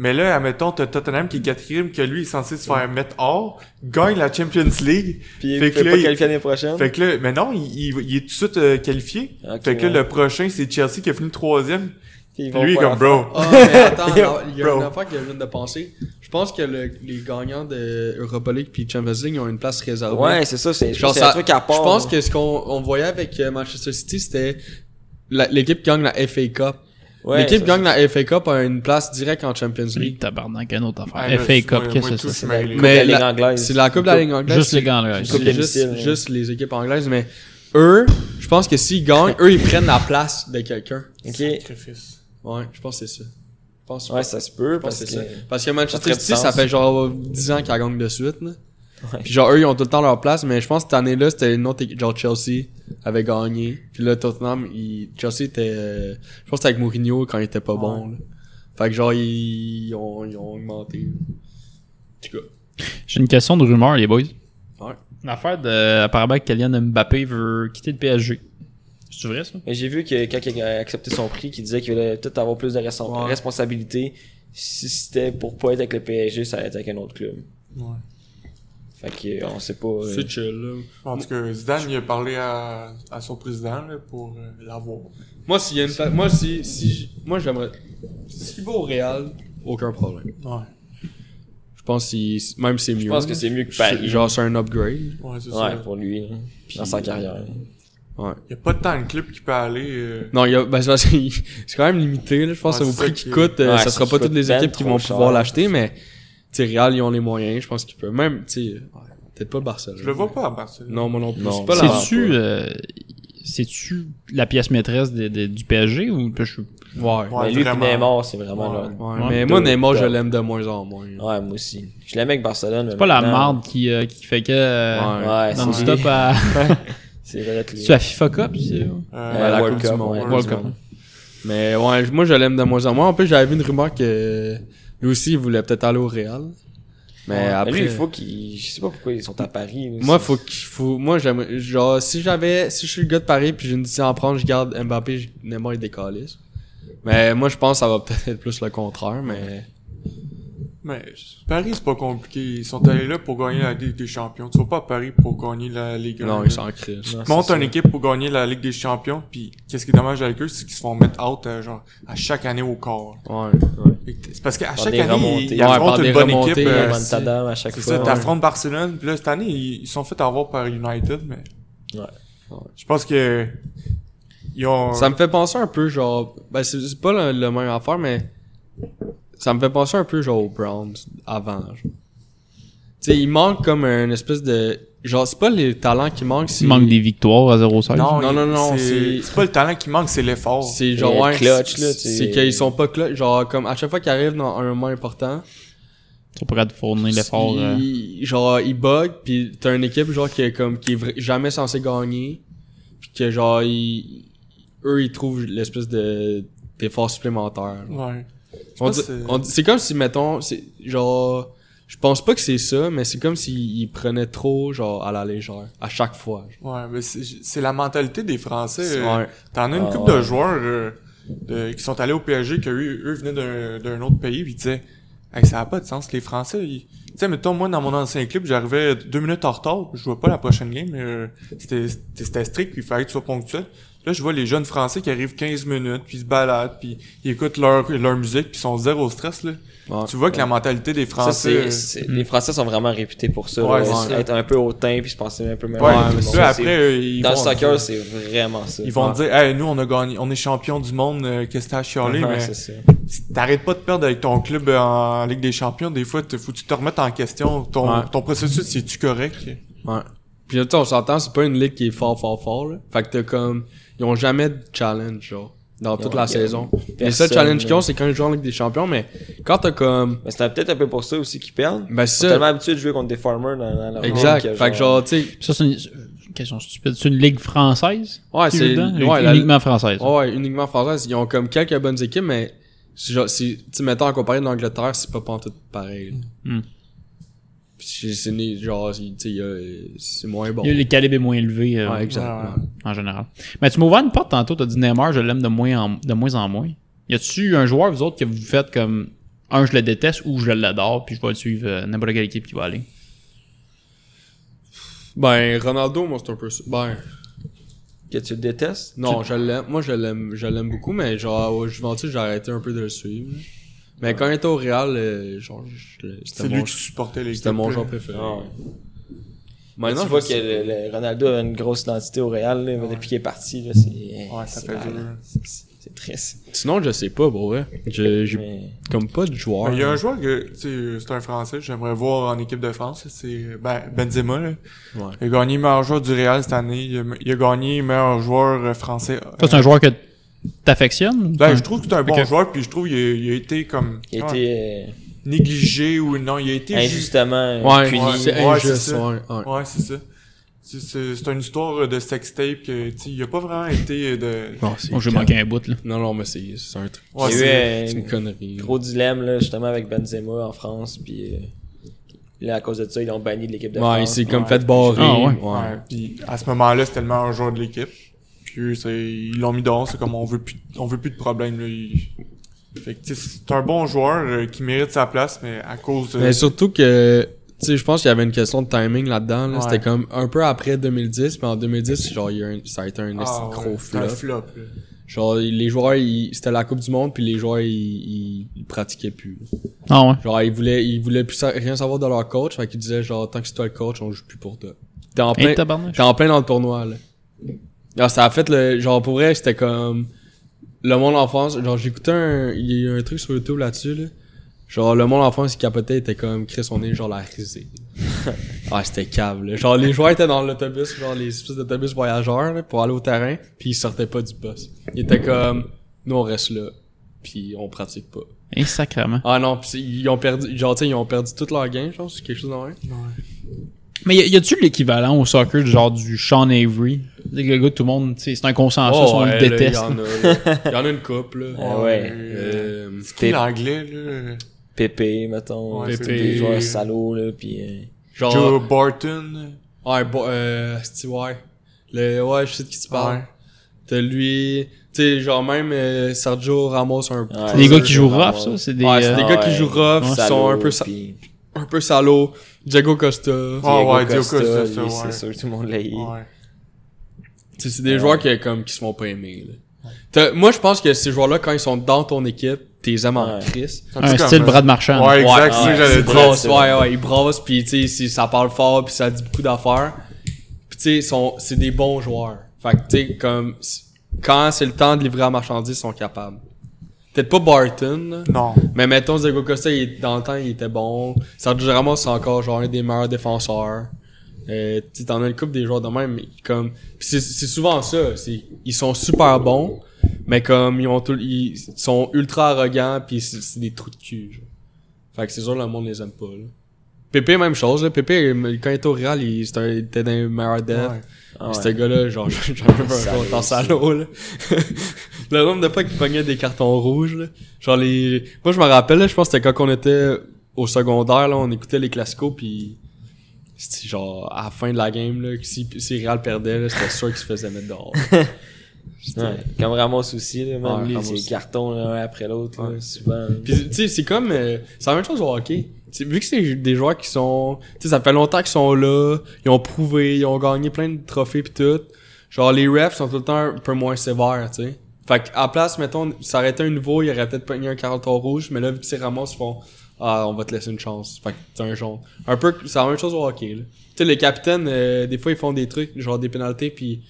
[SPEAKER 6] Mais là, admettons, t'as Tottenham qui est quatrième, que lui, il est censé se faire mettre hors, gagne la Champions League.
[SPEAKER 7] Puis ils
[SPEAKER 6] Fait
[SPEAKER 7] ne
[SPEAKER 6] que là,
[SPEAKER 7] pas
[SPEAKER 6] il-
[SPEAKER 7] qualifier l'année prochaine.
[SPEAKER 6] Fait que là, mais non, il, il- il est tout de suite euh, qualifié.
[SPEAKER 7] Ok,
[SPEAKER 6] fait que là,
[SPEAKER 7] ouais.
[SPEAKER 6] le prochain, c'est Chelsea qui a fini troisième.
[SPEAKER 7] Puis ils vont
[SPEAKER 6] Lui, il est
[SPEAKER 7] pas la
[SPEAKER 6] comme,
[SPEAKER 7] faire.
[SPEAKER 6] bro,
[SPEAKER 2] Ah, mais attends,
[SPEAKER 7] Yo,
[SPEAKER 2] alors, il y a
[SPEAKER 6] bro.
[SPEAKER 2] une affaire que je viens de penser. Je pense que le- les gagnants de Europa League puis Champions League ils ont une place réservée.
[SPEAKER 7] Ouais, c'est ça, c'est
[SPEAKER 2] Genre,
[SPEAKER 7] c'est
[SPEAKER 2] ça-
[SPEAKER 7] un truc à part.
[SPEAKER 2] Je pense
[SPEAKER 7] hein.
[SPEAKER 2] que ce qu'on on voyait avec euh, Manchester City, c'était la- l'équipe qui gagne la FA Cup.
[SPEAKER 7] Ouais,
[SPEAKER 2] l'équipe qui
[SPEAKER 7] ça,
[SPEAKER 2] gagne la FA Cup a une place directe en Champions League.
[SPEAKER 8] Tabarnak, une autre affaire.
[SPEAKER 6] Ah, là,
[SPEAKER 8] FA
[SPEAKER 6] moi-
[SPEAKER 8] Cup,
[SPEAKER 6] moi,
[SPEAKER 8] qu'est-ce que
[SPEAKER 6] tout,
[SPEAKER 8] c'est
[SPEAKER 6] je
[SPEAKER 8] ça?
[SPEAKER 6] suis mêlé.
[SPEAKER 7] c'est la
[SPEAKER 2] Mais
[SPEAKER 7] Ligue
[SPEAKER 2] la-
[SPEAKER 7] anglaise.
[SPEAKER 2] C'est la Coupe de la Ligue anglaise.
[SPEAKER 8] Juste
[SPEAKER 2] c'est-
[SPEAKER 8] les gants, là.
[SPEAKER 2] c'est
[SPEAKER 7] Coupe
[SPEAKER 2] juste,
[SPEAKER 7] domicile, ouais.
[SPEAKER 2] juste les équipes anglaises, mais eux, je pense que s'ils gagnent, eux, ils prennent la place de quelqu'un.
[SPEAKER 7] Ok.
[SPEAKER 6] Sacrifice.
[SPEAKER 2] Ouais, je pense que c'est ça. Je pense
[SPEAKER 7] Ouais, ça se peut,
[SPEAKER 2] Je pense
[SPEAKER 7] parce
[SPEAKER 2] que
[SPEAKER 7] que.
[SPEAKER 2] c'est ça. Parce que
[SPEAKER 7] ça ferait
[SPEAKER 2] Manchester
[SPEAKER 7] du
[SPEAKER 2] City, ça
[SPEAKER 7] sens.
[SPEAKER 2] fait genre 10 ans qu'elle gagne de suite. Là.
[SPEAKER 7] Ouais.
[SPEAKER 2] Puis genre, eux, ils ont tout le temps leur place, mais je pense que cette année-là, c'était une autre équipe. Genre, Chelsea avait gagné. Puis là, Tottenham, il... Chelsea était. euh, Je pense que c'était avec Mourinho quand il était pas bon. Là. Fait que genre, ils, ils ont, ils ont augmenté. En tout cas.
[SPEAKER 8] J'ai une question de rumeur, les boys.
[SPEAKER 2] Ouais.
[SPEAKER 8] L'affaire de. Apparemment, que Kylian Mbappé veut quitter le PSG. C'est vrai, ça?
[SPEAKER 7] Mais j'ai vu que quand il a accepté son prix, qu'il disait qu'il voulait peut-être avoir plus de respons-
[SPEAKER 2] Ouais.
[SPEAKER 7] responsabilités. Si c'était pour pas être avec le PSG, ça allait être avec un autre club.
[SPEAKER 6] Ouais.
[SPEAKER 7] Fait que, euh, on sait pas. euh,
[SPEAKER 2] C'est chill, là.
[SPEAKER 6] En tout cas, Zidane, il a parlé à, à son président là, pour euh, l'avoir.
[SPEAKER 2] Moi, s'il y a une pla- Moi, si. si j- moi, j'aimerais. S'il va au Real, aucun problème.
[SPEAKER 6] Ouais,
[SPEAKER 2] Je pense que c'est- même c'est mieux.
[SPEAKER 7] je pense que c'est Ben, mieux que Paris.
[SPEAKER 2] Genre, c'est un upgrade.
[SPEAKER 6] ouais c'est
[SPEAKER 7] Ouais,
[SPEAKER 6] ça.
[SPEAKER 7] pour lui, là, dans sa carrière.
[SPEAKER 6] Il y a pas tant de clubs qui peut aller. euh,
[SPEAKER 2] Non, il y a, ben, c'est parce que c'est quand même limité, là. Je pense
[SPEAKER 6] Ouais,
[SPEAKER 2] que au
[SPEAKER 6] c'est
[SPEAKER 2] prix
[SPEAKER 6] ça
[SPEAKER 2] qu'il
[SPEAKER 6] qui-
[SPEAKER 2] coûte, euh,
[SPEAKER 7] Ouais,
[SPEAKER 2] ça
[SPEAKER 7] ça
[SPEAKER 2] sera pas
[SPEAKER 7] coûte
[SPEAKER 2] toutes les
[SPEAKER 7] ben
[SPEAKER 2] équipes qui
[SPEAKER 7] trop
[SPEAKER 2] vont
[SPEAKER 7] cher.
[SPEAKER 2] pouvoir l'acheter, mais, tu sais, Real, ils ont les moyens. Je pense qu'ils peuvent. Même, tu sais, peut-être pas le Barcelone.
[SPEAKER 6] Je le vois pas à Barcelone.
[SPEAKER 2] Non, moi non plus.
[SPEAKER 7] Non,
[SPEAKER 2] C'est pas
[SPEAKER 7] c'est
[SPEAKER 2] la-
[SPEAKER 7] sûr.
[SPEAKER 8] C'est-tu. euh, C'est-tu la pièce maîtresse de- de- du PSG ou je suis
[SPEAKER 2] Ouais.
[SPEAKER 6] Ouais,
[SPEAKER 7] mais lui,
[SPEAKER 6] vraiment.
[SPEAKER 7] puis Neymar, c'est vraiment
[SPEAKER 6] Ouais.
[SPEAKER 7] là.
[SPEAKER 2] Ouais,
[SPEAKER 8] Ouais,
[SPEAKER 2] mais moi,
[SPEAKER 7] de-
[SPEAKER 2] Neymar, je
[SPEAKER 7] de-
[SPEAKER 2] l'aime de moins en moins. là.
[SPEAKER 7] Ouais, moi aussi. Je l'aimais avec Barcelone.
[SPEAKER 8] pas la marde qui, euh, qui fait que euh,
[SPEAKER 7] Ouais, c'est
[SPEAKER 8] non-stop à,
[SPEAKER 7] C'est vrai que lui.
[SPEAKER 8] tu à FIFA Cup? c'est-
[SPEAKER 6] Euh,
[SPEAKER 7] Euh,
[SPEAKER 2] Ouais, la
[SPEAKER 7] World
[SPEAKER 2] Coupe du
[SPEAKER 7] Cup,
[SPEAKER 2] Monde,
[SPEAKER 7] ouais,
[SPEAKER 2] World
[SPEAKER 7] World
[SPEAKER 2] Cup.
[SPEAKER 7] Cup.
[SPEAKER 2] Mais ouais, j- moi, je l'aime de moins en moins. En plus, j'avais vu une rumeur que lui aussi, il voulait peut-être aller au Real. Mais
[SPEAKER 7] Ouais.
[SPEAKER 2] après.
[SPEAKER 7] Lui, il faut qu'il. Je sais pas pourquoi ils sont à Paris. là,
[SPEAKER 2] Moi,
[SPEAKER 7] c'est-
[SPEAKER 2] faut qu'il faut. Moi, j'aimerais. Genre, si j'avais. Si je suis le gars de Paris puis j'ai une décision à prendre, je garde Mbappé, je- Neymar et décalisse. Mais moi, je pense que ça va peut-être être plus le contraire, mais.
[SPEAKER 6] Mais Paris, c'est pas compliqué. Ils sont allés là pour gagner la Ligue des Champions. Tu vas pas à Paris pour gagner la Ligue 1.
[SPEAKER 2] Non,
[SPEAKER 6] là.
[SPEAKER 2] il s'en crée.
[SPEAKER 7] Non, c'est
[SPEAKER 6] Monte
[SPEAKER 7] ça.
[SPEAKER 6] une équipe pour gagner la Ligue des Champions, puis qu'est-ce qui est dommage avec eux, c'est qu'ils se font mettre out euh, genre, à chaque année au corps.
[SPEAKER 2] Ouais.
[SPEAKER 6] Fait que t- C'est parce qu'à
[SPEAKER 7] Par
[SPEAKER 6] chaque
[SPEAKER 7] des
[SPEAKER 6] année,
[SPEAKER 7] remontées.
[SPEAKER 6] ils,
[SPEAKER 7] Ouais,
[SPEAKER 6] ils
[SPEAKER 2] par
[SPEAKER 6] affrontent
[SPEAKER 2] des
[SPEAKER 6] une bonne
[SPEAKER 2] remontées,
[SPEAKER 6] équipe.
[SPEAKER 2] euh,
[SPEAKER 6] euh, c'est
[SPEAKER 7] Amsterdam à chaque
[SPEAKER 6] c'est
[SPEAKER 7] fois.
[SPEAKER 6] ça,
[SPEAKER 7] ouais.
[SPEAKER 6] t'affrontes Barcelone, puis là, cette année, ils ils sont fait avoir par United, mais.
[SPEAKER 7] Ouais.
[SPEAKER 6] Je pense que. Ils ont.
[SPEAKER 2] Ça me fait penser un peu, genre. Ben, c'est c'est pas le, le même affaire, mais. Ça me fait penser un peu, genre, aux Browns avant. genre. Tu sais, il manque comme une espèce de. Genre, c'est pas les talents qui manquent, c'est.
[SPEAKER 8] Il manque des victoires à 0-16.
[SPEAKER 6] Non,
[SPEAKER 2] Non,
[SPEAKER 6] il-
[SPEAKER 2] non, non, c'est-
[SPEAKER 6] C'est c'est pas le talent qui manque, c'est l'effort.
[SPEAKER 2] C'est genre
[SPEAKER 7] Et
[SPEAKER 2] ouais,
[SPEAKER 7] clutch,
[SPEAKER 2] c'est-
[SPEAKER 7] là, tu sais.
[SPEAKER 2] c'est qu'ils sont pas clutch, genre comme à chaque fois qu'ils arrivent dans un moment important,
[SPEAKER 8] Ils sont pas capables de fournir l'effort. euh.
[SPEAKER 2] ils, genre ils bug puis t'as une équipe genre qui est comme qui est vra- jamais censée gagner puis que genre ils, eux ils trouvent l'espèce de d'effort supplémentaire. là.
[SPEAKER 6] Ouais.
[SPEAKER 2] On
[SPEAKER 6] pas
[SPEAKER 2] dit-
[SPEAKER 6] si-
[SPEAKER 2] on dit- c'est comme si mettons c'est genre je pense pas que c'est ça mais c'est comme s'ils ils prenaient trop genre à la légère à chaque fois.
[SPEAKER 6] Ouais, mais c'est c'est la mentalité des Français. euh,
[SPEAKER 2] Ouais.
[SPEAKER 6] T'en as une
[SPEAKER 7] Ah,
[SPEAKER 6] couple de
[SPEAKER 7] ouais.
[SPEAKER 6] joueurs euh, de- qui sont allés au PSG, que eux, eux venaient d'un- d'un autre pays, puis ils disaient hey, ça n'a pas de sens, les Français, ils... Tu sais, mettons, moi, dans mon ancien club, j'arrivais deux minutes en retard, je vois pas la prochaine game, euh, c'était c'était- c'était strict, puis il fallait que tu sois ponctuel. Là, je vois les jeunes Français qui arrivent 15 minutes, puis ils se baladent, puis ils écoutent leur, leur musique, puis ils sont zéro stress, là.
[SPEAKER 2] Ouais.
[SPEAKER 6] Tu vois que la mentalité des
[SPEAKER 7] Ça,
[SPEAKER 6] Français...
[SPEAKER 7] c'est- c'est- Les Français sont vraiment réputés pour ça.
[SPEAKER 6] Ouais,
[SPEAKER 7] là,
[SPEAKER 6] c'est
[SPEAKER 7] Être un peu hautain puis se penser un peu meilleur.
[SPEAKER 6] euh, ouais,
[SPEAKER 7] que
[SPEAKER 6] mais
[SPEAKER 7] tout le
[SPEAKER 6] ça,
[SPEAKER 7] monde.
[SPEAKER 6] après, euh, ils
[SPEAKER 7] C'est- Dans le
[SPEAKER 6] vont-
[SPEAKER 7] soccer, c'est vraiment ça.
[SPEAKER 6] Ils vont
[SPEAKER 7] Ouais.
[SPEAKER 6] te dire, hey, nous, on a gagné, on est champion du monde, euh, qu'est-ce que t'as à chialer,
[SPEAKER 7] Ouais,
[SPEAKER 6] mais
[SPEAKER 7] c'est ça.
[SPEAKER 6] si t'arrêtes pas de perdre avec ton club euh, en Ligue des Champions, des fois, t'es- faut que tu te remettes en question. Ton,
[SPEAKER 2] Ouais.
[SPEAKER 6] ton processus, c'est-tu correct?
[SPEAKER 2] Ouais. Puis là, tu sais, on s'entend, c'est pas une ligue qui est fort, fort, fort. Là. Fait que t'as comme. Ils ont jamais de challenge, genre, dans toute la
[SPEAKER 7] y a
[SPEAKER 2] saison. Les seuls
[SPEAKER 7] personne,
[SPEAKER 2] challenges qu'ils ont,
[SPEAKER 7] là.
[SPEAKER 2] c'est quand ils jouent en Ligue des Champions, mais quand t'as comme.
[SPEAKER 7] Mais c'était peut-être un peu pour ça aussi qu'ils perdent.
[SPEAKER 2] Ben,
[SPEAKER 7] Ils sont
[SPEAKER 2] c'est
[SPEAKER 7] tellement
[SPEAKER 2] ça.
[SPEAKER 7] habitués de jouer contre des farmers dans, dans leur
[SPEAKER 2] Exact.
[SPEAKER 7] ligue
[SPEAKER 2] fait que Ah, genre, tu sais.
[SPEAKER 8] Ça, c'est une, une question stupide. C'est une ligue française?
[SPEAKER 2] Ouais,
[SPEAKER 8] qui
[SPEAKER 2] c'est.
[SPEAKER 8] est dedans?
[SPEAKER 2] Ouais, la-
[SPEAKER 8] uniquement française.
[SPEAKER 2] ouais, ouais, uniquement française. Ils ont comme quelques bonnes équipes, mais. c'est genre, c'est- Tu sais, mettons, en comparé de l'Angleterre, c'est pas pantoute pareil. là.
[SPEAKER 8] Mm.
[SPEAKER 2] Puis c'est- c'est né, genre, tu sais, il y a, euh, c'est moins bon.
[SPEAKER 8] Il y a- Le calibre est moins élevé euh,
[SPEAKER 2] Ouais, exactement.
[SPEAKER 8] en général. Mais tu m'as ouvert une porte tantôt, t'as dit Neymar, je l'aime de moins en de moins. En moins. Y a-tu un joueur, vous autres, que vous faites comme un, je le déteste ou je l'adore, puis je vais le suivre euh, n'importe quelle équipe qui va aller?
[SPEAKER 2] Ben, Ronaldo, moi, c'est un peu. ça. Ben.
[SPEAKER 7] Que tu le détestes.
[SPEAKER 2] Non, je l'aime. Moi, je l'aime, je l'aime beaucoup, mais genre, au Juventus, j'ai arrêté un peu de le suivre. Mais quand il était au Real, euh, genre, je le-
[SPEAKER 6] C'est
[SPEAKER 2] c'était
[SPEAKER 6] lui
[SPEAKER 2] mon,
[SPEAKER 6] qui supportait les
[SPEAKER 2] c'était mon joueur préféré.
[SPEAKER 7] Ah ouais.
[SPEAKER 2] Maintenant,
[SPEAKER 7] tu vois
[SPEAKER 2] je-
[SPEAKER 7] que le, le Ronaldo a une grosse identité au Real là, mais depuis qu'il est parti. Là, c'est,
[SPEAKER 6] Ouais, ça
[SPEAKER 7] c'est-
[SPEAKER 6] fait dur.
[SPEAKER 7] c'est- c'est- C'est triste.
[SPEAKER 2] Sinon, je sais pas, bon, ouais. Je- J'ai
[SPEAKER 7] Mais...
[SPEAKER 2] comme pas de joueur.
[SPEAKER 6] Mais Il y a un joueur que, tu sais, euh, c'est un Français, j'aimerais voir en équipe de France, c'est ben, Benzema. Là.
[SPEAKER 2] Ouais.
[SPEAKER 6] Il a gagné meilleur joueur du Real cette année, il a, il a gagné meilleur joueur euh, français.
[SPEAKER 8] Toi, c'est un joueur que t'affectionnes? ou
[SPEAKER 6] Ben,
[SPEAKER 8] t'as-
[SPEAKER 6] je trouve que c'est un bon
[SPEAKER 8] Ok.
[SPEAKER 6] joueur, puis je trouve qu'il a, il a été comme
[SPEAKER 7] Il a
[SPEAKER 6] ouais,
[SPEAKER 7] été euh,
[SPEAKER 6] négligé ou non, il a été... ju-
[SPEAKER 7] injustement euh,
[SPEAKER 2] Ouais,
[SPEAKER 7] puni.
[SPEAKER 2] ouais, c'est
[SPEAKER 6] Ouais,
[SPEAKER 2] injuste.
[SPEAKER 6] c'est ça.
[SPEAKER 2] ouais, ouais.
[SPEAKER 6] Ouais, c'est ça. Tu C'est- C'est c'est une histoire de sextape que, tu sais, il a pas vraiment été de...
[SPEAKER 2] Non, c'est
[SPEAKER 8] Moi, j'ai manqué un bout, là.
[SPEAKER 2] Non, non, mais c'est c'est un truc.
[SPEAKER 6] Ouais,
[SPEAKER 7] J'ai eu,
[SPEAKER 6] c'est-
[SPEAKER 7] euh,
[SPEAKER 2] C'est une connerie.
[SPEAKER 7] gros dilemme là, justement avec Benzema en France puis euh, là à cause de ça ils l'ont banni de l'équipe de
[SPEAKER 2] Ouais,
[SPEAKER 7] France.
[SPEAKER 2] il s'est comme fait barrer.
[SPEAKER 8] Ah, ouais.
[SPEAKER 6] Ouais, puis à ce moment-là, c'était le meilleur joueur de l'équipe. Puis c'est- ils l'ont mis dehors, c'est comme on veut plus, on veut plus de problème. Là. Il- Fait que tu sais, c'est un bon joueur euh, qui mérite sa place, mais à cause de...
[SPEAKER 2] Mais surtout que, tu sais, je pense qu'il y avait une question de timing là-dedans. là.
[SPEAKER 6] Ouais.
[SPEAKER 2] C'était comme un peu après 2010, mais en 2010, genre, il y a un- ça a été un esti
[SPEAKER 6] Ah,
[SPEAKER 2] de
[SPEAKER 6] ouais,
[SPEAKER 2] gros
[SPEAKER 6] c'est un
[SPEAKER 2] flop.
[SPEAKER 6] flop. là.
[SPEAKER 2] Genre, il- les joueurs, ils- c'était la Coupe du Monde, puis les joueurs, ils, ils, ils pratiquaient plus. là.
[SPEAKER 8] Ah ouais.
[SPEAKER 2] Genre, ils voulaient, ils voulaient plus sa- rien savoir de leur coach, fait qu'ils disaient, genre, tant que c'est toi le coach, on joue plus pour toi. T'es en plein,
[SPEAKER 8] Hey, tabarnak.
[SPEAKER 2] t'es en plein dans le tournoi, là. Alors, ça a fait le, genre, pour vrai, c'était comme, le monde en France, genre, j'écoutais un, il y a eu un truc sur YouTube là-dessus, là. Genre, le monde en France, il capotait, était comme, Chris, on est, genre, la risée. ah, c'était cave, là. Genre, les joueurs étaient dans l'autobus, genre, les espèces d'autobus voyageurs, là, pour aller au terrain, puis ils sortaient pas du bus. Ils étaient comme, nous, on reste là, puis on pratique pas.
[SPEAKER 8] Et Eh, sacrément.
[SPEAKER 2] Ah non, pis c'est- ils ont perdu, genre, tu sais, ils ont perdu toute leur game, genre, c'est quelque chose dans
[SPEAKER 8] Mais y a- y a-tu l'équivalent au soccer du genre du Sean Avery? C'est que Le gars, tout le monde, tu sais, c'est un consensus, Ah, on le déteste.
[SPEAKER 2] Oh, Il y, en a, là. Il y en a une couple, là.
[SPEAKER 7] Ah ouais.
[SPEAKER 2] Euh,
[SPEAKER 6] C'est qui l'anglais, là?
[SPEAKER 7] Pépé mettons
[SPEAKER 6] Ouais,
[SPEAKER 7] c'est
[SPEAKER 2] Pépé.
[SPEAKER 7] des joueurs salauds là puis euh,
[SPEAKER 2] genre,
[SPEAKER 6] Joe Barton.
[SPEAKER 2] ouais, bo- euh, Steve, ouais. Le, ouais, je sais de qui
[SPEAKER 8] Ah,
[SPEAKER 2] tu parles.
[SPEAKER 6] Ouais.
[SPEAKER 2] T'as lui, tu sais, genre, même euh, Sergio Ramos, un
[SPEAKER 7] Ouais.
[SPEAKER 8] C'est des gars
[SPEAKER 7] Ouais.
[SPEAKER 8] qui jouent
[SPEAKER 7] Ouais.
[SPEAKER 8] rough, ça. C'est des.
[SPEAKER 2] Ouais, c'est
[SPEAKER 8] euh,
[SPEAKER 2] des
[SPEAKER 7] ah
[SPEAKER 2] gars qui
[SPEAKER 7] ouais.
[SPEAKER 2] jouent rough, qui sont
[SPEAKER 7] salauds,
[SPEAKER 2] un peu, sa-
[SPEAKER 7] puis
[SPEAKER 2] un peu salauds. Diego Costa.
[SPEAKER 6] Ah
[SPEAKER 7] Diego
[SPEAKER 6] ouais, Diego
[SPEAKER 7] Costa,
[SPEAKER 6] Costa,
[SPEAKER 7] lui,
[SPEAKER 6] ouais.
[SPEAKER 7] c'est sûr tout le monde l'a eu.
[SPEAKER 6] Ouais.
[SPEAKER 2] Tu sais, c'est des joueurs qui, comme, qui se font pas aimer, là. T'as- Moi, je pense que ces joueurs-là, quand ils sont dans ton équipe, t'es les aimes en
[SPEAKER 7] Ouais.
[SPEAKER 2] Chris.
[SPEAKER 6] C'est
[SPEAKER 8] Un
[SPEAKER 6] peu
[SPEAKER 8] style
[SPEAKER 6] comme,
[SPEAKER 8] Brad Marchand.
[SPEAKER 6] Ouais, exact,
[SPEAKER 7] Ouais,
[SPEAKER 6] c'est ça que
[SPEAKER 7] ouais,
[SPEAKER 2] Il
[SPEAKER 6] j'allais
[SPEAKER 7] c'est
[SPEAKER 6] dire.
[SPEAKER 7] vrai,
[SPEAKER 2] brosse,
[SPEAKER 7] c'est
[SPEAKER 2] ouais,
[SPEAKER 7] vrai.
[SPEAKER 2] ouais, il brosse, puis tu sais, c'est- ça parle fort, puis ça dit beaucoup d'affaires. Puis tu sais, ils sont- c'est des bons joueurs. Fait que tu sais, comme, c- quand c'est le temps de livrer la marchandise, ils sont capables. Peut-être pas Barton, là,
[SPEAKER 6] Non.
[SPEAKER 2] mais mettons, Diego Costa, il, est- dans le temps, il était bon. Sergio Ramos, c'est encore genre un des meilleurs défenseurs. Euh, tu sais, t'en as une couple des joueurs de même, mais comme, pis c'est c'est souvent ça. c'est- Ils sont super bons, mais comme ils ont tout, ils sont ultra arrogants, puis c'est c'est des trous de cul. genre. Fait que c'est sûr le monde les aime pas. Là. Pépé, même chose. Là. Pépé, il- quand il était au Real, il c'était un- il était dans les meilleurs devs.
[SPEAKER 6] Ouais.
[SPEAKER 7] Ah
[SPEAKER 2] Pis
[SPEAKER 7] ouais.
[SPEAKER 2] Ce gars-là, genre, j'en veux pas un compte en salaud, là. le nombre de fois qu'il pognait des cartons rouges, là. Genre, les... Moi, je me rappelle, là, je pense que c'était quand on était au secondaire, là, on écoutait les classicos, puis c'était genre, à la fin de la game, là, que si, si Real perdait, là, c'était sûr qu'il se faisait mettre dehors.
[SPEAKER 7] Ouais. Comme Ramos aussi, là, même
[SPEAKER 2] Ouais,
[SPEAKER 7] lui,
[SPEAKER 2] Ramos.
[SPEAKER 7] c'est carton l'un après l'autre, là,
[SPEAKER 2] Ouais.
[SPEAKER 7] souvent.
[SPEAKER 2] Puis tu sais, c'est comme euh, c'est la même chose au hockey. Tu sais, vu que c'est des joueurs qui sont, tu sais, ça fait longtemps qu'ils sont là, ils ont prouvé, ils ont gagné plein de trophées pis tout. Genre les refs sont tout le temps un peu moins sévères, tu sais. Fait qu'à la place, mettons, ça aurait été un nouveau, il aurait peut-être pogné un carton rouge, mais là, vu que c'est Ramos, ils font Ah, on va te laisser une chance. Fait que t'as un jaune. Un peu, c'est la même chose au hockey, là. Tu sais, les capitaines, euh, des fois, ils font des trucs, genre des pénalités, puis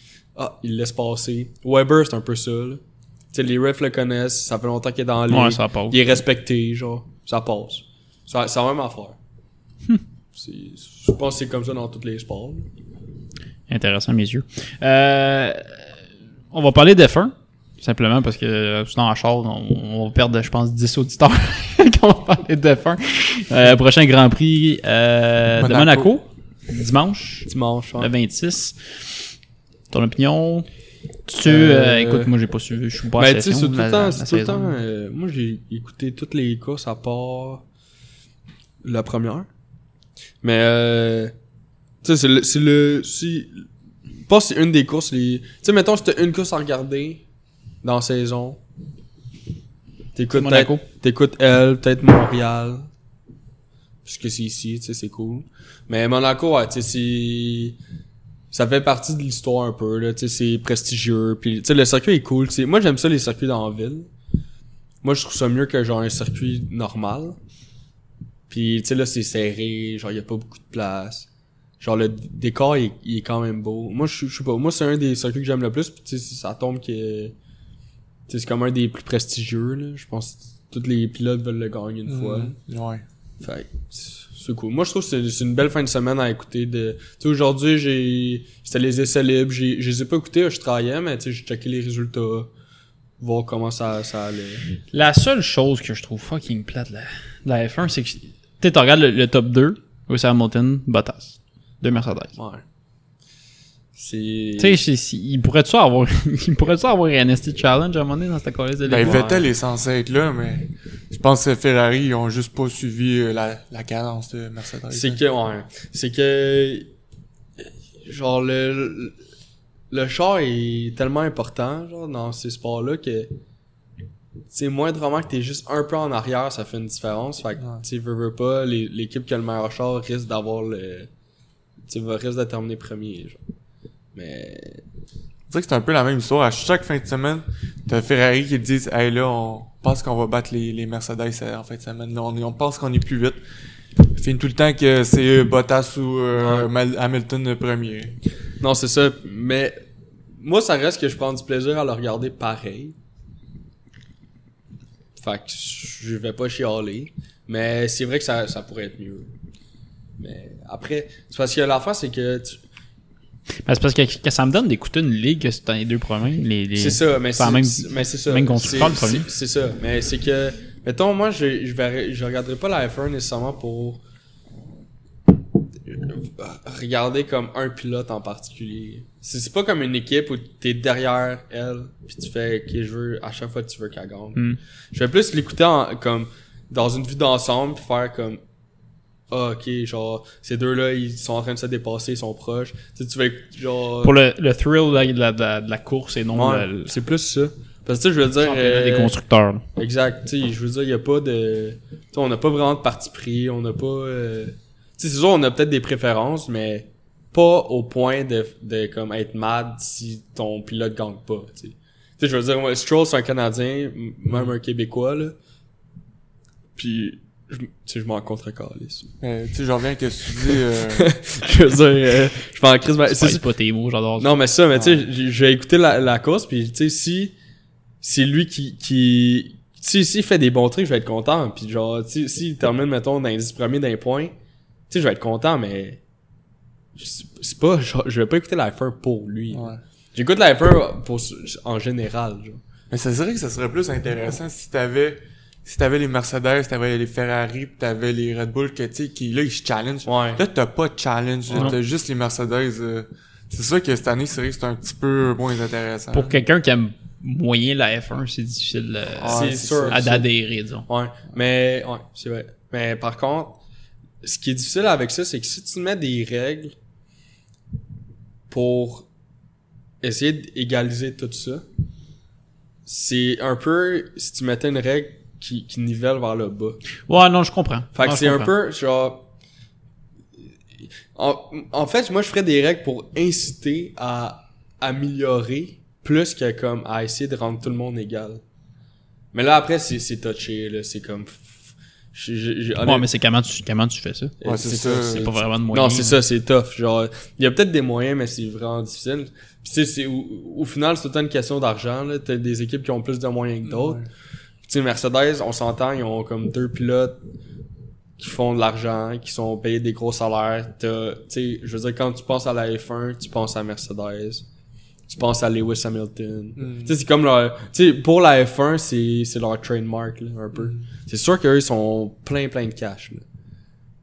[SPEAKER 2] Ah, ils le laissent passer. Weber, c'est un peu ça, là. Tu sais, les refs le connaissent, ça fait longtemps qu'il est dans la
[SPEAKER 8] Ouais,
[SPEAKER 2] ligue.
[SPEAKER 8] ça passe.
[SPEAKER 2] Il est respecté, genre. Ça passe. Ça, ça va même affaire.
[SPEAKER 8] Hmm.
[SPEAKER 2] C'est- Je pense que c'est comme ça dans tous les sports. là.
[SPEAKER 8] Intéressant, mes yeux. Euh, on va parler d'F1, simplement parce que euh, sinon, à Charles, on, on va perdre, je pense, 10 auditeurs quand on va parler d'F1. Euh, prochain Grand Prix euh, de Monaco,
[SPEAKER 6] Monaco.
[SPEAKER 8] dimanche,
[SPEAKER 2] Dimanche, hein.
[SPEAKER 8] le 26. Ton opinion tu,
[SPEAKER 2] Euh,
[SPEAKER 8] euh, Écoute, moi, j'ai pas suivi, je suis pas à
[SPEAKER 2] Ben, tu sais,
[SPEAKER 8] session,
[SPEAKER 2] c'est tout
[SPEAKER 8] la-
[SPEAKER 2] le temps.
[SPEAKER 8] la
[SPEAKER 2] c'est tout le
[SPEAKER 8] saison.
[SPEAKER 2] temps euh, moi, j'ai écouté toutes les courses à part la première. Mais, euh, tu sais, c'est le. C'est le si, je pense que c'est une des courses. les- Tu sais, mettons, si t'as une course à regarder dans la saison, t'écoutes
[SPEAKER 8] Monaco.
[SPEAKER 2] peut-être- T'écoutes elle, peut-être Montréal. Parce que c'est ici, tu sais, c'est cool. Mais Monaco, ouais, tu sais, c'est ça fait partie de l'histoire un peu là tu sais c'est prestigieux puis tu sais le circuit est cool tu sais moi j'aime ça les circuits dans la ville moi je trouve ça mieux que genre un circuit normal puis tu sais là c'est serré genre y a pas beaucoup de place genre le d- décor il, il est quand même beau moi je je sais pas moi c'est un des circuits que j'aime le plus puis tu sais ça tombe que tu sais c'est comme un des plus prestigieux là je pense que tous les pilotes veulent le gagner une fois
[SPEAKER 6] Mhm. Ouais.
[SPEAKER 2] fait que c'est cool. Moi, je trouve que c'est- c'est une belle fin de semaine à écouter. De... Tu sais, aujourd'hui, j'ai c'était les essais libres. J'ai- Je les ai pas écoutés, je travaillais, mais tu sais, j'ai checké les résultats, voir comment ça, ça allait.
[SPEAKER 8] La seule chose que je trouve fucking plate de la, de la F1, c'est que, tu sais, tu regardes le, le top 2, Lewis Hamilton, Bottas, deux Mercedes.
[SPEAKER 2] Ouais. C'est.
[SPEAKER 8] Tu sais, c'est- c'est- il pourrait-tu avoir, il pourrait-tu avoir un NST Challenge à un moment donné dans cette colise de
[SPEAKER 6] Ben,
[SPEAKER 8] l'époque?
[SPEAKER 6] Vettel est censé être là, mais je pense que Ferrari, ils ont juste pas suivi euh, la, la cadence de Mercedes.
[SPEAKER 2] C'est que, ouais. C'est que. Genre, le, le. le char est tellement important, genre, dans ces sports-là que. Tu sais, moindrement que t'es juste un peu en arrière, ça fait une différence. Fait que,
[SPEAKER 6] Ouais.
[SPEAKER 2] tu sais, veux, veux pas, les- l'équipe qui a le meilleur char risque d'avoir le. Tu sais, va- risque de terminer premier, genre. Mais.
[SPEAKER 6] Je dirais que c'est un peu la même histoire. À chaque fin de semaine, t'as Ferrari qui disent Hey là, on pense qu'on va battre les, les Mercedes euh, en fin de semaine. Là, on, on pense qu'on est plus vite. Finit tout le temps que c'est euh, Bottas ou euh, Mal- Hamilton le premier.
[SPEAKER 2] Non, c'est ça. Mais moi, ça reste que je prends du plaisir à le regarder pareil. Fait que je vais pas chialer. Mais c'est vrai que ça, ça pourrait être mieux. Mais après, c'est parce que l'affaire, c'est que. tu-
[SPEAKER 8] Ben, c'est parce que, que ça me donne d'écouter une ligue que c'est dans les deux premiers. Les, les-
[SPEAKER 2] C'est ça, mais
[SPEAKER 8] Enfin,
[SPEAKER 2] c'est
[SPEAKER 8] même-
[SPEAKER 2] c'est- mais c'est ça.
[SPEAKER 8] même constructeur, le
[SPEAKER 2] C'est-
[SPEAKER 8] premier.
[SPEAKER 2] C'est c'est ça, mais c'est que mettons moi je je, verrais- je regarderai pas la F1 nécessairement pour regarder comme un pilote en particulier. C'est c'est pas comme une équipe où t'es derrière elle puis tu fais que je veux à chaque fois que tu veux qu'elle gagne.
[SPEAKER 8] Mm.
[SPEAKER 2] Je vais plus l'écouter en- comme dans une vue d'ensemble puis faire comme ah, ok genre ces deux là ils sont en train de se dépasser ils sont proches. Tu sais, tu vas éc- genre
[SPEAKER 8] Pour le, le thrill de la, de la- de la- de la course et non
[SPEAKER 2] Ouais,
[SPEAKER 8] le, le
[SPEAKER 2] c'est plus ça. Parce que tu sais, je veux dire.
[SPEAKER 8] championnat des
[SPEAKER 2] euh,
[SPEAKER 8] constructeurs. là.
[SPEAKER 2] exact. Tu sais, je veux dire, il n'y a pas de. tu sais, on n'a pas vraiment de parti pris. On n'a pas. euh, Tu sais, c'est sûr, on a peut-être des préférences, mais pas au point de, de comme être mad si ton pilote gagne pas. Tu sais. Tu sais, je veux dire, moi, Stroll, c'est un Canadien, m- même un Québécois, là. Puis, je, m- tu sais, je m'en contre
[SPEAKER 6] Mais Euh, tu sais, je reviens à ce que tu dis. euh,
[SPEAKER 2] Je veux dire, euh, je m'en crise. ma-
[SPEAKER 8] Tu
[SPEAKER 2] c'est-
[SPEAKER 8] pèses pas tes mots, j'adore ça.
[SPEAKER 2] Non, mais ça, mais tu sais, j'ai- j'ai écouté la, la course, puis tu sais, si c'est lui qui. qui si s'il fait des bons trucs, je vais être content. Puis genre, tu sais, s'il termine, mettons, dans les 10 premiers d'un point, tu sais, je vais être content, mais. C'est c'est pas. genre, je vais pas écouter la F1 pour lui.
[SPEAKER 6] ouais.
[SPEAKER 2] J'écoute la F1 pour, en général, genre.
[SPEAKER 6] Mais c'est vrai que ça serait plus intéressant si t'avais si t'avais les Mercedes, t'avais les Ferrari, pis t'avais les Red Bull que tu sais qui là ils se challenge.
[SPEAKER 2] Ouais.
[SPEAKER 6] Là t'as pas de challenge, là,
[SPEAKER 8] Ouais.
[SPEAKER 6] t'as juste les Mercedes. euh. C'est ça que cette année c'est vrai que c'est un petit peu moins intéressant.
[SPEAKER 8] Pour quelqu'un qui aime moyen la F1, c'est difficile euh,
[SPEAKER 6] Ah,
[SPEAKER 2] c'est sûr.
[SPEAKER 8] à- d'adhérer, disons.
[SPEAKER 2] Ouais, mais ouais, c'est vrai. Mais par contre, ce qui est difficile avec ça, c'est que si tu mets des règles pour essayer d'égaliser tout ça, c'est un peu si tu mettais une règle qui, qui nivelle vers le bas.
[SPEAKER 8] Ouais, non, je comprends.
[SPEAKER 2] Fait que
[SPEAKER 8] Non, Ah, je
[SPEAKER 2] c'est un
[SPEAKER 8] comprends.
[SPEAKER 2] peu genre. En, en fait, moi je ferais des règles pour inciter à améliorer plus que comme à essayer de rendre tout le monde égal. Mais là après c'est c'est touché là, c'est comme. j'ai- j'ai- j'ai-
[SPEAKER 8] Ouais, mais c'est comment tu, comment tu fais ça?
[SPEAKER 2] Euh,
[SPEAKER 6] Ouais, c'est ça.
[SPEAKER 8] C'est pas vraiment de moyen.
[SPEAKER 2] Non, c'est ça, c'est tough. Genre, il y a peut-être des moyens, mais c'est vraiment difficile. Puis tu sais, c'est au, au final, c'est autant une question d'argent. là. T'as des équipes qui ont plus de moyens que d'autres. Tu sais, Mercedes, on s'entend, ils ont comme deux pilotes qui font de l'argent, qui sont payés des gros salaires. T'as- Tu sais, je veux dire, quand tu penses à la F1, tu penses à Mercedes. Tu penses à Lewis Hamilton.
[SPEAKER 6] Mm.
[SPEAKER 2] Tu sais, c'est comme leur... Tu sais, pour la F1, c'est c'est leur trademark, là, un peu.
[SPEAKER 6] Mm.
[SPEAKER 2] C'est sûr qu'eux, ils sont plein, plein de cash, là.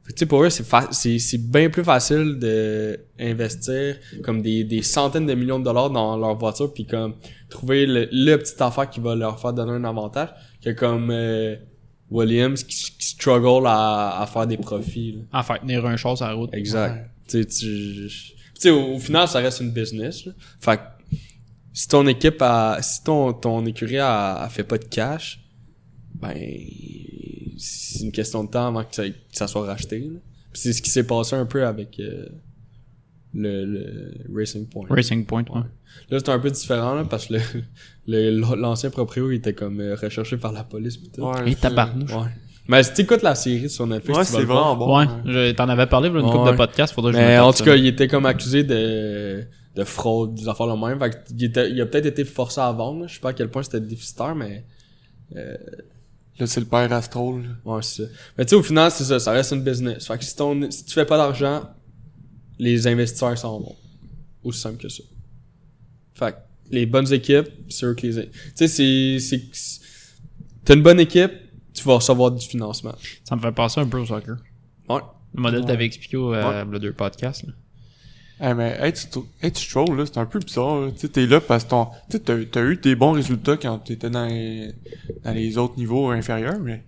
[SPEAKER 2] Fait que, Tu sais, pour eux, c'est fa- c'est c'est bien plus facile de investir comme des, des centaines de millions de dollars dans leur voiture puis comme trouver le, le petit affaire qui va leur faire donner un avantage que comme euh, Williams qui, qui struggle à, à faire des profits. là.
[SPEAKER 8] En Ah, fait, tenir un char sur la route.
[SPEAKER 2] Exact. Tu sais, tu- tu sais, au, au final, ça reste une business. là. Fait que si ton équipe a, si ton, ton écurie a, a fait pas de cash, ben, c'est une question de temps avant que ça, que ça soit racheté. là. Puis c'est ce qui s'est passé un peu avec euh, le, le Racing Point.
[SPEAKER 8] Racing Point, ouais.
[SPEAKER 2] Là, c'était un peu différent là, parce que le- le- l'ancien proprio il était comme euh, recherché par la police. pis tout.
[SPEAKER 6] Ouais,
[SPEAKER 8] Et
[SPEAKER 6] c'est-
[SPEAKER 8] tabarnouche.
[SPEAKER 2] Ouais. Mais si t'écoutes la série sur Netflix,
[SPEAKER 6] Ouais,
[SPEAKER 2] tu vas
[SPEAKER 6] c'est
[SPEAKER 2] le voir.
[SPEAKER 6] vraiment bon.
[SPEAKER 8] Ouais, je- t'en avais parlé dans une couple
[SPEAKER 2] Ouais.
[SPEAKER 8] de podcasts, faudrait que je
[SPEAKER 2] Mais
[SPEAKER 8] me
[SPEAKER 2] en
[SPEAKER 8] tape
[SPEAKER 2] tout
[SPEAKER 8] ça.
[SPEAKER 2] cas, il était comme accusé de, de fraude, des affaires le même. Fait que il, était- il a peut-être été forcé à vendre. là. Je sais pas à quel point c'était déficitaire, mais
[SPEAKER 6] Là c'est le père Astrol. là.
[SPEAKER 2] ouais, c'est ça. Mais tu sais, au final, c'est ça, ça reste une business. Fait que si, ton, si tu fais pas d'argent, les investisseurs s'en vont. Aussi simple que ça. Fait que les bonnes équipes, c'est eux qui les. Tu sais, c'est. c'est- c'est- T'as une bonne équipe, tu vas recevoir du financement.
[SPEAKER 8] Ça me fait penser un peu au soccer.
[SPEAKER 2] Ouais.
[SPEAKER 8] Le modèle que t'avais expliqué au euh, le deux podcasts. là.
[SPEAKER 6] Hey, mais être, sto- être troll, là, c'est un peu bizarre. là. Tu sais, t'es là parce que ton- tu sais, t'as, t'as eu des bons résultats quand t'étais dans les, dans les autres niveaux inférieurs, mais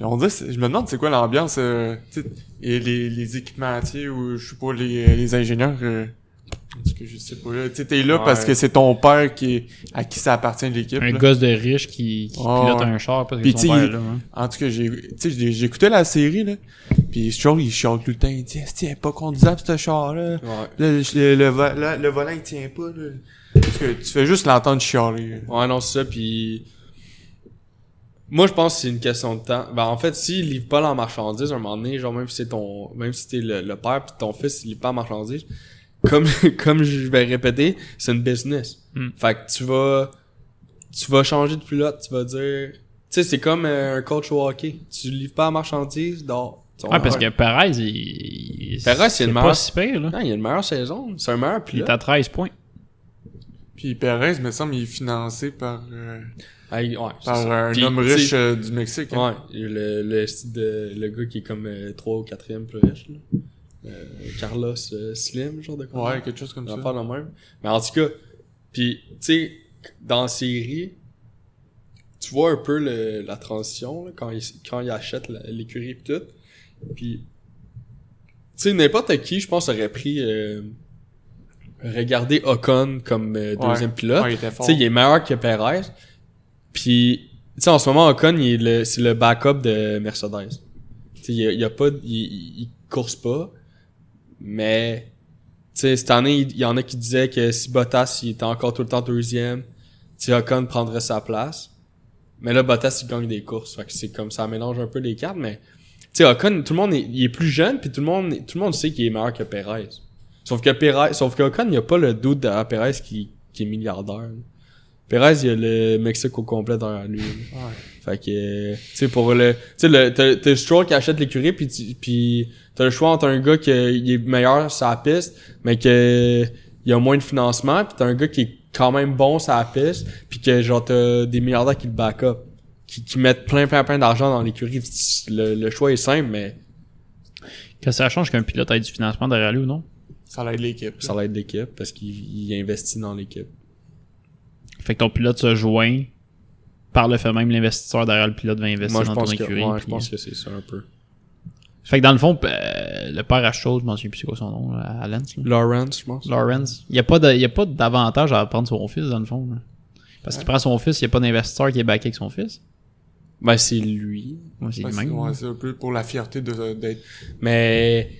[SPEAKER 6] on dirait, c'est- je me demande c'est quoi l'ambiance, euh, tu sais, et les, les équipementiers ou je sais pas, les, les ingénieurs, euh, en tout cas, je sais pas, là. Tu sais, t'es là
[SPEAKER 3] Ouais.
[SPEAKER 6] parce que c'est ton père qui est, à qui ça appartient l'équipe,
[SPEAKER 3] Un
[SPEAKER 6] là.
[SPEAKER 3] gosse de riche qui, qui
[SPEAKER 6] Ouais,
[SPEAKER 3] pilote
[SPEAKER 6] ouais.
[SPEAKER 3] un char parce que
[SPEAKER 6] Puis
[SPEAKER 3] son
[SPEAKER 6] tu sais,
[SPEAKER 3] père est
[SPEAKER 6] il-
[SPEAKER 3] là. hein.
[SPEAKER 6] En tout cas, j'ai, tu sais, j'ai- j'écoutais la série, là. Puis Stroll, il chante tout le temps. Il dit, Esti, elle est pas conduisable, ce char-là.
[SPEAKER 2] Ouais.
[SPEAKER 6] Le, le, le, vo- le- le volant, il tient pas, là. Parce que tu fais juste l'entendre chialer.
[SPEAKER 2] Ouais, non, c'est ça, puis... Moi, je pense que c'est une question de temps. Ben, en fait, s'il livre pas la marchandise, à un moment donné, genre, même si c'est ton... Même si t'es le, le père puis ton fils, il livre pas la marchandise, comme, comme je vais répéter, c'est une business.
[SPEAKER 3] Mm.
[SPEAKER 2] Fait que tu vas... Tu vas changer de pilote, tu vas dire... Tu sais, c'est comme euh, un coach au hockey. Tu livres pas la marchandise, dors.
[SPEAKER 3] Ouais, Ah, parce que Perez, il. il-
[SPEAKER 2] Perez, c'est une
[SPEAKER 3] pas
[SPEAKER 2] marque.
[SPEAKER 3] si pire, là.
[SPEAKER 2] Non, il a une meilleure saison. C'est un meilleur
[SPEAKER 3] Il est
[SPEAKER 2] pilote.
[SPEAKER 3] à 13 points.
[SPEAKER 6] Puis Perez, me semble, il est financé par, euh,
[SPEAKER 2] Ah, il- ouais, c'est
[SPEAKER 6] par
[SPEAKER 2] ça.
[SPEAKER 6] un
[SPEAKER 2] Puis,
[SPEAKER 6] homme
[SPEAKER 2] tu sais,
[SPEAKER 6] riche euh, du Mexique. hein.
[SPEAKER 2] Ouais, le, le, style de- le gars qui est comme 3 ou 4ème plus riche, là. Euh, Carlos euh, Slim, genre de
[SPEAKER 6] Ouais,
[SPEAKER 2] quoi.
[SPEAKER 6] quelque chose comme
[SPEAKER 2] on
[SPEAKER 6] ça.
[SPEAKER 2] va faire le même. Mais en tout cas, puis tu sais, dans la série, tu vois un peu le- la transition, là, quand, il, quand il achète la- l'écurie et tout. Puis, tu sais, n'importe qui, je pense, aurait pris... euh, regarder Ocon comme euh,
[SPEAKER 6] Ouais.
[SPEAKER 2] deuxième pilote.
[SPEAKER 6] Ouais, il était
[SPEAKER 2] Tu
[SPEAKER 6] fort.
[SPEAKER 2] sais, il est meilleur que Perez. Puis, tu sais, en ce moment, Ocon, il est le- c'est le backup de Mercedes. Tu sais, il, y a- il y a pas, de- il, il- il course pas, mais, tu sais, cette année, il, il y en a qui disaient que si Bottas, il était encore tout le temps deuxième, tu sais, Ocon prendrait sa place. Mais là, Bottas, il gagne des courses. Fait que c'est comme ça mélange un peu les cartes, mais, tu sais, Ocon, tout le monde est, il est plus jeune, puis tout le monde, tout le monde sait qu'il est meilleur que Perez. Sauf que Perez, sauf qu'Ocon, il n'y a pas le doute derrière Perez qui, qui est milliardaire. Perez, il y a le Mexique au complet derrière lui. là. Fait que, euh, tu sais, pour le, tu sais, le, t'as, t'as Stroll qui achète l'écurie puis tu- puis t'as le choix entre un gars qui il est meilleur sur la piste, mais que, il a moins de financement puis t'as un gars qui est quand même bon sur la piste puis que, genre, t'as des milliardaires qui le back up. Qui, qui mettent plein, plein, plein d'argent dans l'écurie. Le, le choix est simple, mais
[SPEAKER 3] Que ça change qu'un pilote ait du financement derrière lui ou non?
[SPEAKER 6] Ça l'aide l'équipe.
[SPEAKER 2] ça l'aide l'équipe parce qu'il il investit dans l'équipe.
[SPEAKER 3] Fait que ton pilote se joint par le fait même l'investisseur derrière le pilote va investir
[SPEAKER 2] Moi, je
[SPEAKER 3] dans ton
[SPEAKER 2] pense, que,
[SPEAKER 3] écurie.
[SPEAKER 2] ouais, je
[SPEAKER 3] puis-
[SPEAKER 2] pense que c'est ça un peu.
[SPEAKER 3] Fait que dans le fond, euh, le père à chose, je m'en souviens plus c'est quoi son nom, là, à Lance. là.
[SPEAKER 2] Lawrence, je pense.
[SPEAKER 3] Lawrence. Il n'y a pas de- il y a pas d'avantage à prendre son fils, dans le fond. là. Parce qu'il prend son fils, il n'y a pas d'investisseur qui est backé avec son fils.
[SPEAKER 2] Ben, c'est lui.
[SPEAKER 3] Moi, c'est
[SPEAKER 6] Ouais,
[SPEAKER 3] le
[SPEAKER 6] c'est
[SPEAKER 3] même.
[SPEAKER 6] ouais, c'est un peu pour la fierté de- d'être.
[SPEAKER 2] Mais.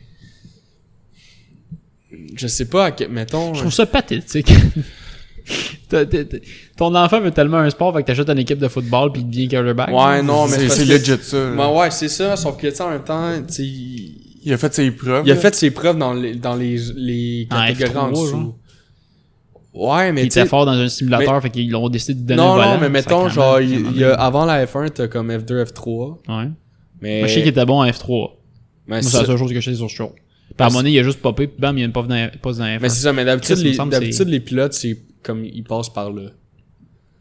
[SPEAKER 2] Je sais pas à quel. Mettons.
[SPEAKER 3] Je trouve ça pathétique. T'as- t'as- t'as- Ton enfant veut tellement un sport, fait que t'achètes une équipe de football puis il devient quarterback.
[SPEAKER 2] Ouais, non, mais
[SPEAKER 6] C'est
[SPEAKER 2] parce
[SPEAKER 6] c'est
[SPEAKER 2] que-
[SPEAKER 6] legit ça.
[SPEAKER 3] euh,
[SPEAKER 6] là.
[SPEAKER 2] Ben ouais, c'est ça. Sauf que, tu sais, en même temps, tu sais, il
[SPEAKER 6] Il a fait ses preuves.
[SPEAKER 2] il a
[SPEAKER 6] là.
[SPEAKER 2] fait ses preuves dans les, dans les, les
[SPEAKER 3] En
[SPEAKER 2] catégories en,
[SPEAKER 3] F3, genre.
[SPEAKER 2] dessous. Ouais, mais
[SPEAKER 3] Il
[SPEAKER 2] tu sais-
[SPEAKER 3] était fort dans un simulateur, fait qu'ils ont décidé de donner un
[SPEAKER 2] Non,
[SPEAKER 3] volant.
[SPEAKER 2] non, mais mettons,
[SPEAKER 3] sacrément,
[SPEAKER 2] genre, il-
[SPEAKER 3] finalement.
[SPEAKER 2] il y a- avant la F1, t'as comme F2, F3.
[SPEAKER 3] Ouais.
[SPEAKER 2] Mais.
[SPEAKER 3] Moi, je sais qu'il était bon à F3.
[SPEAKER 2] mais
[SPEAKER 3] Moi, c'est la
[SPEAKER 2] ça-
[SPEAKER 3] seule chose que je sais sur ce show. Puis à un moment donné, il a juste popé, puis bam, il y a une pop dans pause dans la F1.
[SPEAKER 2] mais c'est ça, mais d'habitude,
[SPEAKER 3] Chris, il me
[SPEAKER 2] les,
[SPEAKER 3] semble que
[SPEAKER 2] d'habitude,
[SPEAKER 3] c'est-
[SPEAKER 2] les pilotes, c'est comme ils passent par là.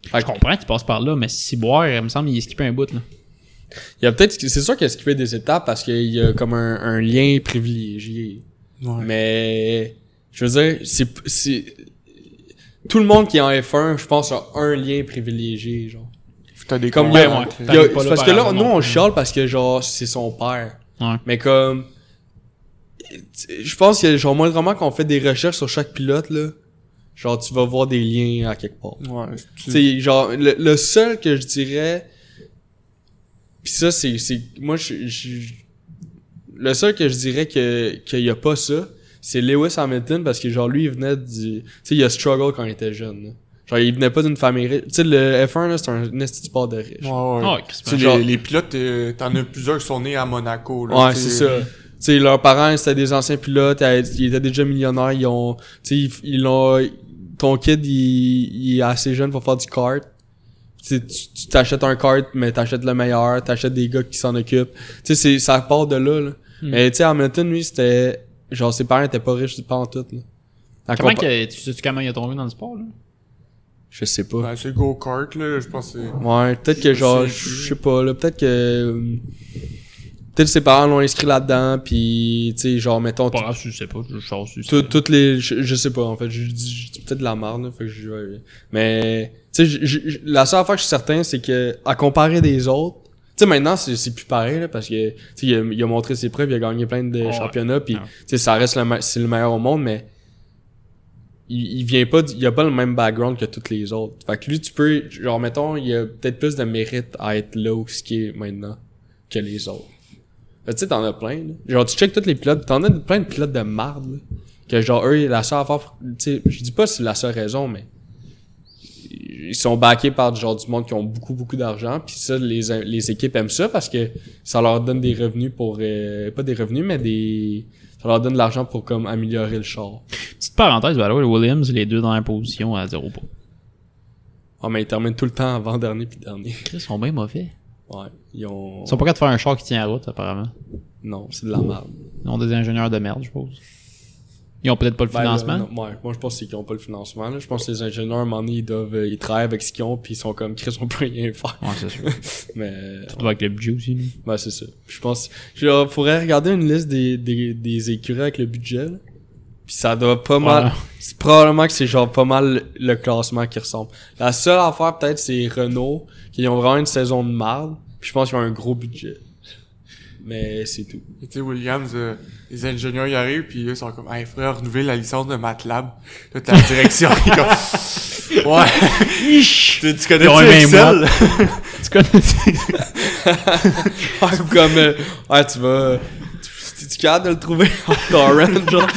[SPEAKER 2] Fait
[SPEAKER 3] Je
[SPEAKER 2] que-
[SPEAKER 3] comprends qu'il passe par là, mais si boire, il me semble, il skippait un bout, là.
[SPEAKER 2] Il y a peut-être, c'est sûr qu'il a skippé des étapes parce qu'il y a comme un, un lien privilégié.
[SPEAKER 6] Ouais.
[SPEAKER 2] Mais, je veux dire, c'est, c'est, tout le monde qui est en F1, je pense, a un lien privilégié, genre.
[SPEAKER 6] T'as des
[SPEAKER 2] Comme, il
[SPEAKER 6] contacts,
[SPEAKER 2] y a-
[SPEAKER 6] là.
[SPEAKER 2] il y a-
[SPEAKER 3] T'arrives pas là
[SPEAKER 2] parce
[SPEAKER 3] par
[SPEAKER 2] que là,
[SPEAKER 3] hasard
[SPEAKER 2] nous,
[SPEAKER 3] non
[SPEAKER 2] on
[SPEAKER 3] plus.
[SPEAKER 2] chiale parce que genre, c'est son père.
[SPEAKER 3] Ouais.
[SPEAKER 2] Mais comme, je pense que genre, moindrement qu'on fait des recherches sur chaque pilote, là, genre, tu vas voir des liens à quelque part.
[SPEAKER 6] Ouais, je-
[SPEAKER 2] Tu sais, genre, le, le seul que je dirais. Pis ça, c'est. c'est- Moi, je, je- Le seul que je dirais que qu'il y a pas ça, c'est Lewis Hamilton parce que, genre, lui, il venait du. Tu sais, il a struggle quand il était jeune. là. Genre, il venait pas d'une famille riche. Tu sais, le F1, là, c'est un esti de sport de riche.
[SPEAKER 6] Ouais, ouais.
[SPEAKER 3] Ah, Chris,
[SPEAKER 6] Tu sais,
[SPEAKER 2] Genre-
[SPEAKER 6] les, les pilotes, euh, t'en as plusieurs qui sont nés à Monaco. Là,
[SPEAKER 2] Ouais,
[SPEAKER 6] tu
[SPEAKER 2] c'est
[SPEAKER 6] sais.
[SPEAKER 2] ça. Tu sais, leurs parents, c'était des anciens pilotes, euh, ils étaient déjà millionnaires, ils ont, tu sais, ils, ils l'ont, ton kid, il, il est assez jeune pour faire du kart. Tu sais, tu tu t'achètes un kart, mais t'achètes le meilleur, t'achètes des gars qui s'en occupent. Tu sais, c'est- ça part de là, là.
[SPEAKER 6] Hmm.
[SPEAKER 2] Mais tu sais, Hamilton, lui, c'était, genre, ses parents étaient pas riches du en tout, là. À
[SPEAKER 3] Comment
[SPEAKER 2] compa-
[SPEAKER 3] que, tu sais-tu comment il a tombé dans le sport, là?
[SPEAKER 2] Je sais pas.
[SPEAKER 6] Ouais, c'est go-kart, là, je pense. que c'est-
[SPEAKER 2] Ouais, peut-être que
[SPEAKER 6] Je
[SPEAKER 2] genre,
[SPEAKER 6] sais
[SPEAKER 2] je sais pas, là, peut-être que. euh, peut-être ses parents l'ont inscrit là-dedans, puis, tu sais, genre, mettons,
[SPEAKER 3] Pas grave, je sais pas, je sors sur
[SPEAKER 2] tout- toutes les. Je, je sais pas, en fait. Je dis, je dis peut-être de la marne, là, fait que je vais- Mais, tu sais, je- je- je- la seule affaire que je suis certain, c'est que, à comparer des autres, tu sais, maintenant, c'est c'est plus pareil, là, parce que, tu sais, il, a- il a montré ses preuves, il a gagné plein de
[SPEAKER 3] ouais.
[SPEAKER 2] championnats, puis,
[SPEAKER 3] Ah ouais.
[SPEAKER 2] tu sais, ça reste le, me- c'est le meilleur au monde, mais. Il, il vient pas, du- il a pas le même background que toutes les autres. Fait que lui, tu peux, genre, mettons, il a peut-être plus de mérite à être là où ce qui est maintenant que les autres. Fait que, tu sais, t'en as plein, là. Genre, tu check tous les pilotes, t'en as plein de pilotes de marde, là que genre eux la seule affaire tu sais je dis pas que c'est la seule raison mais ils sont backés par genre du monde qui ont beaucoup beaucoup d'argent puis ça les, les équipes aiment ça parce que ça leur donne des revenus pour euh, pas des revenus mais des ça leur donne de l'argent pour comme améliorer le char
[SPEAKER 3] Petite parenthèse, by the way, Williams, les deux dans la position à 0 points.
[SPEAKER 2] ah mais ils terminent tout le temps avant dernier puis dernier
[SPEAKER 3] Chris, ils sont bien mauvais.
[SPEAKER 2] ouais ils ont
[SPEAKER 3] Ils sont pas capables de faire un char qui tient la route, apparemment.
[SPEAKER 2] non c'est de la merde
[SPEAKER 3] Ils ont des ingénieurs de merde, je suppose. Ils ont peut-être pas le
[SPEAKER 2] Ben, là,
[SPEAKER 3] financement.
[SPEAKER 2] non, ouais, moi je pense que c'est qu'ils ont pas le financement là. je pense que les ingénieurs à un moment donné, ils doivent euh, ils travaillent avec ce qu'ils ont puis ils sont comme Chris on peut rien faire
[SPEAKER 3] ouais, c'est sûr.
[SPEAKER 2] mais
[SPEAKER 3] Tout va avec le budget aussi. lui.
[SPEAKER 2] Ouais, c'est ça. Je pense. Je pourrais regarder une liste des, des, des écuries avec le budget. là. Puis ça doit pas mal.
[SPEAKER 3] Voilà.
[SPEAKER 2] C'est probablement que c'est genre pas mal le classement qui ressemble. La seule affaire peut-être c'est Renault, qui ont vraiment une saison de marde. Puis je pense qu'ils ont un gros budget. Mais c'est tout.
[SPEAKER 6] Et tu sais, Williams, euh, les ingénieurs, ils arrivent, puis ils sont comme, hey, frère, renouveler la licence de MATLAB. Là, t'as la direction, ils comme, ouais. tu, tu connais
[SPEAKER 3] Ils ont
[SPEAKER 6] tu
[SPEAKER 3] un même
[SPEAKER 6] Excel?
[SPEAKER 3] Tu connais
[SPEAKER 2] C'est comme, euh, ouais, tu vas. tu- Tu tu es capable de le trouver en torrent, genre.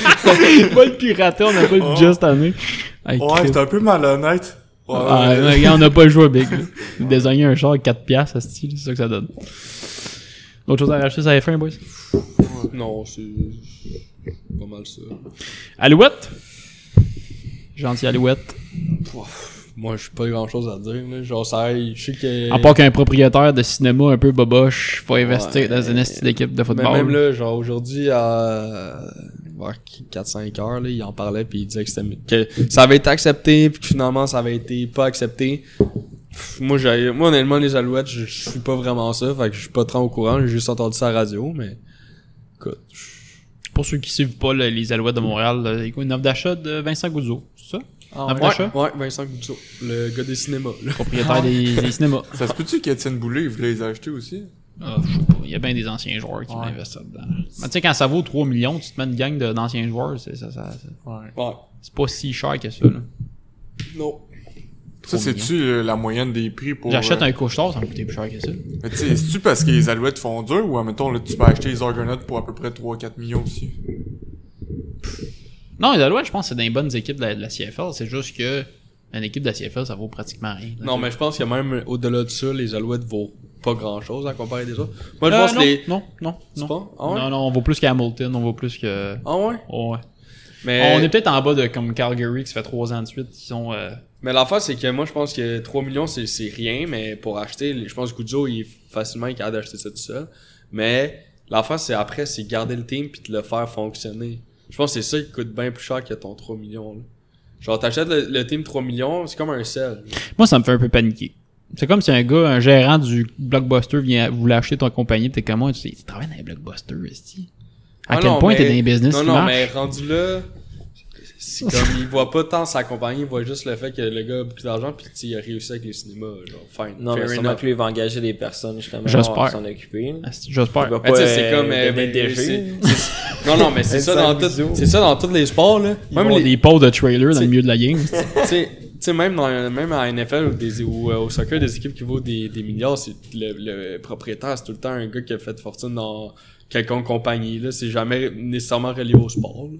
[SPEAKER 3] pas le pirater, on a pas le budget cette année. Oh. Hey,
[SPEAKER 6] Ouais,
[SPEAKER 3] Chris.
[SPEAKER 6] c'est un euh, peu malhonnête. Ouais,
[SPEAKER 3] Ah,
[SPEAKER 6] ouais.
[SPEAKER 3] ouais, regarde, on n'a pas joué big. là. Designer un char à 4 piastres, asti, c'est ça que ça donne. D'autres choses à racheter sur la F1, boys?
[SPEAKER 2] Non, c'est. Pas mal ça.
[SPEAKER 3] Alouette? Gentil Alouette.
[SPEAKER 2] Moi, j'ai pas grand chose à dire, là. Genre, ça, je sais que.
[SPEAKER 3] À part qu'un propriétaire de cinéma un peu boboche, faut investir
[SPEAKER 2] Ouais.
[SPEAKER 3] dans une esti d'équipe de
[SPEAKER 2] Mais
[SPEAKER 3] football.
[SPEAKER 2] même là, genre aujourd'hui, à euh, vers 4-5 heures, là, il en parlait puis il disait que, c'était- que ça avait été accepté puis que finalement ça avait été pas accepté. Pff, Moi, j'ai, moi honnêtement, les Alouettes, je je suis pas vraiment ça, fait que je suis pas trop au courant, j'ai juste entendu ça à la radio, mais écoute, je-
[SPEAKER 3] Pour ceux qui suivent pas le- les Alouettes de Montréal, là, il y a une offre d'achat de Vincent Goudzo, c'est Ah, ça? Offre d'achat?
[SPEAKER 2] ouais, Vincent Goutteau, le gars des cinémas. là.
[SPEAKER 3] Propriétaire des, des cinémas.
[SPEAKER 6] Ça se peut-tu qu'Étienne Boulay, il voulait les acheter aussi?
[SPEAKER 3] Ah, je sais pas, il y a bien des anciens joueurs qui vont investir dedans. Mais tu sais, quand ça vaut 3 millions, tu te mets une gang de- d'anciens joueurs, c'est ça, ça- ça-
[SPEAKER 2] Ouais.
[SPEAKER 3] c'est pas si cher que ça. là.
[SPEAKER 2] Non.
[SPEAKER 6] Ça, c'est-tu euh, la moyenne des prix pour...
[SPEAKER 3] J'achète
[SPEAKER 6] euh,
[SPEAKER 3] un couche tard, ça me coûtait plus cher que ça.
[SPEAKER 6] Mais tu sais, c'est-tu parce que les alouettes font dur ou, admettons, là, tu peux acheter les Argonauts pour à peu près 3-4 millions aussi?
[SPEAKER 3] Non, les Alouettes, je pense que c'est des bonnes équipes de la, de la CFL. C'est juste que une équipe de la CFL, ça vaut pratiquement rien.
[SPEAKER 2] Non, mais je pense que même au-delà de ça, les Alouettes vaut pas grand chose à comparer des autres. Moi, je
[SPEAKER 3] Euh,
[SPEAKER 2] pense que
[SPEAKER 3] non,
[SPEAKER 2] les.
[SPEAKER 3] non, non, non.
[SPEAKER 2] C'est pas? Ah ouais?
[SPEAKER 3] Non, non, on vaut plus qu'à Hamilton, on vaut plus que.
[SPEAKER 2] Ah Euh, ouais?
[SPEAKER 3] Oh, ouais.
[SPEAKER 2] Mais...
[SPEAKER 3] On est peut-être en bas de comme Calgary qui se fait 3 ans de suite. Qui sont, euh,
[SPEAKER 2] Mais l'affaire, c'est que moi, je pense que 3 millions, c'est, c'est rien, mais pour acheter, les- je pense que Guzzo, il est facilement capable d'acheter ça tout seul. Mais l'affaire, c'est après, c'est garder le team puis de le faire fonctionner. Je pense que c'est ça qui coûte bien plus cher que ton 3 millions. là. Genre, t'achètes le, le team 3 millions, c'est comme un sel.
[SPEAKER 3] Moi, ça me fait un peu paniquer. C'est comme si un gars, un gérant du blockbuster vient voulait acheter ton compagnie, t'es comme moi, tu sais, tu travailles dans les blockbusters, esti. À
[SPEAKER 2] Ah
[SPEAKER 3] quel
[SPEAKER 2] non,
[SPEAKER 3] point t'es
[SPEAKER 2] mais-
[SPEAKER 3] dans les business
[SPEAKER 2] Non,
[SPEAKER 3] qui
[SPEAKER 2] non,
[SPEAKER 3] marchent?
[SPEAKER 2] mais rendu là, c'est comme, il voit pas tant sa compagnie, il voit juste le fait que le gars a beaucoup d'argent puis tu sais, il a réussi avec les cinémas. Genre, fine.
[SPEAKER 7] Non, mais
[SPEAKER 2] fair
[SPEAKER 7] sûrement
[SPEAKER 2] enough.
[SPEAKER 7] que lui, il va engager des personnes, justement,
[SPEAKER 3] J'espère.
[SPEAKER 7] pour s'en occuper. là.
[SPEAKER 3] Esti,
[SPEAKER 7] Il
[SPEAKER 3] J'espère.
[SPEAKER 7] va
[SPEAKER 2] Mais tu
[SPEAKER 7] pas,
[SPEAKER 2] sais, c'est
[SPEAKER 7] euh,
[SPEAKER 2] comme euh,
[SPEAKER 7] donner
[SPEAKER 2] mais- c'est-
[SPEAKER 7] des jeux.
[SPEAKER 2] c'est- Non non, mais c'est ça dans
[SPEAKER 7] Vincent
[SPEAKER 2] tout,
[SPEAKER 7] Rizzo.
[SPEAKER 2] c'est ça dans tous les sports là.
[SPEAKER 3] Ils
[SPEAKER 2] Même
[SPEAKER 3] ont
[SPEAKER 2] les,
[SPEAKER 3] des pauses de trailer dans
[SPEAKER 2] T'sais-
[SPEAKER 3] le milieu de la game.
[SPEAKER 2] tu sais- tu sais, même dans même à NFL ou, des, ou, euh, au soccer des équipes qui vaut des, des milliards, c'est le, le propriétaire, c'est tout le temps un gars qui a fait fortune dans quelconque compagnie là, c'est jamais nécessairement relié au sport. là.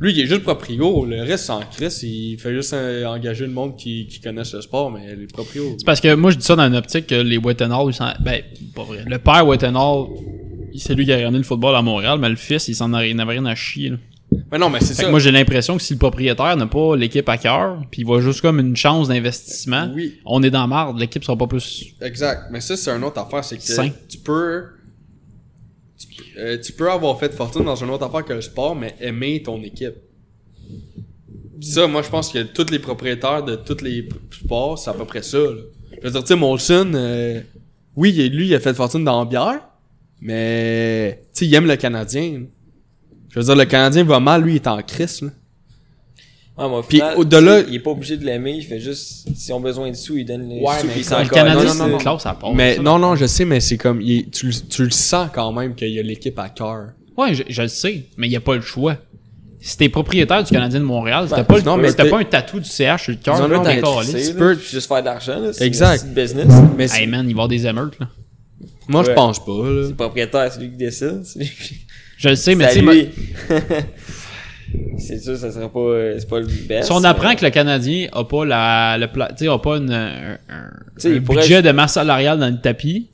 [SPEAKER 2] Lui, il est juste proprio, le reste c'est en crise, il fait juste euh, engager le monde qui, qui connaisse le sport, mais les proprios...
[SPEAKER 3] C'est parce que moi, je dis ça dans une optique que les Wettenhall, ils s'en- ben, pas vrai. Le père Wettenhall, il- c'est lui qui a ramené le football à Montréal, mais le fils, il s'en a rien, n'avait rien à chier. là.
[SPEAKER 2] Mais non, mais c'est
[SPEAKER 3] Fait
[SPEAKER 2] ça.
[SPEAKER 3] que moi, j'ai l'impression que si le propriétaire n'a pas l'équipe à cœur, puis il voit juste comme une chance d'investissement,
[SPEAKER 2] oui.
[SPEAKER 3] on est dans la marde, l'équipe sera pas plus...
[SPEAKER 2] Exact. Mais ça, c'est une autre affaire. C'est que
[SPEAKER 3] Sain.
[SPEAKER 2] tu peux. Tu peux, euh, tu peux avoir fait fortune dans une autre affaire que le sport, mais aimer ton équipe. Pis ça, moi, je pense que tous les propriétaires de tous les p- sports, c'est à peu près ça. là. Je veux dire, tu sais, Molson, euh, oui, il- lui, il a fait fortune dans la bière, Mais, tu sais, il aime le Canadien. là. Je veux dire, le Canadien va mal, lui, il est en crise. là.
[SPEAKER 7] Ouais, mais au
[SPEAKER 2] Puis
[SPEAKER 7] final,
[SPEAKER 2] au-delà-
[SPEAKER 7] il est pas obligé de l'aimer, il fait juste, s'ils ont besoin de sous, il donne les
[SPEAKER 2] Ouais,
[SPEAKER 7] sous,
[SPEAKER 2] mais
[SPEAKER 7] puis il s'en
[SPEAKER 3] Le
[SPEAKER 7] calisse.
[SPEAKER 3] Canadien,
[SPEAKER 2] non,
[SPEAKER 3] c'est
[SPEAKER 2] non,
[SPEAKER 3] une
[SPEAKER 2] non.
[SPEAKER 3] classe à part.
[SPEAKER 2] mais
[SPEAKER 3] ça.
[SPEAKER 2] non, non, je sais, mais c'est comme, il est- tu, le- tu le sens quand même qu'il y a l'équipe à cœur.
[SPEAKER 3] Ouais, je, je le sais, mais il n'y a pas le choix. Si t'es propriétaire du Canadien de Montréal,
[SPEAKER 7] Ben,
[SPEAKER 3] c'était pas, le-
[SPEAKER 2] non, mais
[SPEAKER 3] c'était
[SPEAKER 2] t'es-
[SPEAKER 3] pas un tatou du CH sur le cœur,
[SPEAKER 2] Non,
[SPEAKER 3] là,
[SPEAKER 2] non,
[SPEAKER 3] t'es
[SPEAKER 2] mais
[SPEAKER 3] calé.
[SPEAKER 2] tu
[SPEAKER 7] Tu
[SPEAKER 2] sais,
[SPEAKER 7] peux
[SPEAKER 2] là.
[SPEAKER 7] juste faire de l'argent, là. C'est
[SPEAKER 2] Exact.
[SPEAKER 7] une petite business.
[SPEAKER 2] Mais c'est-
[SPEAKER 3] Hey man, il va y avoir des émeutes, là.
[SPEAKER 2] moi, je
[SPEAKER 7] Ouais.
[SPEAKER 2] pense pas, là.
[SPEAKER 7] Le propriétaire, c'est lui qui décide. C'est lui qui-
[SPEAKER 3] Je le sais,
[SPEAKER 7] C'est
[SPEAKER 3] mais
[SPEAKER 7] à
[SPEAKER 3] tu sais, moi-
[SPEAKER 7] lui. C'est sûr, ça sera pas, euh, c'est pas le best. euh,
[SPEAKER 3] si on
[SPEAKER 7] mais-
[SPEAKER 3] apprend que le Canadien a pas la, le pla- tu sais, a pas une, un, un-
[SPEAKER 7] Tu sais,
[SPEAKER 3] un
[SPEAKER 7] il pourrait-
[SPEAKER 3] budget de masse salariale dans le tapis,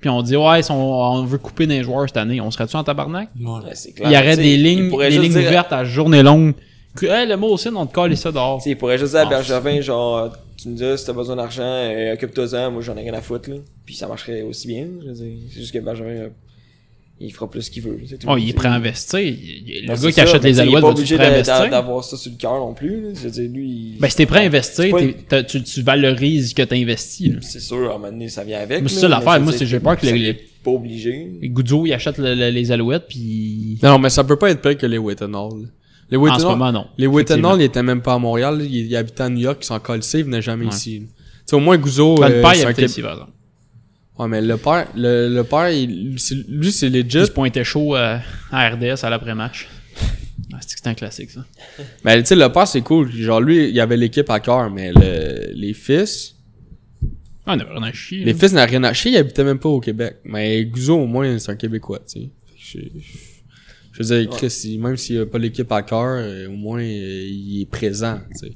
[SPEAKER 3] puis on dit ouais, si on, on veut couper des joueurs cette année, on serait-tu en tabarnak?
[SPEAKER 6] Ouais.
[SPEAKER 7] Ouais, c'est clair.
[SPEAKER 3] Il y aurait
[SPEAKER 7] Tu sais,
[SPEAKER 3] des
[SPEAKER 7] il
[SPEAKER 3] lignes,
[SPEAKER 7] pourrait
[SPEAKER 3] des
[SPEAKER 7] juste
[SPEAKER 3] lignes
[SPEAKER 7] dire-
[SPEAKER 3] ouvertes à journée longue. Que, hey, le mot aussi, on te colle ça dehors.
[SPEAKER 7] Tu sais, il pourrait juste dire à
[SPEAKER 3] Ah,
[SPEAKER 7] Bergevin, genre, tu nous dis si t'as besoin d'argent, euh, occupe-toi-en, moi j'en ai rien à foutre, là. Puis ça marcherait aussi bien, je veux dire. C'est juste que Bergevin, euh, il fera plus ce qu'il veut. c'est tout. Ben,
[SPEAKER 3] Oh, il est prêt à investir. Il- il- Le gars qui achète les alouettes
[SPEAKER 7] allois il est pas
[SPEAKER 3] va tu
[SPEAKER 7] obligé
[SPEAKER 3] prêt à
[SPEAKER 7] d'a- d'a-
[SPEAKER 3] investir?
[SPEAKER 7] d'avoir ça sur le cœur non plus, là. Je veux dire, lui, il-
[SPEAKER 3] Ben, si t'es prêt à investir,
[SPEAKER 7] C'est pas
[SPEAKER 3] t'es-
[SPEAKER 7] une-
[SPEAKER 3] t'as- tu, tu valorises ce que t'as investi. là.
[SPEAKER 7] C'est sûr, à un moment donné, ça vient avec.
[SPEAKER 3] Mais c'est
[SPEAKER 7] là,
[SPEAKER 3] ça l'affaire.
[SPEAKER 7] je veux
[SPEAKER 3] Moi,
[SPEAKER 7] dire,
[SPEAKER 3] c'est j'ai peur que
[SPEAKER 7] ça,
[SPEAKER 3] les-
[SPEAKER 7] il est
[SPEAKER 3] les-
[SPEAKER 7] Pas obligé.
[SPEAKER 3] Guzzo, il achète le- le- les alouettes, puis
[SPEAKER 2] Non, mais ça peut pas être pire que les Wittenall. Les
[SPEAKER 3] en ce
[SPEAKER 2] Wittenall,
[SPEAKER 3] moment, non.
[SPEAKER 2] les
[SPEAKER 3] Effectivement.
[SPEAKER 2] Wittenall, ils étaient même pas à Montréal, là. ils, ils habitaient à New York, ils s'en colissaient, ils venaient jamais
[SPEAKER 3] Ouais.
[SPEAKER 2] ici. là. Tu sais, au moins, Gouzo,
[SPEAKER 3] Ben, le
[SPEAKER 2] euh,
[SPEAKER 3] père,
[SPEAKER 2] c'est
[SPEAKER 3] il
[SPEAKER 2] un
[SPEAKER 3] habitait
[SPEAKER 2] Québé-
[SPEAKER 3] ici, par exemple.
[SPEAKER 2] Ouais, mais le père, le, le père, il- c'est- lui, c'est
[SPEAKER 3] Il
[SPEAKER 2] legit.
[SPEAKER 3] se pointait chaud euh, à RDS à l'après-match. Ah, c'est que c'était un classique, ça.
[SPEAKER 2] Mais tu sais, le père, c'est cool. Genre, lui, il avait l'équipe à cœur, mais le- les fils,
[SPEAKER 3] Ah, on avait rien à chier.
[SPEAKER 2] les
[SPEAKER 3] là.
[SPEAKER 2] fils n'a rien à chier, ils habitaient même pas au Québec. Mais Gouzo, au moins, c'est un Québécois, tu sais. Fait que Je je veux dire, Chris, il- même s'il a pas l'équipe à cœur, euh, au moins, euh, il est présent, tu sais.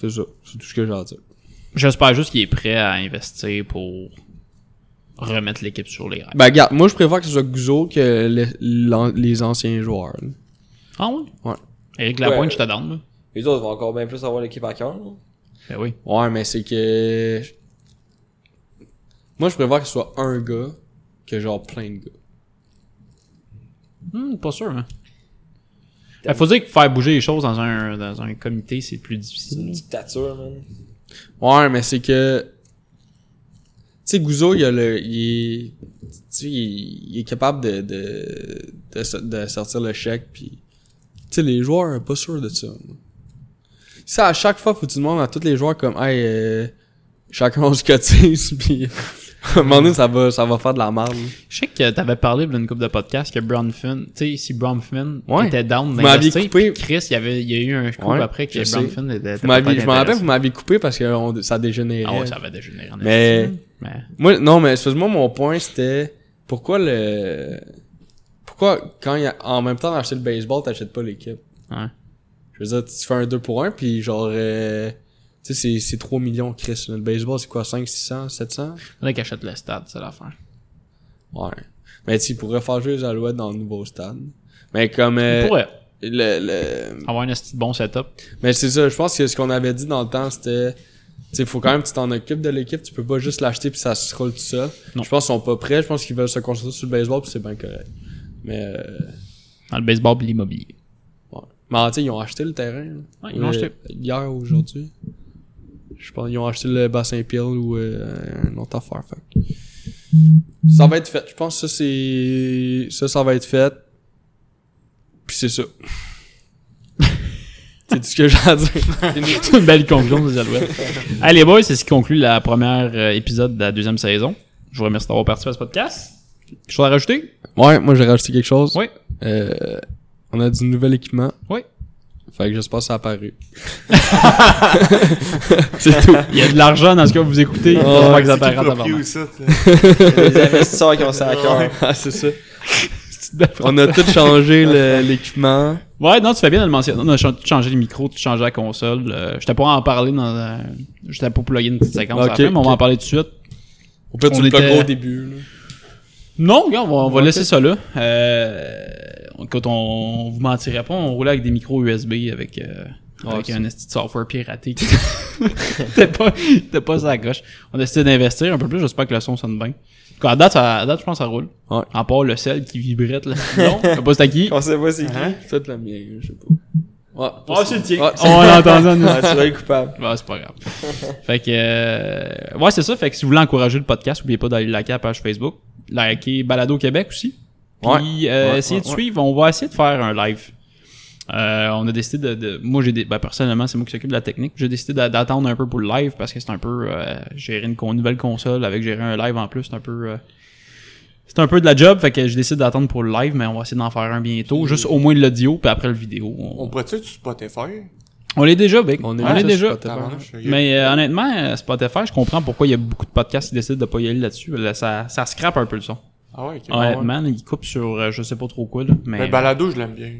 [SPEAKER 2] C'est ça. C'est tout ce que j'ai à dire.
[SPEAKER 3] J'espère juste qu'il est prêt à investir pour remettre l'équipe sur les rails.
[SPEAKER 2] Ben, regarde, moi, je préfère que ce soit Gouzo que le- l'an- les anciens joueurs. là.
[SPEAKER 3] Ah ouais?
[SPEAKER 2] Ouais.
[SPEAKER 3] Éric Lapointe,
[SPEAKER 7] Ouais.
[SPEAKER 3] je te donne, là.
[SPEAKER 7] Les autres vont encore bien plus avoir l'équipe à cœur. là.
[SPEAKER 3] Ben oui.
[SPEAKER 2] Ouais, mais c'est que. Moi, je préfère que ce soit un gars que genre plein de gars.
[SPEAKER 3] Hmm, pas sûr, hein. Il faut dire que faire bouger les choses dans un, dans un comité, c'est plus
[SPEAKER 7] C'est une
[SPEAKER 3] difficile.
[SPEAKER 7] dictature, man.
[SPEAKER 2] Ouais, mais c'est que. Tu sais, Gouzo, il a le. Il est, tu sais, il, il est capable de, de, de, so- de sortir le chèque, puis. Tu sais, les joueurs, pas sûr de ça. moi. Ça, à chaque fois, faut que tu demandes à tous les joueurs comme, hey, euh, chacun on se cotise, puis. À un moment donné, ça va, ça va faire de la merde.
[SPEAKER 3] Je sais que t'avais parlé d'une couple de podcasts que Bronfman, tu sais, si Bronfman
[SPEAKER 2] Ouais.
[SPEAKER 3] était down
[SPEAKER 2] Vous m'aviez
[SPEAKER 3] d'investir,
[SPEAKER 2] coupé.
[SPEAKER 3] puis Chris, il y avait, il y a eu un coup
[SPEAKER 2] Ouais,
[SPEAKER 3] après que
[SPEAKER 2] je sais.
[SPEAKER 3] Bronfman était, était
[SPEAKER 2] Vous m'aviez-
[SPEAKER 3] pas
[SPEAKER 2] Je m'en rappelle,
[SPEAKER 3] intéressé.
[SPEAKER 2] vous m'avez coupé parce que on- ça dégénérait.
[SPEAKER 3] Ah ouais, ça avait dégénéré en
[SPEAKER 2] Mais-
[SPEAKER 3] esti, mais...
[SPEAKER 2] Moi, non, mais excuse-moi, mon point, c'était pourquoi le. Pourquoi, quand il y a- en même temps d'acheter le baseball, t'achètes pas l'équipe
[SPEAKER 3] Ouais.
[SPEAKER 2] Je veux dire, tu fais un 2 pour 1, puis genre. euh, tu sais, c'est- c'est 3 millions, Chris. là. Le baseball, c'est quoi 5, 600, 700
[SPEAKER 3] Faudrait qu'il achète le stade, c'est l'affaire.
[SPEAKER 2] Ouais. Mais tu pourrais faire jouer les Alouettes dans le nouveau stade. Mais comme.
[SPEAKER 3] Il
[SPEAKER 2] euh,
[SPEAKER 3] pourrait
[SPEAKER 2] le, le-
[SPEAKER 3] avoir un esti de bon setup.
[SPEAKER 2] Mais c'est ça, je pense que ce qu'on avait dit dans le temps, c'était. Tu sais, faut quand même que tu t'en occupes de l'équipe, tu peux pas juste l'acheter puis ça se roule tout seul.
[SPEAKER 3] Non.
[SPEAKER 2] Je pense qu'ils sont pas prêts, je pense qu'ils veulent se concentrer sur le baseball puis c'est bien correct. Mais. euh,
[SPEAKER 3] Dans le baseball pis l'immobilier.
[SPEAKER 2] Ouais. Mais en tu sais, ils ont acheté le terrain. là.
[SPEAKER 3] Ouais, ils l'ont
[SPEAKER 2] Euh,
[SPEAKER 3] acheté.
[SPEAKER 2] Hier ou aujourd'hui. Je pense qu'ils ont acheté le bassin pile ou euh, une autre affaire. Fait. que Ça va être fait. Je pense que ça, c'est. Ça, ça va être fait. Puis c'est ça. c'est tout ce que j'ai à dire.
[SPEAKER 3] C'est une belle conclusion des Alouettes. Allez, boys, c'est ce qui conclut la première euh, épisode de la deuxième saison. Je vous remercie d'avoir participé à ce podcast. Je suis à rajouter?
[SPEAKER 2] Ouais, moi, j'ai rajouté quelque chose.
[SPEAKER 3] Oui.
[SPEAKER 2] Euh, on a du nouvel équipement.
[SPEAKER 3] Oui.
[SPEAKER 2] Fait que j'espère que ça a apparu. c'est tout. Oh,
[SPEAKER 3] Il y a de l'argent dans ce que vous écoutez. J'espère que ça
[SPEAKER 6] C'est qui
[SPEAKER 3] paraît
[SPEAKER 6] le
[SPEAKER 3] d'abord.
[SPEAKER 6] proprio, ça, t'sais?
[SPEAKER 7] les investisseurs qui ont ça à cœur.
[SPEAKER 2] Ah, c'est ça. On a tout changé le- l'équipement.
[SPEAKER 3] Ouais, non, tu fais bien de le mentionner. On a cha- changé les micros, tu changes la console. Euh, J'étais pas à en parler dans. euh, J'étais pas plugger une petite séquence à la
[SPEAKER 2] Ok,
[SPEAKER 3] fin, mais on va
[SPEAKER 2] ok.
[SPEAKER 3] en parler tout de suite.
[SPEAKER 2] Au pire,
[SPEAKER 3] On
[SPEAKER 2] tu le
[SPEAKER 3] était-
[SPEAKER 2] pluggeras au début. là.
[SPEAKER 3] Non, regarde, on va, on va laisser ça là. Euh, écoute, on, on vous mentirait pas, on roulait avec des micros USB avec, euh, avec
[SPEAKER 2] Ah, c'est-
[SPEAKER 3] un esti de software piraté. qui- T'es pas, t'es pas sa gauche. On a décidé d'investir un peu plus, j'espère que le son sonne bien. En tout cas, À date, ça- à date, je pense que ça roule.
[SPEAKER 2] Ouais.
[SPEAKER 3] À part le sel qui vibrette là. Non, je sais pas c'est à qui. Uh-huh.
[SPEAKER 7] On sait pas c'est qui.
[SPEAKER 2] Peut-être la mienne, je sais pas. Ouais.
[SPEAKER 9] Ah, c'est le tien.
[SPEAKER 2] Ouais,
[SPEAKER 3] On l'a entendu en
[SPEAKER 10] Ah, tu vas être coupable.
[SPEAKER 9] Bah, c'est pas grave.
[SPEAKER 3] Fait que, euh, ouais, c'est ça. Fait que si vous voulez encourager le podcast, n'oubliez pas d'aller liker la page Facebook, liker Balado Québec aussi. Puis, euh,
[SPEAKER 2] ouais,
[SPEAKER 3] essayez
[SPEAKER 2] ouais,
[SPEAKER 3] de suivre. On va essayer de faire un live. Euh, on a décidé de, de- moi j'ai des, ben, personnellement c'est moi qui s'occupe de la technique j'ai décidé d'a- d'attendre un peu pour le live parce que c'est un peu euh, gérer une, con- nouvelle console avec gérer un live en plus c'est un peu euh, c'est un peu de la job fait que je décide d'attendre pour le live mais on va essayer d'en faire un bientôt juste au moins l'audio puis après le vidéo
[SPEAKER 6] On
[SPEAKER 3] on,
[SPEAKER 6] pourrait-tu être sur Spotify?
[SPEAKER 3] on l'est déjà Big on
[SPEAKER 2] On est déjà
[SPEAKER 3] l'est déjà
[SPEAKER 2] sur Spotify.
[SPEAKER 6] Tabarnouche, il y a-
[SPEAKER 3] mais euh, honnêtement, euh, Spotify, je comprends pourquoi il y a beaucoup de podcasts qui décident de pas y aller là-dessus. Là, ça, ça scrape un peu le son.
[SPEAKER 6] Ah ouais, ok.
[SPEAKER 3] Honnêtement, là, ils coupent sur euh, je sais pas trop quoi. Là, mais
[SPEAKER 6] Mais Balado, je l'aime bien.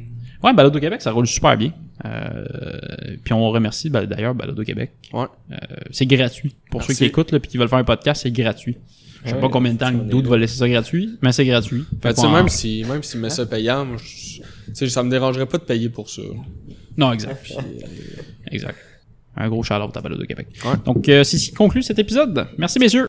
[SPEAKER 3] ouais, Balado Québec, ça roule super bien. Euh, puis on remercie bah, d'ailleurs Balado Québec.
[SPEAKER 2] Ouais.
[SPEAKER 3] Euh, c'est gratuit. Pour
[SPEAKER 6] Merci.
[SPEAKER 3] ceux qui écoutent là, puis qui veulent faire un podcast, c'est gratuit. Je sais
[SPEAKER 10] Ouais,
[SPEAKER 3] pas combien de temps
[SPEAKER 10] on est
[SPEAKER 3] d'autres
[SPEAKER 10] là.
[SPEAKER 3] vont laisser ça gratuit, mais c'est gratuit.
[SPEAKER 2] Fait que, tu sais,
[SPEAKER 3] qu'on-
[SPEAKER 2] même si, même s'il met ça payant, moi, je- tu sais, ça me dérangerait pas de payer pour ça.
[SPEAKER 3] Non, exact. Exact. Un gros shout-out à Balado Québec.
[SPEAKER 2] Ouais.
[SPEAKER 3] Donc, euh, c'est ce qui conclut cet épisode. Merci, messieurs.